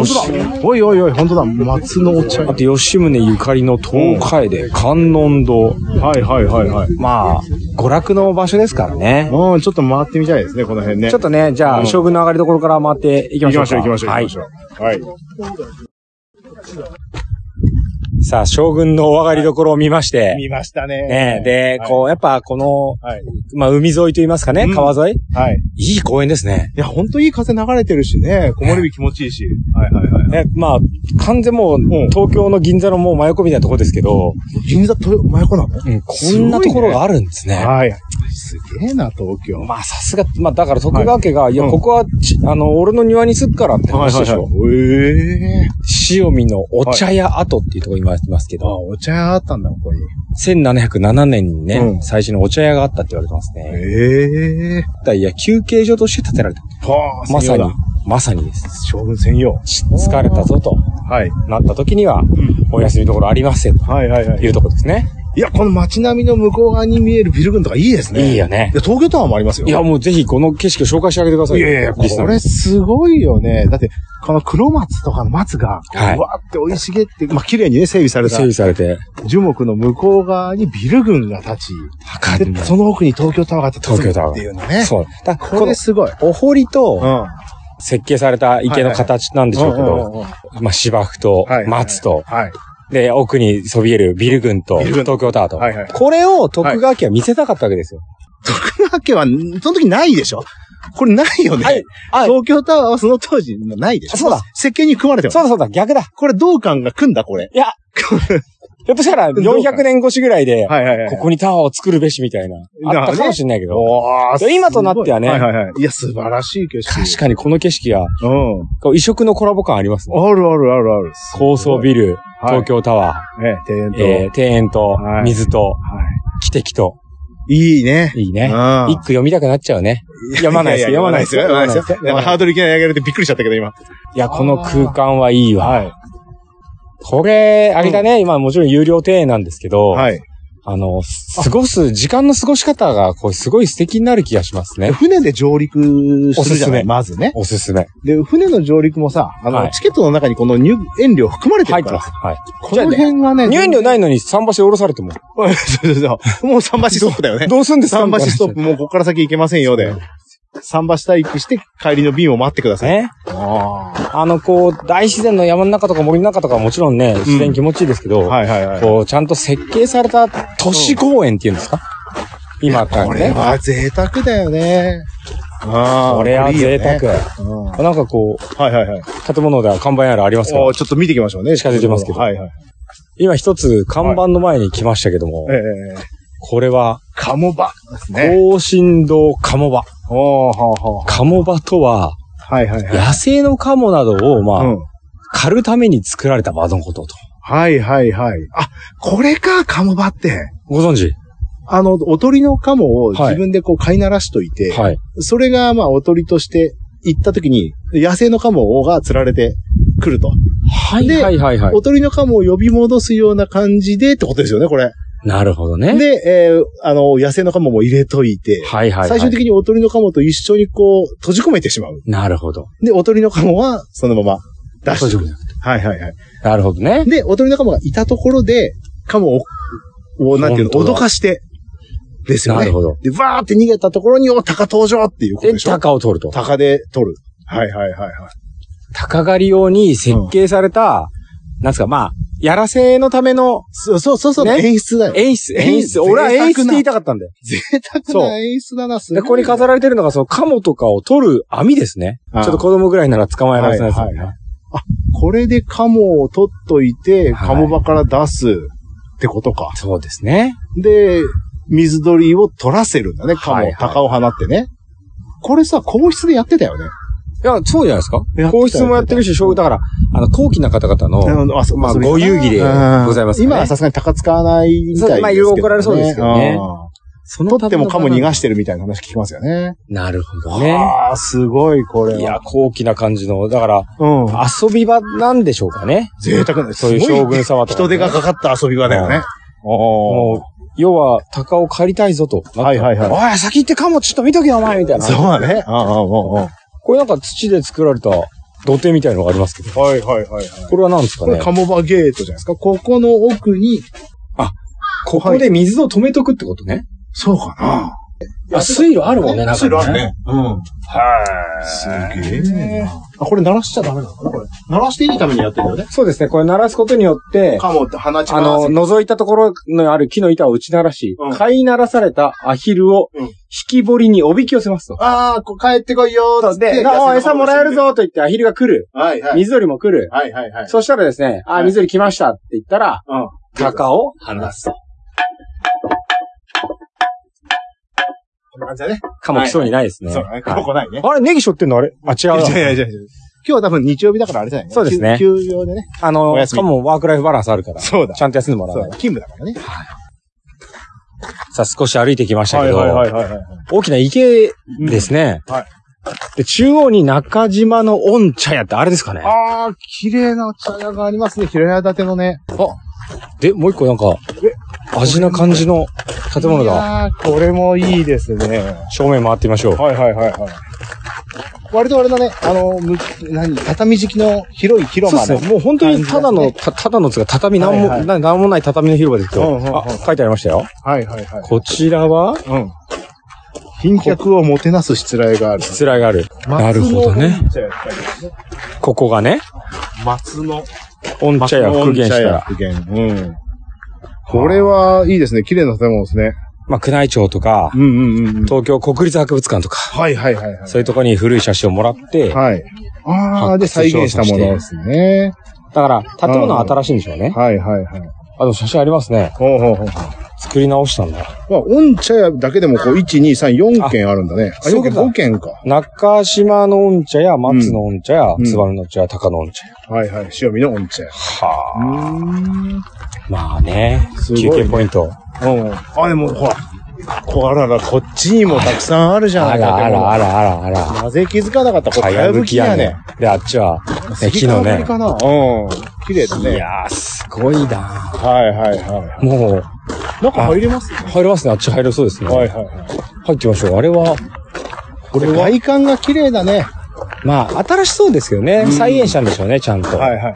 [SPEAKER 1] おいおいおい、本当だ。松のお茶屋。
[SPEAKER 4] あと、吉宗ゆかりの東海で、観音堂。
[SPEAKER 1] はいはいはいはい。
[SPEAKER 4] まあ、娯楽の場所ですからね。
[SPEAKER 1] うん、ちょっと回ってみたいですね、この辺ね。
[SPEAKER 4] ちょっとね、じゃ
[SPEAKER 1] う
[SPEAKER 4] あ、
[SPEAKER 1] ん
[SPEAKER 4] 将軍の上がりどころから回っていき
[SPEAKER 1] 行
[SPEAKER 4] ま
[SPEAKER 1] き
[SPEAKER 4] しょう
[SPEAKER 1] ま
[SPEAKER 4] か。
[SPEAKER 1] しょう行きましょう
[SPEAKER 4] は
[SPEAKER 1] 行
[SPEAKER 4] い
[SPEAKER 1] きまし。ょう。はい。
[SPEAKER 4] さあ、将軍のお上がりどころを見まして、
[SPEAKER 1] 見ましたね。
[SPEAKER 4] ね、で、
[SPEAKER 1] はい
[SPEAKER 4] こう、やっぱこの、
[SPEAKER 1] はい。
[SPEAKER 4] まあ、海沿いと言いますかね、
[SPEAKER 1] うん
[SPEAKER 4] 川沿い
[SPEAKER 1] はい。
[SPEAKER 4] いい公園ですね。
[SPEAKER 1] いや、ほんといい風流れてるしね。木漏れ日気持ちいいし。はいはいはい。
[SPEAKER 4] ね、まあ、完全もう、
[SPEAKER 1] ん
[SPEAKER 4] 東京の銀座のもう真横みたいなとこですけど、
[SPEAKER 1] 銀座と、真横なの
[SPEAKER 4] うんこんなところがあるんですね。
[SPEAKER 1] はい。すげえな、東京。
[SPEAKER 4] まあ、さすが、まあ、だから徳川家が、い、や、
[SPEAKER 1] うん
[SPEAKER 4] ここはち、あの、俺の庭にすっからって話でしょ。
[SPEAKER 1] ええ。
[SPEAKER 4] 塩見のお茶屋跡っていうところ今やってますけ
[SPEAKER 1] あ、
[SPEAKER 4] ど、
[SPEAKER 1] お茶屋あったんだ、ここに。
[SPEAKER 4] 1707年にね、
[SPEAKER 1] うん
[SPEAKER 4] 最初のお茶屋があったって言われてますね。
[SPEAKER 1] ええ。
[SPEAKER 4] いや、休憩所として建てられた。
[SPEAKER 1] はあ、
[SPEAKER 4] まさ
[SPEAKER 1] 専用
[SPEAKER 4] に
[SPEAKER 1] だ。、
[SPEAKER 4] まさにです。
[SPEAKER 1] 将軍専用。
[SPEAKER 4] 疲れたぞと
[SPEAKER 1] はい。
[SPEAKER 4] なった時には、お休みどころありますよと
[SPEAKER 1] はいはいはい
[SPEAKER 4] い。うところですね。
[SPEAKER 1] いや、この街並みの向こう側に見えるビル群とかいいですね。
[SPEAKER 4] いいよね
[SPEAKER 1] や東京タワーもありますよ。
[SPEAKER 4] いや、もうぜひこの景色を紹介してあげてください
[SPEAKER 1] い
[SPEAKER 4] よ。
[SPEAKER 1] やいやいや、
[SPEAKER 4] リスナ
[SPEAKER 1] こ
[SPEAKER 4] ーの
[SPEAKER 1] れすごいよね。だって、この黒松とかの松が、
[SPEAKER 4] はいう
[SPEAKER 1] わーって生い茂って、まあ、綺麗にね、整備された
[SPEAKER 4] 整備されて。
[SPEAKER 1] 樹木の向こう側にビル群が立
[SPEAKER 4] か
[SPEAKER 1] ち、で、その奥に東京タワーがあって、
[SPEAKER 4] 東京タワー
[SPEAKER 1] っていうのね。
[SPEAKER 4] そう。だから
[SPEAKER 1] これすごい。
[SPEAKER 4] お堀
[SPEAKER 1] うん。
[SPEAKER 4] と
[SPEAKER 1] は
[SPEAKER 4] 設計された池の形なんでしょうけ
[SPEAKER 1] うんうんうん
[SPEAKER 4] ど、まあ芝生と
[SPEAKER 1] はいはい
[SPEAKER 4] 松と、
[SPEAKER 1] い。
[SPEAKER 4] で、奥にそびえるビル群と、
[SPEAKER 1] ビル群
[SPEAKER 4] 東京タワーと。
[SPEAKER 1] はいはい
[SPEAKER 4] これを徳川家は見せたかったわけですよ。
[SPEAKER 1] 徳川家は、その時ないでしょこれないよね。
[SPEAKER 4] はい。あ、
[SPEAKER 1] 東京タワーはその当時もないでしょ
[SPEAKER 4] そうだ。
[SPEAKER 1] 設計に組まれてます
[SPEAKER 4] そう。だそうだ、逆だ。
[SPEAKER 1] これ、道館が組んだ、これ。
[SPEAKER 4] いや、ひょっとしたら400年越しぐらいで、
[SPEAKER 1] はいはいはい。
[SPEAKER 4] ここにタワーを作るべしみたいな。
[SPEAKER 1] なるほどね
[SPEAKER 4] あったかもしれないけど。
[SPEAKER 1] おー
[SPEAKER 4] で今となってはね
[SPEAKER 1] すごいはいはいはい。いや、素晴らしい景色。
[SPEAKER 4] 確かにこの景色は、
[SPEAKER 1] うん。
[SPEAKER 4] こう異色のコラボ感ありますね。
[SPEAKER 1] あるあるあるある。
[SPEAKER 4] 高層ビ
[SPEAKER 1] は
[SPEAKER 4] ル、
[SPEAKER 1] い
[SPEAKER 4] 東京タワ
[SPEAKER 1] ね、庭園
[SPEAKER 4] ー、
[SPEAKER 1] と。
[SPEAKER 4] えー庭園と
[SPEAKER 1] は、い
[SPEAKER 4] 水と、
[SPEAKER 1] は
[SPEAKER 4] 汽笛と。
[SPEAKER 1] い。いいね。
[SPEAKER 4] いいうね。
[SPEAKER 1] ん
[SPEAKER 4] 一句読みたくなっちゃうね。読まないですよ。
[SPEAKER 1] や
[SPEAKER 4] 読まないですよ。
[SPEAKER 1] 読まないですよ。
[SPEAKER 4] 読ま
[SPEAKER 1] やっぱ
[SPEAKER 4] ないです
[SPEAKER 1] ハードルいきなり上げられてびっくりしちゃったけど、今。
[SPEAKER 4] いや、この空間はいいわ。
[SPEAKER 1] はい。
[SPEAKER 4] これ、あれだね、今もちろん有料庭園なんですけど、
[SPEAKER 1] はい。
[SPEAKER 4] あの、過ごす、時間の過ごし方が、こう、すごい素敵になる気がしますね。
[SPEAKER 1] 船で上陸するじゃな
[SPEAKER 4] おすすめ
[SPEAKER 1] いまずね。
[SPEAKER 4] おすすめ。
[SPEAKER 1] で、船の上陸もさ、あの、
[SPEAKER 4] はい
[SPEAKER 1] チケットの中にこの入園料含まれて
[SPEAKER 4] 入
[SPEAKER 1] る
[SPEAKER 4] って
[SPEAKER 1] から。
[SPEAKER 4] ます。はい。
[SPEAKER 1] この辺はね、
[SPEAKER 4] 入園料ないのに桟橋降ろされても。
[SPEAKER 1] そうそうそう。もう桟橋ストップだよね。
[SPEAKER 4] どうすんですか
[SPEAKER 1] 桟橋ストップ、もうここから先行けませんよで。桟橋待機して帰りの便を待ってください。
[SPEAKER 4] ね。あの、こう、大自然の山の中とか森の中とかもちろんね、自然気持ちいいですけど、
[SPEAKER 1] はいはいはい。
[SPEAKER 4] こう、ちゃんと設計された都市公園っていうんですか今あった
[SPEAKER 1] こ
[SPEAKER 4] ら
[SPEAKER 1] れ
[SPEAKER 4] ね。
[SPEAKER 1] は贅沢だよね。ああ。
[SPEAKER 4] これはい
[SPEAKER 1] いよ
[SPEAKER 4] 贅
[SPEAKER 1] ね
[SPEAKER 4] 沢。
[SPEAKER 1] うん
[SPEAKER 4] なんかこ
[SPEAKER 1] はいはいはい。
[SPEAKER 4] う、建物では看板やらありますけ
[SPEAKER 1] お
[SPEAKER 4] ど
[SPEAKER 1] ー、ちょっと見ていきましょうね。
[SPEAKER 4] 近づいてますけど
[SPEAKER 1] はいはい。
[SPEAKER 4] 今一つ看板の前に来ましたけども、
[SPEAKER 1] ええ
[SPEAKER 4] これは、
[SPEAKER 1] カモバですね。
[SPEAKER 4] 高振堂鴨場。
[SPEAKER 1] おー、はあは
[SPEAKER 4] 鴨場とは、
[SPEAKER 1] あ。はいはいはい。
[SPEAKER 4] 野生の鴨などを、まあ、
[SPEAKER 1] うん。
[SPEAKER 4] 狩るために作られた場のことと。
[SPEAKER 1] はいはいはい。あ、これか、カモバって。
[SPEAKER 4] ご存知
[SPEAKER 1] あの、おとりのカモを
[SPEAKER 4] はい
[SPEAKER 1] 自分でこう飼いならしといて、
[SPEAKER 4] はい。
[SPEAKER 1] それがまあおとりとして行った時に、野生のカモが釣られてくると。
[SPEAKER 4] はい
[SPEAKER 1] で
[SPEAKER 4] はいはいはい。
[SPEAKER 1] おとりのカモを呼び戻すような感じでってことですよね、これ。
[SPEAKER 4] なるほどね。
[SPEAKER 1] で、えーあの、野生のカモも入れといて、
[SPEAKER 4] はいはいはい。
[SPEAKER 1] 最終的におとりのカモと一緒にこう、閉じ込めてしまう。
[SPEAKER 4] なるほど。
[SPEAKER 1] で、おとりのカモはそのまま出してくる。はいはいはい。
[SPEAKER 4] なるほどね。
[SPEAKER 1] で、おとりのカモがいたところで、カモを、をなんていうの、
[SPEAKER 4] 本当だ
[SPEAKER 1] 脅かして、ですよ
[SPEAKER 4] な
[SPEAKER 1] ね
[SPEAKER 4] る。ほど。
[SPEAKER 1] で、わーって逃げたところに、お、鷹登場っていうこと
[SPEAKER 4] で
[SPEAKER 1] で、しょ
[SPEAKER 4] 鷹を取ると。
[SPEAKER 1] 鷹で取る。はいはいはいはい。
[SPEAKER 4] 鷹狩り用に設計された、なんすか、まあ、やらせのための
[SPEAKER 1] そうそうそうそう、
[SPEAKER 4] ね
[SPEAKER 1] 演出だよ。
[SPEAKER 4] 演出、演出。
[SPEAKER 1] 贅沢な
[SPEAKER 4] 俺は演出って言いたかったんだよ。
[SPEAKER 1] 贅沢な演出だな、すごい
[SPEAKER 4] で、ここに飾られてるのが、その、カモとかを取る網ですね。ち
[SPEAKER 1] あ
[SPEAKER 4] ょ
[SPEAKER 1] あ
[SPEAKER 4] っと子供ぐらいなら捕まえられそうなやつだ
[SPEAKER 1] はいはい
[SPEAKER 4] ね
[SPEAKER 1] は。これでカモを取っといて、
[SPEAKER 4] はい
[SPEAKER 1] カモ場から出すってことか。
[SPEAKER 4] そうですね。
[SPEAKER 1] で、水鳥を取らせるんだね、カモ、
[SPEAKER 4] はいはい
[SPEAKER 1] 鷹を放ってね。これさ、皇室でやってたよね。
[SPEAKER 4] いや、そうじゃないですか
[SPEAKER 1] やってた
[SPEAKER 4] 皇室もやってるし、将棋だから、あの、高貴な方々の、
[SPEAKER 1] あそ
[SPEAKER 4] まあ、
[SPEAKER 1] それか
[SPEAKER 4] ご遊戯でございます
[SPEAKER 1] うん
[SPEAKER 4] ね。
[SPEAKER 1] 今はさすがに鷹使わないみたいですけど、ね。
[SPEAKER 4] そうまあいろいろ怒られそうですけどね
[SPEAKER 1] うん
[SPEAKER 4] その。
[SPEAKER 1] 取ってもカモ逃がしててるみたいな話聞きますよね。
[SPEAKER 4] なるほどね。
[SPEAKER 1] ああ、すごい、これは。
[SPEAKER 4] いや、高貴な感じの、だから、
[SPEAKER 1] うん。
[SPEAKER 4] 遊び場なんでしょうかね。
[SPEAKER 1] 贅沢な、
[SPEAKER 4] そういう
[SPEAKER 1] すご
[SPEAKER 4] 将軍様とかね
[SPEAKER 1] 人手がかかった遊び場だよね。お
[SPEAKER 4] もう、要は、鷹を借りたいぞと。。
[SPEAKER 1] はいはいはい
[SPEAKER 4] おい、先行ってカモちょっと見とけよ、お前みたいな。
[SPEAKER 1] そうだね。ああ、ああ、ああ。
[SPEAKER 4] これなんか土で作られた土手みたいのがありますけど。
[SPEAKER 1] はいはいはいはい。
[SPEAKER 4] これは何ですか
[SPEAKER 1] これ
[SPEAKER 4] ね
[SPEAKER 1] カモバゲートじゃないですか。ここの奥に、
[SPEAKER 4] ここで水を止めとくってことね。
[SPEAKER 1] そうかな。
[SPEAKER 3] あ、水路あるもんね、なんかね。
[SPEAKER 1] すげえな。あ、これ鳴らしちゃダメなのかなこれ。鳴らしていいためにやってるんだよね。
[SPEAKER 4] そうですね。これ鳴らすことによって、
[SPEAKER 1] カモって放ち
[SPEAKER 4] あの、覗いたところのある木の板を打ち鳴らし、
[SPEAKER 1] うん
[SPEAKER 4] 飼い鳴らされたアヒルを
[SPEAKER 1] うん
[SPEAKER 4] 引き堀におびき寄せますと。
[SPEAKER 1] ああ、こ帰ってこいよーっつって
[SPEAKER 4] で、なお餌もらえる。ぞと言ってアヒルが来る。
[SPEAKER 1] はいはい。
[SPEAKER 4] 水鳥も来る。
[SPEAKER 1] はいはいはい。
[SPEAKER 4] そしたらですね、あ、水鳥来ましたって言ったら、
[SPEAKER 1] うん。
[SPEAKER 4] 鷹を
[SPEAKER 3] 離す。
[SPEAKER 1] こんな感じだね。
[SPEAKER 4] かも来そうにないですね。
[SPEAKER 1] そうだね。ここないね。
[SPEAKER 4] あれ、ネギしょってんのあれあ、 違う
[SPEAKER 1] いやい
[SPEAKER 4] な。
[SPEAKER 1] やいやいや今日は多分日曜日だからあれじゃない
[SPEAKER 4] そうですね
[SPEAKER 1] 休休養でね。
[SPEAKER 4] あの
[SPEAKER 1] お、
[SPEAKER 4] し
[SPEAKER 1] 休み
[SPEAKER 4] かもワークライフバランスあるから、ち
[SPEAKER 1] そうだ。
[SPEAKER 4] ゃんと休んでもら
[SPEAKER 1] そう
[SPEAKER 4] わ
[SPEAKER 1] だ
[SPEAKER 4] ない。
[SPEAKER 1] 勤務だからね。
[SPEAKER 4] さあ、少し歩いてきましたけど、
[SPEAKER 1] いはいはい。
[SPEAKER 4] 大きな池ですね。
[SPEAKER 1] うんはい
[SPEAKER 4] で、中央に中島の御茶屋ってあれですかね
[SPEAKER 1] ああ、綺麗なお茶屋がありますね。平屋建てのね。
[SPEAKER 4] で、もう一個なんか、味な感じの建物
[SPEAKER 1] い
[SPEAKER 4] が、
[SPEAKER 1] やーこれもいいですね。
[SPEAKER 4] 正面回ってみましょう。
[SPEAKER 1] はいはいはいはい。割とあれだね、あの、む何、畳敷きの広い広
[SPEAKER 4] そう
[SPEAKER 1] 間
[SPEAKER 4] です
[SPEAKER 1] の。
[SPEAKER 4] ね。もう本当にただ
[SPEAKER 1] 感
[SPEAKER 4] の、たただのつうか、畳なんも、
[SPEAKER 1] はいはい
[SPEAKER 4] ななんもない畳の広場ですけ
[SPEAKER 1] うんうんうん
[SPEAKER 4] ど、あ、書いてありましたよ。
[SPEAKER 1] はいはいはい。
[SPEAKER 4] こちらは、
[SPEAKER 1] うん。賓客をもてなす失礼がある。
[SPEAKER 4] 失礼がある。なるほどね。ここがね、
[SPEAKER 1] 松の
[SPEAKER 4] 御茶屋復元したら。
[SPEAKER 1] 復元。うん。これはいいですね。綺麗な建物ですね。
[SPEAKER 4] まあ、宮内庁とか、
[SPEAKER 1] うんうんうん。
[SPEAKER 4] 東京国立博物館とか、
[SPEAKER 1] はいはいはいはい。
[SPEAKER 4] そういうところに古い写真をもらって、だ
[SPEAKER 1] はい。ああ、で再現したものですね。
[SPEAKER 4] から、建物は新しいんでしょうね。
[SPEAKER 1] はいはいはい。
[SPEAKER 4] あ、でも写真ありますね。
[SPEAKER 1] ほうほうほう。
[SPEAKER 4] 作り直したんだ。
[SPEAKER 1] まあ、御茶屋だけでもこう、1、2、3、4件あるんだね。あ、
[SPEAKER 4] そうい
[SPEAKER 1] 4
[SPEAKER 4] うこ
[SPEAKER 1] 件、
[SPEAKER 4] とだ
[SPEAKER 1] 5件か。
[SPEAKER 4] 中島の御茶屋、松の御茶屋
[SPEAKER 1] う、ん
[SPEAKER 4] 燕の茶屋、高の御茶屋。
[SPEAKER 1] はいはい。塩見の御茶屋。
[SPEAKER 4] は
[SPEAKER 1] うん。
[SPEAKER 4] あ。まあね、
[SPEAKER 1] すごい
[SPEAKER 4] 休憩ポイント。
[SPEAKER 1] あ、でもほら。こあらら、こっちにもたくさんあるじゃな
[SPEAKER 4] あ
[SPEAKER 1] いか。
[SPEAKER 4] らあらあ
[SPEAKER 1] ら。
[SPEAKER 4] らあらあら。
[SPEAKER 1] なぜ気づかなかったこ
[SPEAKER 4] か
[SPEAKER 1] れ、か
[SPEAKER 4] や
[SPEAKER 1] やぶ
[SPEAKER 4] ぶ
[SPEAKER 1] き
[SPEAKER 4] き
[SPEAKER 1] や
[SPEAKER 4] 屋
[SPEAKER 1] ね
[SPEAKER 4] 根。。で、あっちは、ね、木のね。
[SPEAKER 1] かなうん。綺麗だ
[SPEAKER 4] い
[SPEAKER 1] ね。
[SPEAKER 4] やー、すごいな
[SPEAKER 1] はいはいはい。
[SPEAKER 4] もう、
[SPEAKER 1] 中入れます
[SPEAKER 4] 入れますね。あっち入れそうですね。
[SPEAKER 3] はいはいはい。
[SPEAKER 4] 入ってみましょう。あれは、
[SPEAKER 1] これ外観が綺麗だね。
[SPEAKER 4] まあ、新しそうですけどね。再現したんでしょうね、ちゃんと。
[SPEAKER 3] はいはい。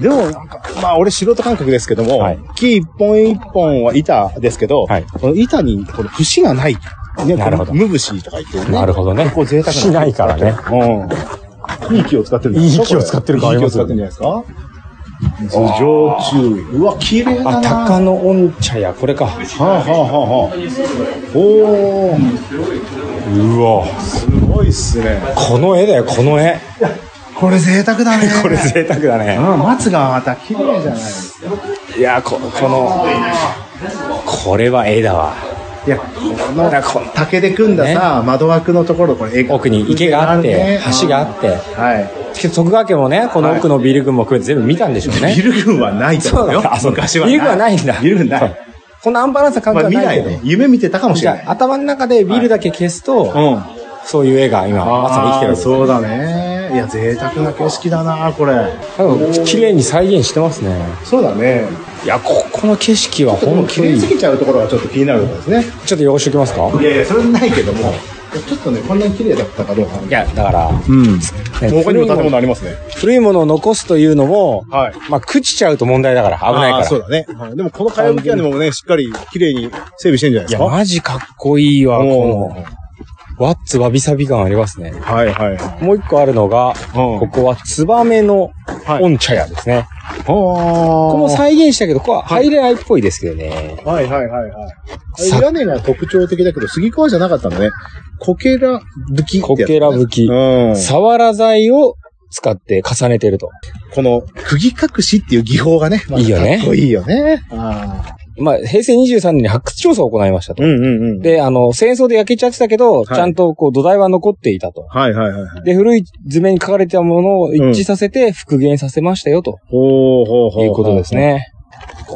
[SPEAKER 1] でもなんか、まあ俺素人感覚ですけども、
[SPEAKER 4] はい
[SPEAKER 1] 木一本一本は板ですけど、
[SPEAKER 4] はい
[SPEAKER 1] この板にこれ節がない。ね、
[SPEAKER 4] なるほど
[SPEAKER 1] この無節とか言ってるね。
[SPEAKER 4] なるほどね。
[SPEAKER 1] こう贅沢な
[SPEAKER 4] しないからね。
[SPEAKER 1] うん。いい木を使ってるんです
[SPEAKER 4] いい木を使ってる
[SPEAKER 1] か
[SPEAKER 4] 感あ
[SPEAKER 1] いい
[SPEAKER 4] り
[SPEAKER 1] 木
[SPEAKER 4] ま
[SPEAKER 1] を使
[SPEAKER 4] すよ
[SPEAKER 1] ってるんじゃないですか頭上中。うわ、綺麗だ
[SPEAKER 4] あ、
[SPEAKER 1] な。
[SPEAKER 4] 鷹の御茶屋、これか。
[SPEAKER 1] はあ、はあはあはあ、おー、
[SPEAKER 4] うわ
[SPEAKER 1] すごいっすね。
[SPEAKER 4] この絵だよ、この絵。
[SPEAKER 6] これ贅沢だね。
[SPEAKER 4] これ贅沢だね。
[SPEAKER 6] うん、松がまた綺麗じゃないですか。
[SPEAKER 4] いや、こ、この、これは絵だわ。
[SPEAKER 6] いや、この
[SPEAKER 4] だからこの
[SPEAKER 6] 竹で組んださ、窓枠のところ、これ絵が
[SPEAKER 4] 奥に池があって、橋があっ。て。
[SPEAKER 6] はい。
[SPEAKER 4] けど徳川家もね、この奥のビル群も含めて全部見たんでしょうね。
[SPEAKER 6] ビル群はないと思うよ。
[SPEAKER 4] あそう
[SPEAKER 6] 昔は
[SPEAKER 4] ビル群はないんだ
[SPEAKER 6] ビル群な
[SPEAKER 4] そ。
[SPEAKER 6] いう
[SPEAKER 4] このアンバランスな感
[SPEAKER 6] まあ
[SPEAKER 4] 覚は
[SPEAKER 6] 未
[SPEAKER 4] ないけ
[SPEAKER 6] 来
[SPEAKER 4] ど。
[SPEAKER 6] ね、夢見てたかもし
[SPEAKER 4] じ
[SPEAKER 6] れ
[SPEAKER 4] ゃ
[SPEAKER 6] ない。
[SPEAKER 4] あ、頭の中でビルだけ消すと、
[SPEAKER 6] うん。
[SPEAKER 4] そういう絵が今、まさに生きてるわけです
[SPEAKER 6] そうだね。いや、贅沢な景色だな、これ。
[SPEAKER 4] 多分綺麗に再現してますね
[SPEAKER 6] そうだね。
[SPEAKER 4] いやここの景色は
[SPEAKER 6] もう
[SPEAKER 4] 本
[SPEAKER 6] 綺
[SPEAKER 4] 当
[SPEAKER 6] 麗
[SPEAKER 4] に
[SPEAKER 6] す
[SPEAKER 4] ち
[SPEAKER 6] ぎちゃうところはちょっと気になるところですね。
[SPEAKER 4] ょっと汚しておきますか
[SPEAKER 6] いやいや、それはないけども、ちょっとね、こんなに綺麗だったかどうか。
[SPEAKER 4] いやだから、
[SPEAKER 6] うん。
[SPEAKER 4] ね
[SPEAKER 1] 他に
[SPEAKER 4] 古
[SPEAKER 1] も
[SPEAKER 4] いも
[SPEAKER 1] 建
[SPEAKER 4] の
[SPEAKER 1] 物ありますね。
[SPEAKER 4] 古いものを残すというのも、
[SPEAKER 1] はい
[SPEAKER 4] まあ朽ちちゃうと問題だから危ないか
[SPEAKER 1] あー
[SPEAKER 4] ら
[SPEAKER 1] そうだね。はいでもこの茅葺き屋根もね、しっかり綺麗に整備してんじゃないで
[SPEAKER 4] い
[SPEAKER 1] す
[SPEAKER 4] や
[SPEAKER 1] か。
[SPEAKER 4] マジかっこいいわ
[SPEAKER 1] お
[SPEAKER 4] こ
[SPEAKER 1] ー
[SPEAKER 4] のワッツわびさび感ありますね
[SPEAKER 1] はいはいはい。
[SPEAKER 4] もう一個あるのが、
[SPEAKER 1] うん
[SPEAKER 4] ここはツバメの御茶屋ですね、ここも再現したけどここは入れないっぽいですけどね、
[SPEAKER 1] はいはいはいはい。
[SPEAKER 4] さ
[SPEAKER 1] 屋根が特徴的だけど、杉川じゃなかったんだね。こけらぶきってやつ。
[SPEAKER 4] こけらぶき
[SPEAKER 1] うん。
[SPEAKER 4] サワラ材を使って重ねてると
[SPEAKER 1] この、釘隠しっていう技法がね、また
[SPEAKER 4] いいよね
[SPEAKER 1] かっこいいよね。
[SPEAKER 4] まあ、平成23年に発掘調査を行いましたと。
[SPEAKER 1] うんうんうん。
[SPEAKER 4] で、あの、戦争で焼けちゃってたけど、ちゃんとこう土台は残っていたと。
[SPEAKER 1] はいはいはいはい。
[SPEAKER 4] で、古い図面に書かれてたものを一致させて復元させましたよ、と
[SPEAKER 1] ほうほうほうほう。
[SPEAKER 4] いうことです。ね。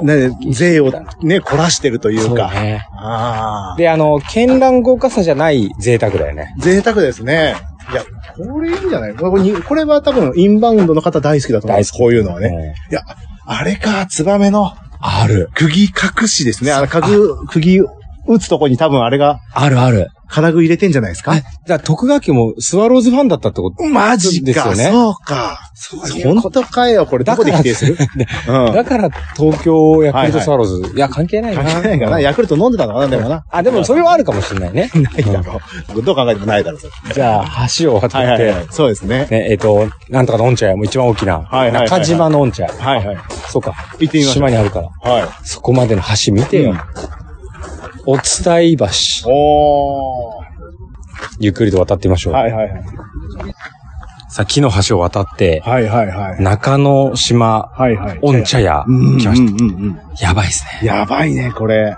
[SPEAKER 1] ね、税をね、凝らしてるという
[SPEAKER 4] そう
[SPEAKER 1] か。
[SPEAKER 4] ね。
[SPEAKER 1] ああ。
[SPEAKER 4] で、あの、絢爛豪華さじゃない贅沢だよね。
[SPEAKER 1] 贅沢ですね。いや、これいいんじゃないこれにこれは多分、インバウンドの方大好きだと思う。
[SPEAKER 4] 大好き
[SPEAKER 1] こういうのはね。
[SPEAKER 4] ね
[SPEAKER 1] いや、あれか、ツバメの、
[SPEAKER 4] ある。
[SPEAKER 1] 釘隠しですね。あの、家具、釘打つとこに多分あれが、
[SPEAKER 4] あるある。
[SPEAKER 1] 金具入れてんじゃないです
[SPEAKER 4] あ、
[SPEAKER 1] か
[SPEAKER 4] だから徳川家もスワローズファンだったってこと
[SPEAKER 1] マジ
[SPEAKER 4] です
[SPEAKER 1] か、
[SPEAKER 4] よね
[SPEAKER 1] そうか。本当かよ、これ。どこで否定するうん。
[SPEAKER 4] だから東京ヤクルトスワローズ。いや、関係ないな。
[SPEAKER 1] 関係ないかな。ヤクルト飲んでたのかな、でもな。
[SPEAKER 4] あ、でもそれはあるかもしれないね。
[SPEAKER 1] ないだろう。どう考えてもないだろう、それ
[SPEAKER 4] じゃあ、橋を渡って、
[SPEAKER 1] はいはいはい。そうですね。
[SPEAKER 4] ね、えっ、と、なんとかの御茶屋も一番大きな、
[SPEAKER 1] はいはいはいはい
[SPEAKER 4] 中島の御茶屋。
[SPEAKER 1] はいはい。
[SPEAKER 4] そうか。
[SPEAKER 1] 行ってみましょう
[SPEAKER 4] 島にあるから。
[SPEAKER 1] はい。
[SPEAKER 4] そこまでの橋見てよ。お伝い橋。
[SPEAKER 1] おー。
[SPEAKER 4] ゆっくりと渡ってみましょう。
[SPEAKER 1] はいはいはい。
[SPEAKER 4] さあ、木の橋を渡って、
[SPEAKER 1] はいはいはい。
[SPEAKER 4] 中野島
[SPEAKER 1] はいはい。
[SPEAKER 4] 御茶屋
[SPEAKER 1] うん、
[SPEAKER 4] 来まし
[SPEAKER 1] うんうんうん。
[SPEAKER 4] た。やばいですね。
[SPEAKER 1] やばいね、これ。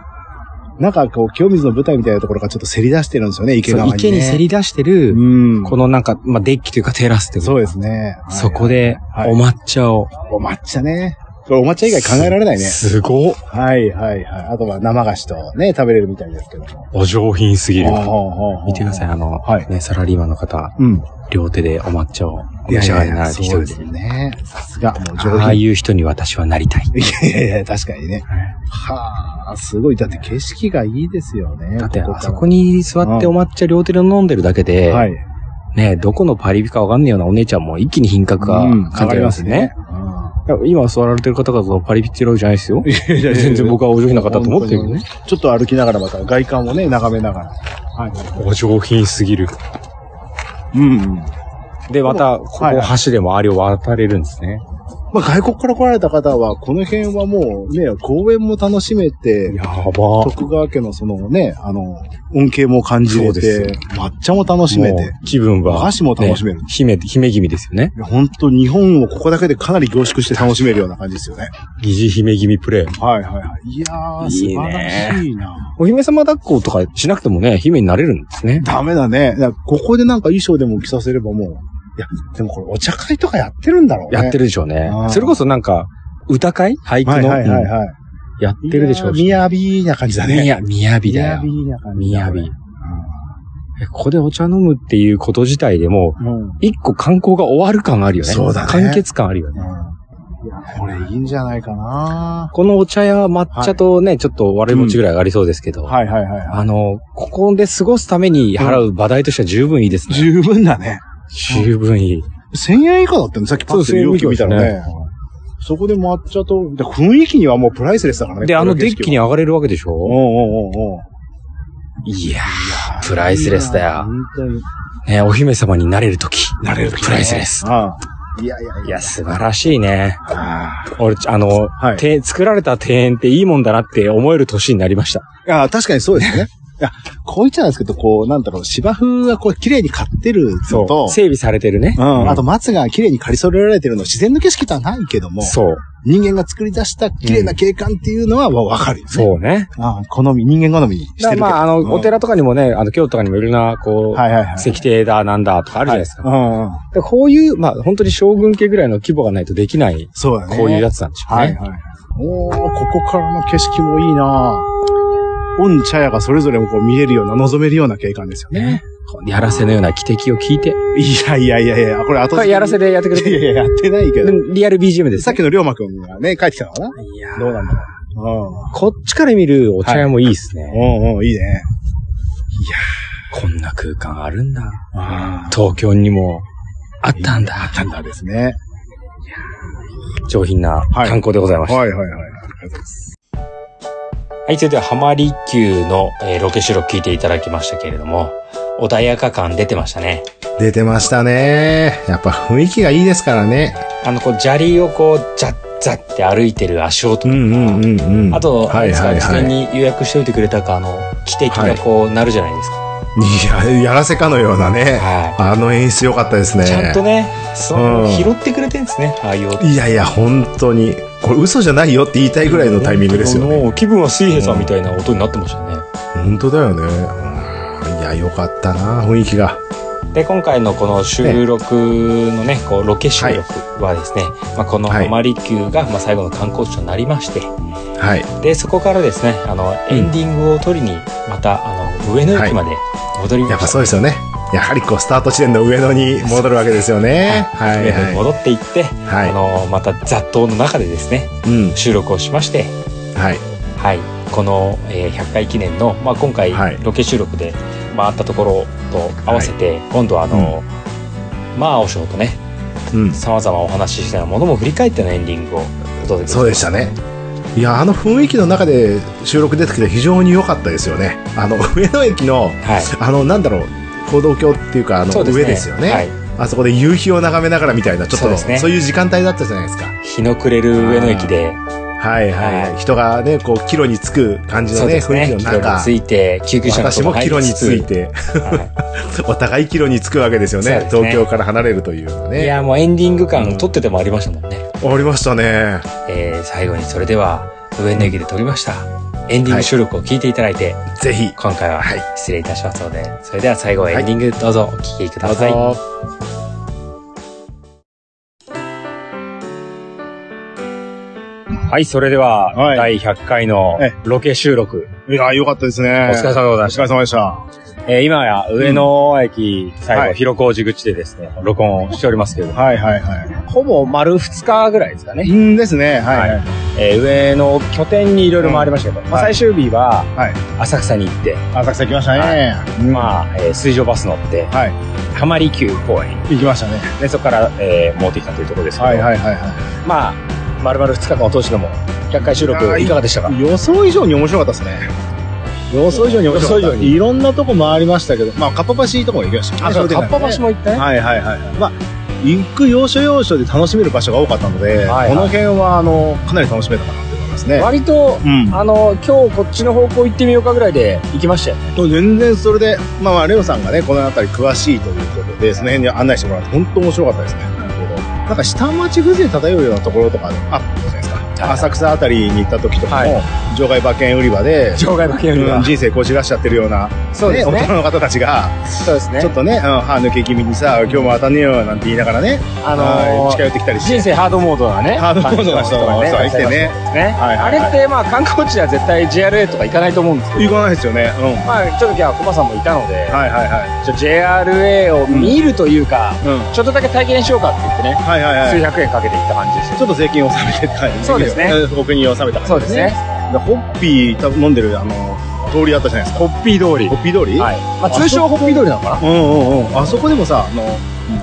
[SPEAKER 1] なんかこう、清水の舞台みたいなところがちょっとせり出してるんですよね、池
[SPEAKER 4] そう
[SPEAKER 1] 側に、ね。
[SPEAKER 4] 池にせり出してる、
[SPEAKER 1] うん。
[SPEAKER 4] このなんか、まあ、デッキというかテラスというか、
[SPEAKER 1] そうですね。
[SPEAKER 4] そこで
[SPEAKER 1] は、い
[SPEAKER 4] お抹茶を。
[SPEAKER 1] お抹茶ね。これお抹茶以外考えられないね。
[SPEAKER 4] すごっ
[SPEAKER 1] はいはいはい。あとは生菓子とね、食べれるみたいですけども。
[SPEAKER 4] お上品すぎる。見
[SPEAKER 1] 見
[SPEAKER 4] てください、あの、
[SPEAKER 1] はい
[SPEAKER 4] ね、サラリーマンの方、
[SPEAKER 1] い。うん。
[SPEAKER 4] 両手でお抹茶をお
[SPEAKER 1] い
[SPEAKER 4] 召
[SPEAKER 1] やい
[SPEAKER 4] し
[SPEAKER 1] や
[SPEAKER 4] 上が
[SPEAKER 1] い
[SPEAKER 4] りにな
[SPEAKER 1] や、
[SPEAKER 4] る一
[SPEAKER 1] そう
[SPEAKER 4] 人
[SPEAKER 1] で
[SPEAKER 4] です
[SPEAKER 1] ね。さすが、もう上
[SPEAKER 4] あ
[SPEAKER 1] 品。
[SPEAKER 4] あいう人に私はなりたい。
[SPEAKER 1] いやいやいや、確かにね。はあ、すごい。だって景色がいいですよね。
[SPEAKER 4] だって、
[SPEAKER 1] から
[SPEAKER 4] あそこに座ってお抹茶両手で飲んでるだけで、
[SPEAKER 1] はい。
[SPEAKER 4] ね、どこのパリピかわかんないようなお姉ちゃんも一気に品格が
[SPEAKER 1] うん
[SPEAKER 4] 感じられますね。。いや今座られてる方々はパリピってるわけじゃないですよ。
[SPEAKER 1] 上がりますね
[SPEAKER 4] 全然僕はお上品な方と思ってるけど
[SPEAKER 1] 本
[SPEAKER 4] ね。
[SPEAKER 1] 当にちょっと歩きながらまた外観をね、眺めながら。はい。
[SPEAKER 4] お上品すぎる。
[SPEAKER 1] うんうん。
[SPEAKER 4] で、また、こ
[SPEAKER 1] はい
[SPEAKER 4] こ橋でもあれを渡れるんですね。
[SPEAKER 1] まあ外国から来られた方は、この辺はもうね、公園も楽しめて、
[SPEAKER 4] やば。
[SPEAKER 1] 徳川家のそのね、あの、恩恵も感じれ
[SPEAKER 4] そうですよ
[SPEAKER 1] て、抹茶も楽しめ
[SPEAKER 4] も
[SPEAKER 1] て、
[SPEAKER 4] う気分
[SPEAKER 1] 和
[SPEAKER 4] は
[SPEAKER 1] 菓、子も楽しめる
[SPEAKER 4] ね。姫、姫君ですよね。
[SPEAKER 1] 本当日本をここだけでかなり凝縮して楽しめるような感じですよね。
[SPEAKER 4] 疑似姫君プレイ。
[SPEAKER 1] はいはいはい。いやー、素
[SPEAKER 4] いい
[SPEAKER 1] 晴
[SPEAKER 4] ね
[SPEAKER 1] らしいな。
[SPEAKER 4] お姫様抱っことかしなくてもね、姫になれるんですね。
[SPEAKER 1] ダメだね。だからここでなんか衣装でも着させればもう。いや、でもこれお茶会とかやってるんだろうね。
[SPEAKER 4] やって
[SPEAKER 1] る。
[SPEAKER 4] るでしょうね
[SPEAKER 1] あ。ー
[SPEAKER 4] それこそなんか、歌会俳句
[SPEAKER 1] はい
[SPEAKER 4] の、
[SPEAKER 1] はいはいはい。
[SPEAKER 4] うんやってるでしょうし。
[SPEAKER 1] みやびな感じだね。
[SPEAKER 4] みや、みやびだよ。
[SPEAKER 1] みやびな感
[SPEAKER 4] み
[SPEAKER 1] じだ
[SPEAKER 4] や
[SPEAKER 1] ね。
[SPEAKER 4] び。えここでお茶飲むっていうこと自体でも
[SPEAKER 1] う
[SPEAKER 4] う、
[SPEAKER 1] ん。うん
[SPEAKER 4] 一個観光が終わる感あるよね。
[SPEAKER 1] そうだね
[SPEAKER 4] 完結感あるよね。
[SPEAKER 1] い
[SPEAKER 3] これいいんじゃないかな
[SPEAKER 2] このお茶屋は抹茶とね、ちょっと悪い餅ぐらいありそうですけど、
[SPEAKER 3] はいはいはいは
[SPEAKER 2] あの、ここで過ごすために払う場代としては十分いいです
[SPEAKER 3] い。
[SPEAKER 2] ね。
[SPEAKER 3] 十分だね。
[SPEAKER 2] 十分いい。
[SPEAKER 3] 1000円以下だったね、さっきパッて料金見たら
[SPEAKER 2] そう
[SPEAKER 3] ね。そこで抹茶と、で雰囲気にはもうプライスレスだからね。
[SPEAKER 2] で、あのデッキに
[SPEAKER 3] は。
[SPEAKER 2] 上がれるわけでし
[SPEAKER 3] うんう
[SPEAKER 2] ょ
[SPEAKER 3] んうんうん。
[SPEAKER 2] いやー、プライスレスだよ。
[SPEAKER 3] 本当に。
[SPEAKER 2] ね、お姫様になれるとき。
[SPEAKER 3] なれる
[SPEAKER 2] プライスレス。
[SPEAKER 3] ああいやいや
[SPEAKER 2] いや、素晴らしいね。
[SPEAKER 3] あ
[SPEAKER 2] 俺、あの、
[SPEAKER 3] はい
[SPEAKER 2] て作られた庭園っていいもんだなって思える年になりました。
[SPEAKER 3] あ。ああ、確かにそうですね。いや、こう言っちゃなんですけど、こう、なんだろう、芝生がこう、綺麗に刈ってるのと、
[SPEAKER 2] 整備されてるね。
[SPEAKER 3] うん。あと、松が綺麗に刈り揃えられてるの、自然の景色とはないけども、
[SPEAKER 2] そう。
[SPEAKER 3] 人間が作り出した綺麗な景観っていうのは、わわかるよね。
[SPEAKER 2] そうね。
[SPEAKER 3] ああ、好み、人間好みにしてる
[SPEAKER 2] だか
[SPEAKER 3] け
[SPEAKER 2] ら
[SPEAKER 3] ど。
[SPEAKER 2] まあ、あの、
[SPEAKER 3] うん
[SPEAKER 2] お寺とかにもね、あの、京都とかにもいろんな、こう、
[SPEAKER 3] はいはいはい。
[SPEAKER 2] 石庭だ、なんだ、とかあるじゃないですか。
[SPEAKER 3] うんうん。
[SPEAKER 2] でこういう、まあ、本当に将軍家ぐらいの規模がないとできない、
[SPEAKER 3] そうだね。
[SPEAKER 2] こういうやつなんでしょうね。
[SPEAKER 3] はいはい。おー、ここからの景色もいいな御茶屋がそれぞれもこう見えるような、望めるような景観ですよね。
[SPEAKER 2] ね。やらせのような汽笛を聞いて。
[SPEAKER 3] いやいやいやいや、これ後付
[SPEAKER 2] これ
[SPEAKER 3] け
[SPEAKER 2] やらせでやってくれ
[SPEAKER 3] いやい
[SPEAKER 2] て。
[SPEAKER 3] や、やってないけど。
[SPEAKER 2] リアル BGM です
[SPEAKER 3] さっ
[SPEAKER 2] ね。
[SPEAKER 3] きの龍馬くんがね、帰ってきたのかない
[SPEAKER 2] や
[SPEAKER 3] どうなんだろ
[SPEAKER 2] こっちから見るお茶屋もいいですね。
[SPEAKER 3] う。うん。うんうん、いいね。
[SPEAKER 2] こんな空間あるんだ。
[SPEAKER 3] あ
[SPEAKER 2] 東京にもあったんだ。
[SPEAKER 3] あ。なんですね。
[SPEAKER 2] 上品な
[SPEAKER 3] はい
[SPEAKER 2] 観光でございました。は、
[SPEAKER 3] はいいはいはい。
[SPEAKER 2] それでは浜離宮の、えーロケ収録聞いていただきましたけれども、穏やか感出てましたね。
[SPEAKER 1] 出てましたね。やっぱ雰囲気がいいですからね。
[SPEAKER 2] あの、こう、砂利をこう、ザッザッって歩いてる足音と
[SPEAKER 1] う
[SPEAKER 2] か、
[SPEAKER 1] んうんうんうん。
[SPEAKER 2] あと、
[SPEAKER 1] は
[SPEAKER 2] はいい
[SPEAKER 1] はい
[SPEAKER 2] 事
[SPEAKER 1] はい。
[SPEAKER 2] 前に予約しておいてくれたか、あの、汽笛がこう、なるじゃないですか。
[SPEAKER 1] いや、やらせかのようなね。
[SPEAKER 2] は
[SPEAKER 1] あの演出良かったです
[SPEAKER 2] い。
[SPEAKER 1] ね。
[SPEAKER 2] ちゃんとね、その、
[SPEAKER 1] うん
[SPEAKER 2] 拾ってくれてるんですね、ああいう音。
[SPEAKER 1] いやいや、本当に。これ嘘じゃないよって言いたいぐらいのタイミングですよね。
[SPEAKER 2] もう気分は水平さんみたいな音になってましたね。
[SPEAKER 1] 本当だよね。うんいや、良かったな、雰囲気が。
[SPEAKER 2] で今回のこの収録のねこうロケ収録はですね、まあ、この
[SPEAKER 1] はい
[SPEAKER 2] 浜離宮が、まあ、最後の観光地となりまして
[SPEAKER 1] はい。
[SPEAKER 2] でそこからですねあのエンディングを取りにまた、あの上野駅まで戻りま
[SPEAKER 1] やっぱ
[SPEAKER 2] し
[SPEAKER 1] そうですよね。やはりこう、スタート地点の上野に戻るわけですよね。
[SPEAKER 2] た、
[SPEAKER 1] はい。
[SPEAKER 2] 上野に
[SPEAKER 1] は
[SPEAKER 2] 戻っていって、
[SPEAKER 1] い。はい
[SPEAKER 2] あのまた雑踏の中でですね
[SPEAKER 1] うん。
[SPEAKER 2] 収録をしまして、
[SPEAKER 1] はい。
[SPEAKER 2] はい、この、えー100回記念の、まあ、今回
[SPEAKER 1] はい
[SPEAKER 2] ロケ収録で回ったところと合わせて、今度はあの、まあお尚とね
[SPEAKER 1] うん。
[SPEAKER 2] さまざまお話ししたものも振り返ってのエンディングをお届けします
[SPEAKER 1] そうでしたね。いや、あの雰囲気の中で収録出てきて非常に良かったですよね。あの、 上野駅の、
[SPEAKER 2] はい
[SPEAKER 1] あの、なんだろう、歩道橋っていうか、あの、
[SPEAKER 2] そうですね
[SPEAKER 1] 上ですよね。
[SPEAKER 2] はい
[SPEAKER 1] あそこで夕日を眺めながらみたいな、ちょっと
[SPEAKER 2] そうですね
[SPEAKER 1] そういう時間帯だったじゃないですか。
[SPEAKER 2] 日の暮れる上野駅で
[SPEAKER 1] はいはい、はい
[SPEAKER 2] は
[SPEAKER 1] 人がね、こう、帰路につく感じ
[SPEAKER 2] そ
[SPEAKER 1] の
[SPEAKER 2] う
[SPEAKER 1] ね、
[SPEAKER 2] です
[SPEAKER 1] 雰囲
[SPEAKER 2] ね
[SPEAKER 1] 気の
[SPEAKER 2] キロに
[SPEAKER 1] 中。
[SPEAKER 2] ついて救急車の
[SPEAKER 1] 私
[SPEAKER 2] 人
[SPEAKER 1] も
[SPEAKER 2] が
[SPEAKER 1] 帰路
[SPEAKER 2] 入り
[SPEAKER 1] に
[SPEAKER 2] つつ
[SPEAKER 1] ついて、
[SPEAKER 2] は
[SPEAKER 1] お互い帰路につくわけですよ
[SPEAKER 2] そう
[SPEAKER 1] ね。
[SPEAKER 2] ですね、
[SPEAKER 1] 東京から離れるというのはい
[SPEAKER 2] い
[SPEAKER 1] ね。
[SPEAKER 2] やもうエンディング感撮っててもありましたもんね、
[SPEAKER 1] ありましたね。
[SPEAKER 2] えー最後にそれでは上野駅で撮りましたエンディング収録を聞いていただいて、
[SPEAKER 1] ぜひ。
[SPEAKER 2] 今回は
[SPEAKER 1] はい
[SPEAKER 2] 失礼いたしますので、それでは最後エンディングどうぞお聴きください、
[SPEAKER 1] どうぞ
[SPEAKER 2] はい、それでは、
[SPEAKER 3] はい
[SPEAKER 2] 第100回の
[SPEAKER 3] え
[SPEAKER 2] ロケ収録、
[SPEAKER 3] いや、よかったですね。お
[SPEAKER 2] お疲れ様でございました。
[SPEAKER 3] 様でした。
[SPEAKER 2] えー今や上野駅、
[SPEAKER 3] は
[SPEAKER 2] 最後、
[SPEAKER 3] い
[SPEAKER 2] 広小路口でですね、録音をしておりますけれ ども、
[SPEAKER 3] はいはいは
[SPEAKER 2] ほぼ丸2日ぐらいですか
[SPEAKER 3] い。
[SPEAKER 2] ね、
[SPEAKER 3] うんですね。はいはい。
[SPEAKER 2] えー上野を拠点にいろいろ回りましたけど、ま
[SPEAKER 3] は
[SPEAKER 2] あ最
[SPEAKER 3] い
[SPEAKER 2] 終日は
[SPEAKER 3] はい、
[SPEAKER 2] 浅草に行って、
[SPEAKER 3] 浅草来ましたね。
[SPEAKER 2] まあ、えー水上バス乗って、
[SPEAKER 3] はい
[SPEAKER 2] 浜離宮公園、
[SPEAKER 3] 行きましたね。
[SPEAKER 2] でそこから、えー、戻ってきたというところですけど、
[SPEAKER 3] はいはいはいはい。
[SPEAKER 2] まあ、丸々2日間を通してのも、100回収録いかがでしたか
[SPEAKER 3] 予想以上に面白かったですね予想以上に面白かった
[SPEAKER 2] 予想以上に
[SPEAKER 3] いろんなとこ回りましたけどまあかっぱ橋とこも行きましたね
[SPEAKER 2] あ、そう、かっぱ橋も行ったね。
[SPEAKER 3] はいはいはいまあ行く要所要所で楽しめる場所が多かったので、
[SPEAKER 2] はいはい
[SPEAKER 3] この辺はあのかなり楽しめたかなって思いますね、
[SPEAKER 2] 割と、
[SPEAKER 3] うん
[SPEAKER 2] あの、今日こっちの方向行ってみようかぐらいで行きましたよね。
[SPEAKER 3] 全然それで、まあ、まあレオさんがねこの辺り詳しいということでその辺に案内してもらって本当面白かったですねなんか下町風情漂うようなところとかあったじゃないですか浅草あたりに行った時とかも、
[SPEAKER 4] は
[SPEAKER 3] 場外馬券売り場で、
[SPEAKER 4] 場外馬券売り
[SPEAKER 3] うん
[SPEAKER 4] 場。
[SPEAKER 3] 人生こじらしちゃってるような、
[SPEAKER 4] そうですね
[SPEAKER 3] 大人の方たちが、
[SPEAKER 4] そうですね
[SPEAKER 3] ちょっとね、うん歯抜け気味にさ、今日も当たんねえよなんて言いながらね、
[SPEAKER 4] あ
[SPEAKER 3] は
[SPEAKER 4] の
[SPEAKER 3] い
[SPEAKER 4] ー
[SPEAKER 3] 近寄ってきたりして。
[SPEAKER 4] 人生ハードモードなね。
[SPEAKER 3] ハードモードな人がね
[SPEAKER 4] が
[SPEAKER 3] そう生きてね。
[SPEAKER 4] ね。
[SPEAKER 3] はい
[SPEAKER 4] あ
[SPEAKER 3] はい
[SPEAKER 4] れ
[SPEAKER 3] はい
[SPEAKER 4] ってまあ観光地では絶対 JRA とか行かないと思うんですけど、
[SPEAKER 3] 行かないですよね。うん。は
[SPEAKER 4] まあちょっと今日はコバさんもいたので
[SPEAKER 3] い、はいは
[SPEAKER 4] ちょ JRA を見るというか、
[SPEAKER 3] い。うん。
[SPEAKER 4] ちょっとだけ体験しようかって言ってね、
[SPEAKER 3] はいはいはい
[SPEAKER 4] 数。百円かけて行った感じでした。
[SPEAKER 3] ちょっと税金を納めてって感じ
[SPEAKER 4] そうですね。
[SPEAKER 3] お国に納めた感じ。
[SPEAKER 4] そうですね。
[SPEAKER 3] でホッピー多分飲んでる、あの、通りあったじゃないですか。
[SPEAKER 4] ホッピー通り
[SPEAKER 3] ホ。ッピー通り
[SPEAKER 4] はい。まあ通称ホッピー通りなのかな
[SPEAKER 3] うんうんうん。あそこでもさ、あの、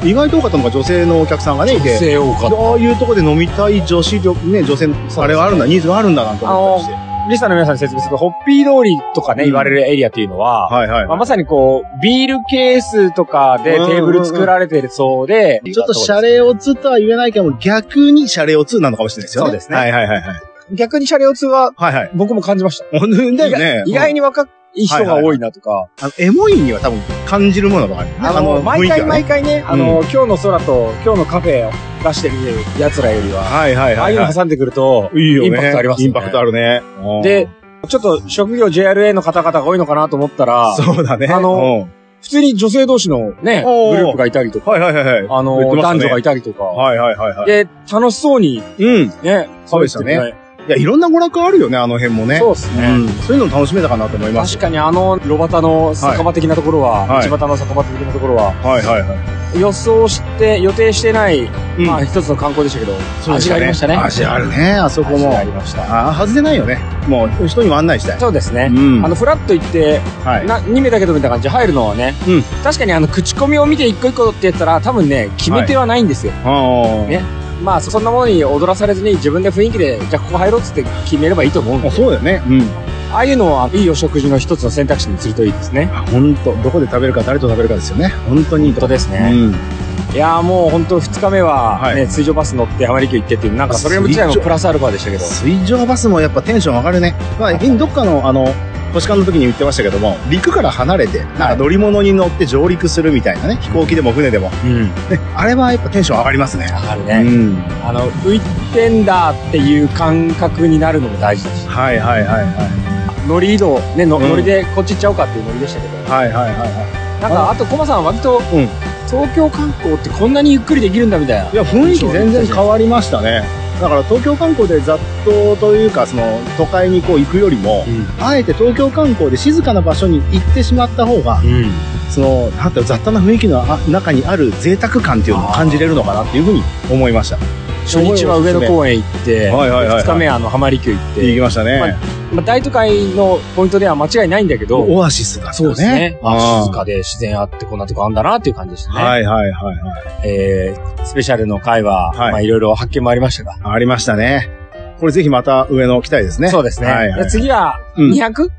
[SPEAKER 3] 意外と多かったのが女性のお客さんがね、いて。
[SPEAKER 2] 多か
[SPEAKER 3] ああいうとこで飲みたい女子力、ね、女性の、あれはあるんだ、ニーズがあるんだなんて思ったりして。
[SPEAKER 4] リスナーの皆さんに説明すると、ホッピー通りとかね、
[SPEAKER 3] うん
[SPEAKER 4] 言われるエリアっていうのは、
[SPEAKER 3] はいはい。
[SPEAKER 4] まあ、まさにこう、ビールケースとかでテーブル作られてるそうで、
[SPEAKER 3] ちょっとシャレオツとは言えないけども、逆にシャレオツなのかもしれないですよね。
[SPEAKER 4] そうですね
[SPEAKER 3] はいはいはいはい。
[SPEAKER 4] 逆にシャレオツは
[SPEAKER 3] はいはい。
[SPEAKER 4] 僕も感じました。
[SPEAKER 3] ほんとだよね。
[SPEAKER 4] 意外
[SPEAKER 3] に。
[SPEAKER 4] に若い人が多いなとか、
[SPEAKER 3] あの、エモいには多分感じるものがあるよね。
[SPEAKER 4] あの、毎回毎
[SPEAKER 3] 回。
[SPEAKER 4] 回ね、あの、今日の空と今日のカフェを出してる奴らよりは、
[SPEAKER 3] はいはい
[SPEAKER 4] ああ
[SPEAKER 3] はいい。
[SPEAKER 4] うの
[SPEAKER 3] は
[SPEAKER 4] 挟んでくると、
[SPEAKER 3] いいよね。
[SPEAKER 4] インパクトありますね
[SPEAKER 3] インパクトあるね。うん
[SPEAKER 4] で、、ちょっと職業 JRA の方々が多いのかなと思ったら、
[SPEAKER 3] そうだね。
[SPEAKER 4] あの普通に女性同士のね、
[SPEAKER 3] おー
[SPEAKER 4] グループがいたりと
[SPEAKER 3] うん、
[SPEAKER 4] か、
[SPEAKER 3] はいはいはいはい。
[SPEAKER 4] あの、
[SPEAKER 3] 言ってました
[SPEAKER 4] 男
[SPEAKER 3] ね
[SPEAKER 4] 女がいたりとか、
[SPEAKER 3] はいはいはいはい。
[SPEAKER 4] で、楽しそうに
[SPEAKER 3] うん。
[SPEAKER 4] ね、
[SPEAKER 3] そうでしたね
[SPEAKER 4] 喋ってる
[SPEAKER 3] いや、いろんな娯楽あるよね、あの辺もね。
[SPEAKER 4] そうですね。
[SPEAKER 3] うん。そういうのも楽しめたかなと思います。
[SPEAKER 4] 確かにあの、ロバタの酒場的なところは、
[SPEAKER 3] はい
[SPEAKER 4] 道端の酒場的なところは、
[SPEAKER 3] はいはいはい。
[SPEAKER 4] 予想して、予定してない、
[SPEAKER 3] うん
[SPEAKER 4] まあ一つの観光でしたけど、
[SPEAKER 3] そうで
[SPEAKER 4] 味
[SPEAKER 3] す
[SPEAKER 4] がありましたね。
[SPEAKER 3] 味あるね、あそこ
[SPEAKER 4] 味
[SPEAKER 3] も
[SPEAKER 4] があ。りました。
[SPEAKER 3] ああ、外れないよね。もう、人にも案内したい。
[SPEAKER 4] そうですね。
[SPEAKER 3] うん
[SPEAKER 4] あの、フラッと行って、
[SPEAKER 3] はい。
[SPEAKER 4] な2名だけどみたいな感じで入るのはね、
[SPEAKER 3] うん
[SPEAKER 4] 確かにあの、口コミを見て一個一個ってやったら、多分ね、決め手はないんですよ。
[SPEAKER 3] あ
[SPEAKER 4] ねまあ、そんなものに踊らされずに自分で雰囲気で、じゃあここ入ろうっつって決めればいいと思うん
[SPEAKER 3] あ。
[SPEAKER 4] で、
[SPEAKER 3] そうだよね。うん。
[SPEAKER 4] ああいうのはいいお食事の一つの選択肢にするといいですね。
[SPEAKER 3] 本当どこで食べるか誰と食べるかですよね本当にいいと
[SPEAKER 4] 本
[SPEAKER 3] こ
[SPEAKER 4] 当ですね。
[SPEAKER 3] うん、
[SPEAKER 4] いやーもう本当2日目は、
[SPEAKER 3] は
[SPEAKER 4] ね
[SPEAKER 3] い
[SPEAKER 4] 水上バス乗って浜離宮行ってっていう、なんかそれ自体もプラスアルファでしたけど。
[SPEAKER 3] 水上バスもやっぱテンション上がるねまあどっかのあの星間の時に言ってましたけども陸から離れてなんか乗り物に乗って上陸するみたいなね飛行機でも船でも、ね、
[SPEAKER 4] うん。
[SPEAKER 3] あれはやっぱテンション上がりますね
[SPEAKER 4] 上がる
[SPEAKER 3] う
[SPEAKER 4] ね。
[SPEAKER 3] ん
[SPEAKER 4] あの、浮いてんだっていう感覚になるのも大事だし、
[SPEAKER 3] はいはいはいは
[SPEAKER 4] 乗り移動、ね、の
[SPEAKER 3] うん
[SPEAKER 4] 乗りでこっち行っちゃおうかっていう乗りでしたけど、
[SPEAKER 3] いはいはいはいは
[SPEAKER 4] なんかあとコマさん割と、
[SPEAKER 3] うん
[SPEAKER 4] 東京観光ってこんなにゆっくりできるんだみたいな。
[SPEAKER 3] いや雰囲気全然変わりましたねだから東京観光で雑踏というかその都会にこう行くよりも、
[SPEAKER 4] うん
[SPEAKER 3] あえて東京観光で静かな場所に行ってしまった方が
[SPEAKER 4] うん。
[SPEAKER 3] その、なんていうの雑多な雰囲気のあ中にある贅沢感っていうのを感じれるのかなっていうふうに思いました。
[SPEAKER 4] 初日は上野公園行って、
[SPEAKER 3] はいはいはいはい
[SPEAKER 4] 2日目はあの浜離宮行っ
[SPEAKER 3] 行き
[SPEAKER 4] て、
[SPEAKER 3] ましたね。
[SPEAKER 4] まあまあ、大都会のポイントでは間違いないんだけど、
[SPEAKER 3] オアシスだったね。
[SPEAKER 4] そうですね。ま
[SPEAKER 3] あ
[SPEAKER 4] あ
[SPEAKER 3] ー
[SPEAKER 4] 静かで自然あってこんなとこあんだなっていう感じでしたね。
[SPEAKER 3] はいはいはいはい。
[SPEAKER 4] えー、スペシャルの回は、
[SPEAKER 3] はい
[SPEAKER 4] まあいろいろ発見もありましたが。
[SPEAKER 3] ありましたね。これぜひまた上野来たいですね。
[SPEAKER 4] そうですね。
[SPEAKER 3] はいはい
[SPEAKER 4] で次は、
[SPEAKER 3] うん
[SPEAKER 4] 200?、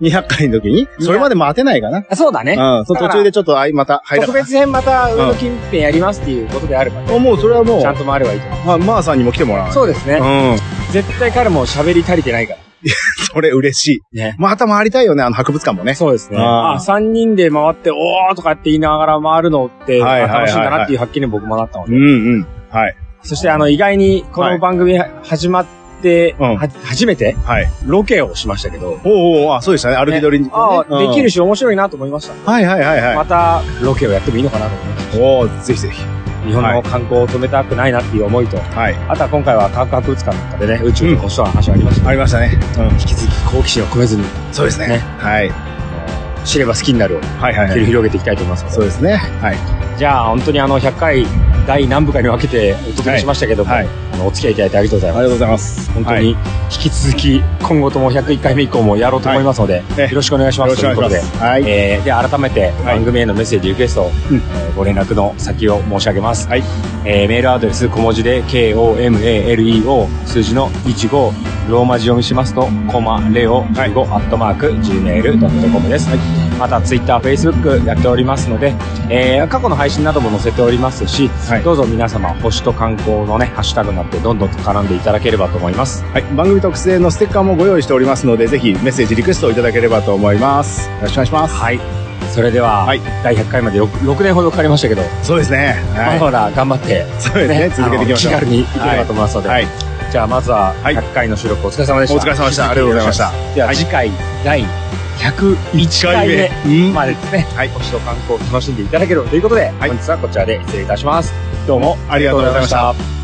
[SPEAKER 3] 200回の時に、それまで待てないかな。
[SPEAKER 4] あそうだね。
[SPEAKER 3] うん。その途中でちょっと、あい、また入ら
[SPEAKER 4] 特別編また上の近辺やりますっていうことであれば、ね
[SPEAKER 3] あもうそれはもう
[SPEAKER 4] ちゃん、と回ればいいと思う。
[SPEAKER 3] まあ、まあさんにも来てもらわない
[SPEAKER 4] そうですね。
[SPEAKER 3] うん。
[SPEAKER 4] 絶対彼も喋り足りてないか
[SPEAKER 3] それ嬉しい。
[SPEAKER 4] ね
[SPEAKER 3] また回りたいよね、あの博物館も
[SPEAKER 4] ら。
[SPEAKER 3] ね。
[SPEAKER 4] そうですね。
[SPEAKER 3] あー
[SPEAKER 4] あ三3人で回って、おーとかって言いながら回るのって、
[SPEAKER 3] はいはいはいはい
[SPEAKER 4] あ楽しいんだなっていう発見に僕もなったので。
[SPEAKER 3] うんうん。はい。
[SPEAKER 4] そしてあの、意外にこ
[SPEAKER 3] は
[SPEAKER 4] の
[SPEAKER 3] い
[SPEAKER 4] 番組始まって、
[SPEAKER 3] うん
[SPEAKER 4] は初めて
[SPEAKER 3] はい。
[SPEAKER 4] ロケをしましたけど、
[SPEAKER 3] おうおうあ、そうでしたね。歩き取りに、
[SPEAKER 4] ああ、できる
[SPEAKER 3] し。
[SPEAKER 4] し面白いなと思いました。
[SPEAKER 3] はいはいはいはい。
[SPEAKER 4] またロケをやってもいいのかなと思いま
[SPEAKER 3] お
[SPEAKER 4] し
[SPEAKER 3] おぜひぜひ。
[SPEAKER 4] た。日本の観光を止めたくないなっていう思いと、
[SPEAKER 3] はい。
[SPEAKER 4] あとは今回は科学博物館の中でね、宇宙の星の話がありました、
[SPEAKER 3] ありましたね。
[SPEAKER 4] 引き続き好奇心を込めずに、
[SPEAKER 3] そうですね。
[SPEAKER 4] ね
[SPEAKER 3] はい。
[SPEAKER 4] 知れば好きになるを
[SPEAKER 3] はいはいは
[SPEAKER 4] 繰り
[SPEAKER 3] い。
[SPEAKER 4] 広げていきたいと思いますので。
[SPEAKER 3] そうですね。はい。
[SPEAKER 4] じゃあ本当にあの100回、第何部かに分けてお届けしましたけども、
[SPEAKER 3] はいは
[SPEAKER 4] あのお付き合いいただいてありがとうござ
[SPEAKER 3] あ
[SPEAKER 4] い
[SPEAKER 3] り
[SPEAKER 4] ま
[SPEAKER 3] が
[SPEAKER 4] す。
[SPEAKER 3] とうございます。
[SPEAKER 4] 本当
[SPEAKER 3] はい
[SPEAKER 4] に引き続き今後とも101回目以降もやろうと思いますので、
[SPEAKER 3] いえ
[SPEAKER 4] よろしくお願いし
[SPEAKER 3] よ
[SPEAKER 4] ま
[SPEAKER 3] ろ
[SPEAKER 4] す
[SPEAKER 3] し
[SPEAKER 4] と
[SPEAKER 3] く
[SPEAKER 4] いう
[SPEAKER 3] お
[SPEAKER 4] こ
[SPEAKER 3] 願
[SPEAKER 4] と
[SPEAKER 3] いし
[SPEAKER 4] で
[SPEAKER 3] ま、す。はい。
[SPEAKER 4] えーで改めて
[SPEAKER 3] い
[SPEAKER 4] 番組へのメッセージリクエストを、えーご連絡の先を申し上げます、
[SPEAKER 3] はい
[SPEAKER 4] えーメールアドレス小文字で KOMALEO 数字の15ローマ字読みしますとコマレオ15、アットマーク Gmail.com です、また TwitterFacebook やっておりますので、えー過去の配信なども載せておりますし、
[SPEAKER 3] い
[SPEAKER 4] どうぞ皆様星と観光のねハッシュタグになってどんどんと絡んでいただければと思います
[SPEAKER 3] はい。番組特製のステッカーもご用意しておりますので、ぜひメッセージリクエストをいただければと思います。よろしくお願いします。
[SPEAKER 4] はいそれでは、
[SPEAKER 3] はい
[SPEAKER 4] 第100回まで 6, 6年ほどかかりましたけど、
[SPEAKER 3] そうですね。
[SPEAKER 4] まだ
[SPEAKER 3] は
[SPEAKER 4] まだ頑張って
[SPEAKER 3] い。そうですね。続けていきましょう。
[SPEAKER 4] あの気軽にいければと思いますので、
[SPEAKER 3] はい。
[SPEAKER 4] じゃあまずは
[SPEAKER 1] はい
[SPEAKER 4] 100回の収録お疲れ様でした。
[SPEAKER 1] お疲れ様でした。ありがとうございました。
[SPEAKER 4] では次回第101回目までですね、
[SPEAKER 1] はい
[SPEAKER 4] 星と観光を楽しんでいただけるということで、本日はこちらで失礼いたします。どうも
[SPEAKER 1] ありがとうございました
[SPEAKER 4] ありがとうございました。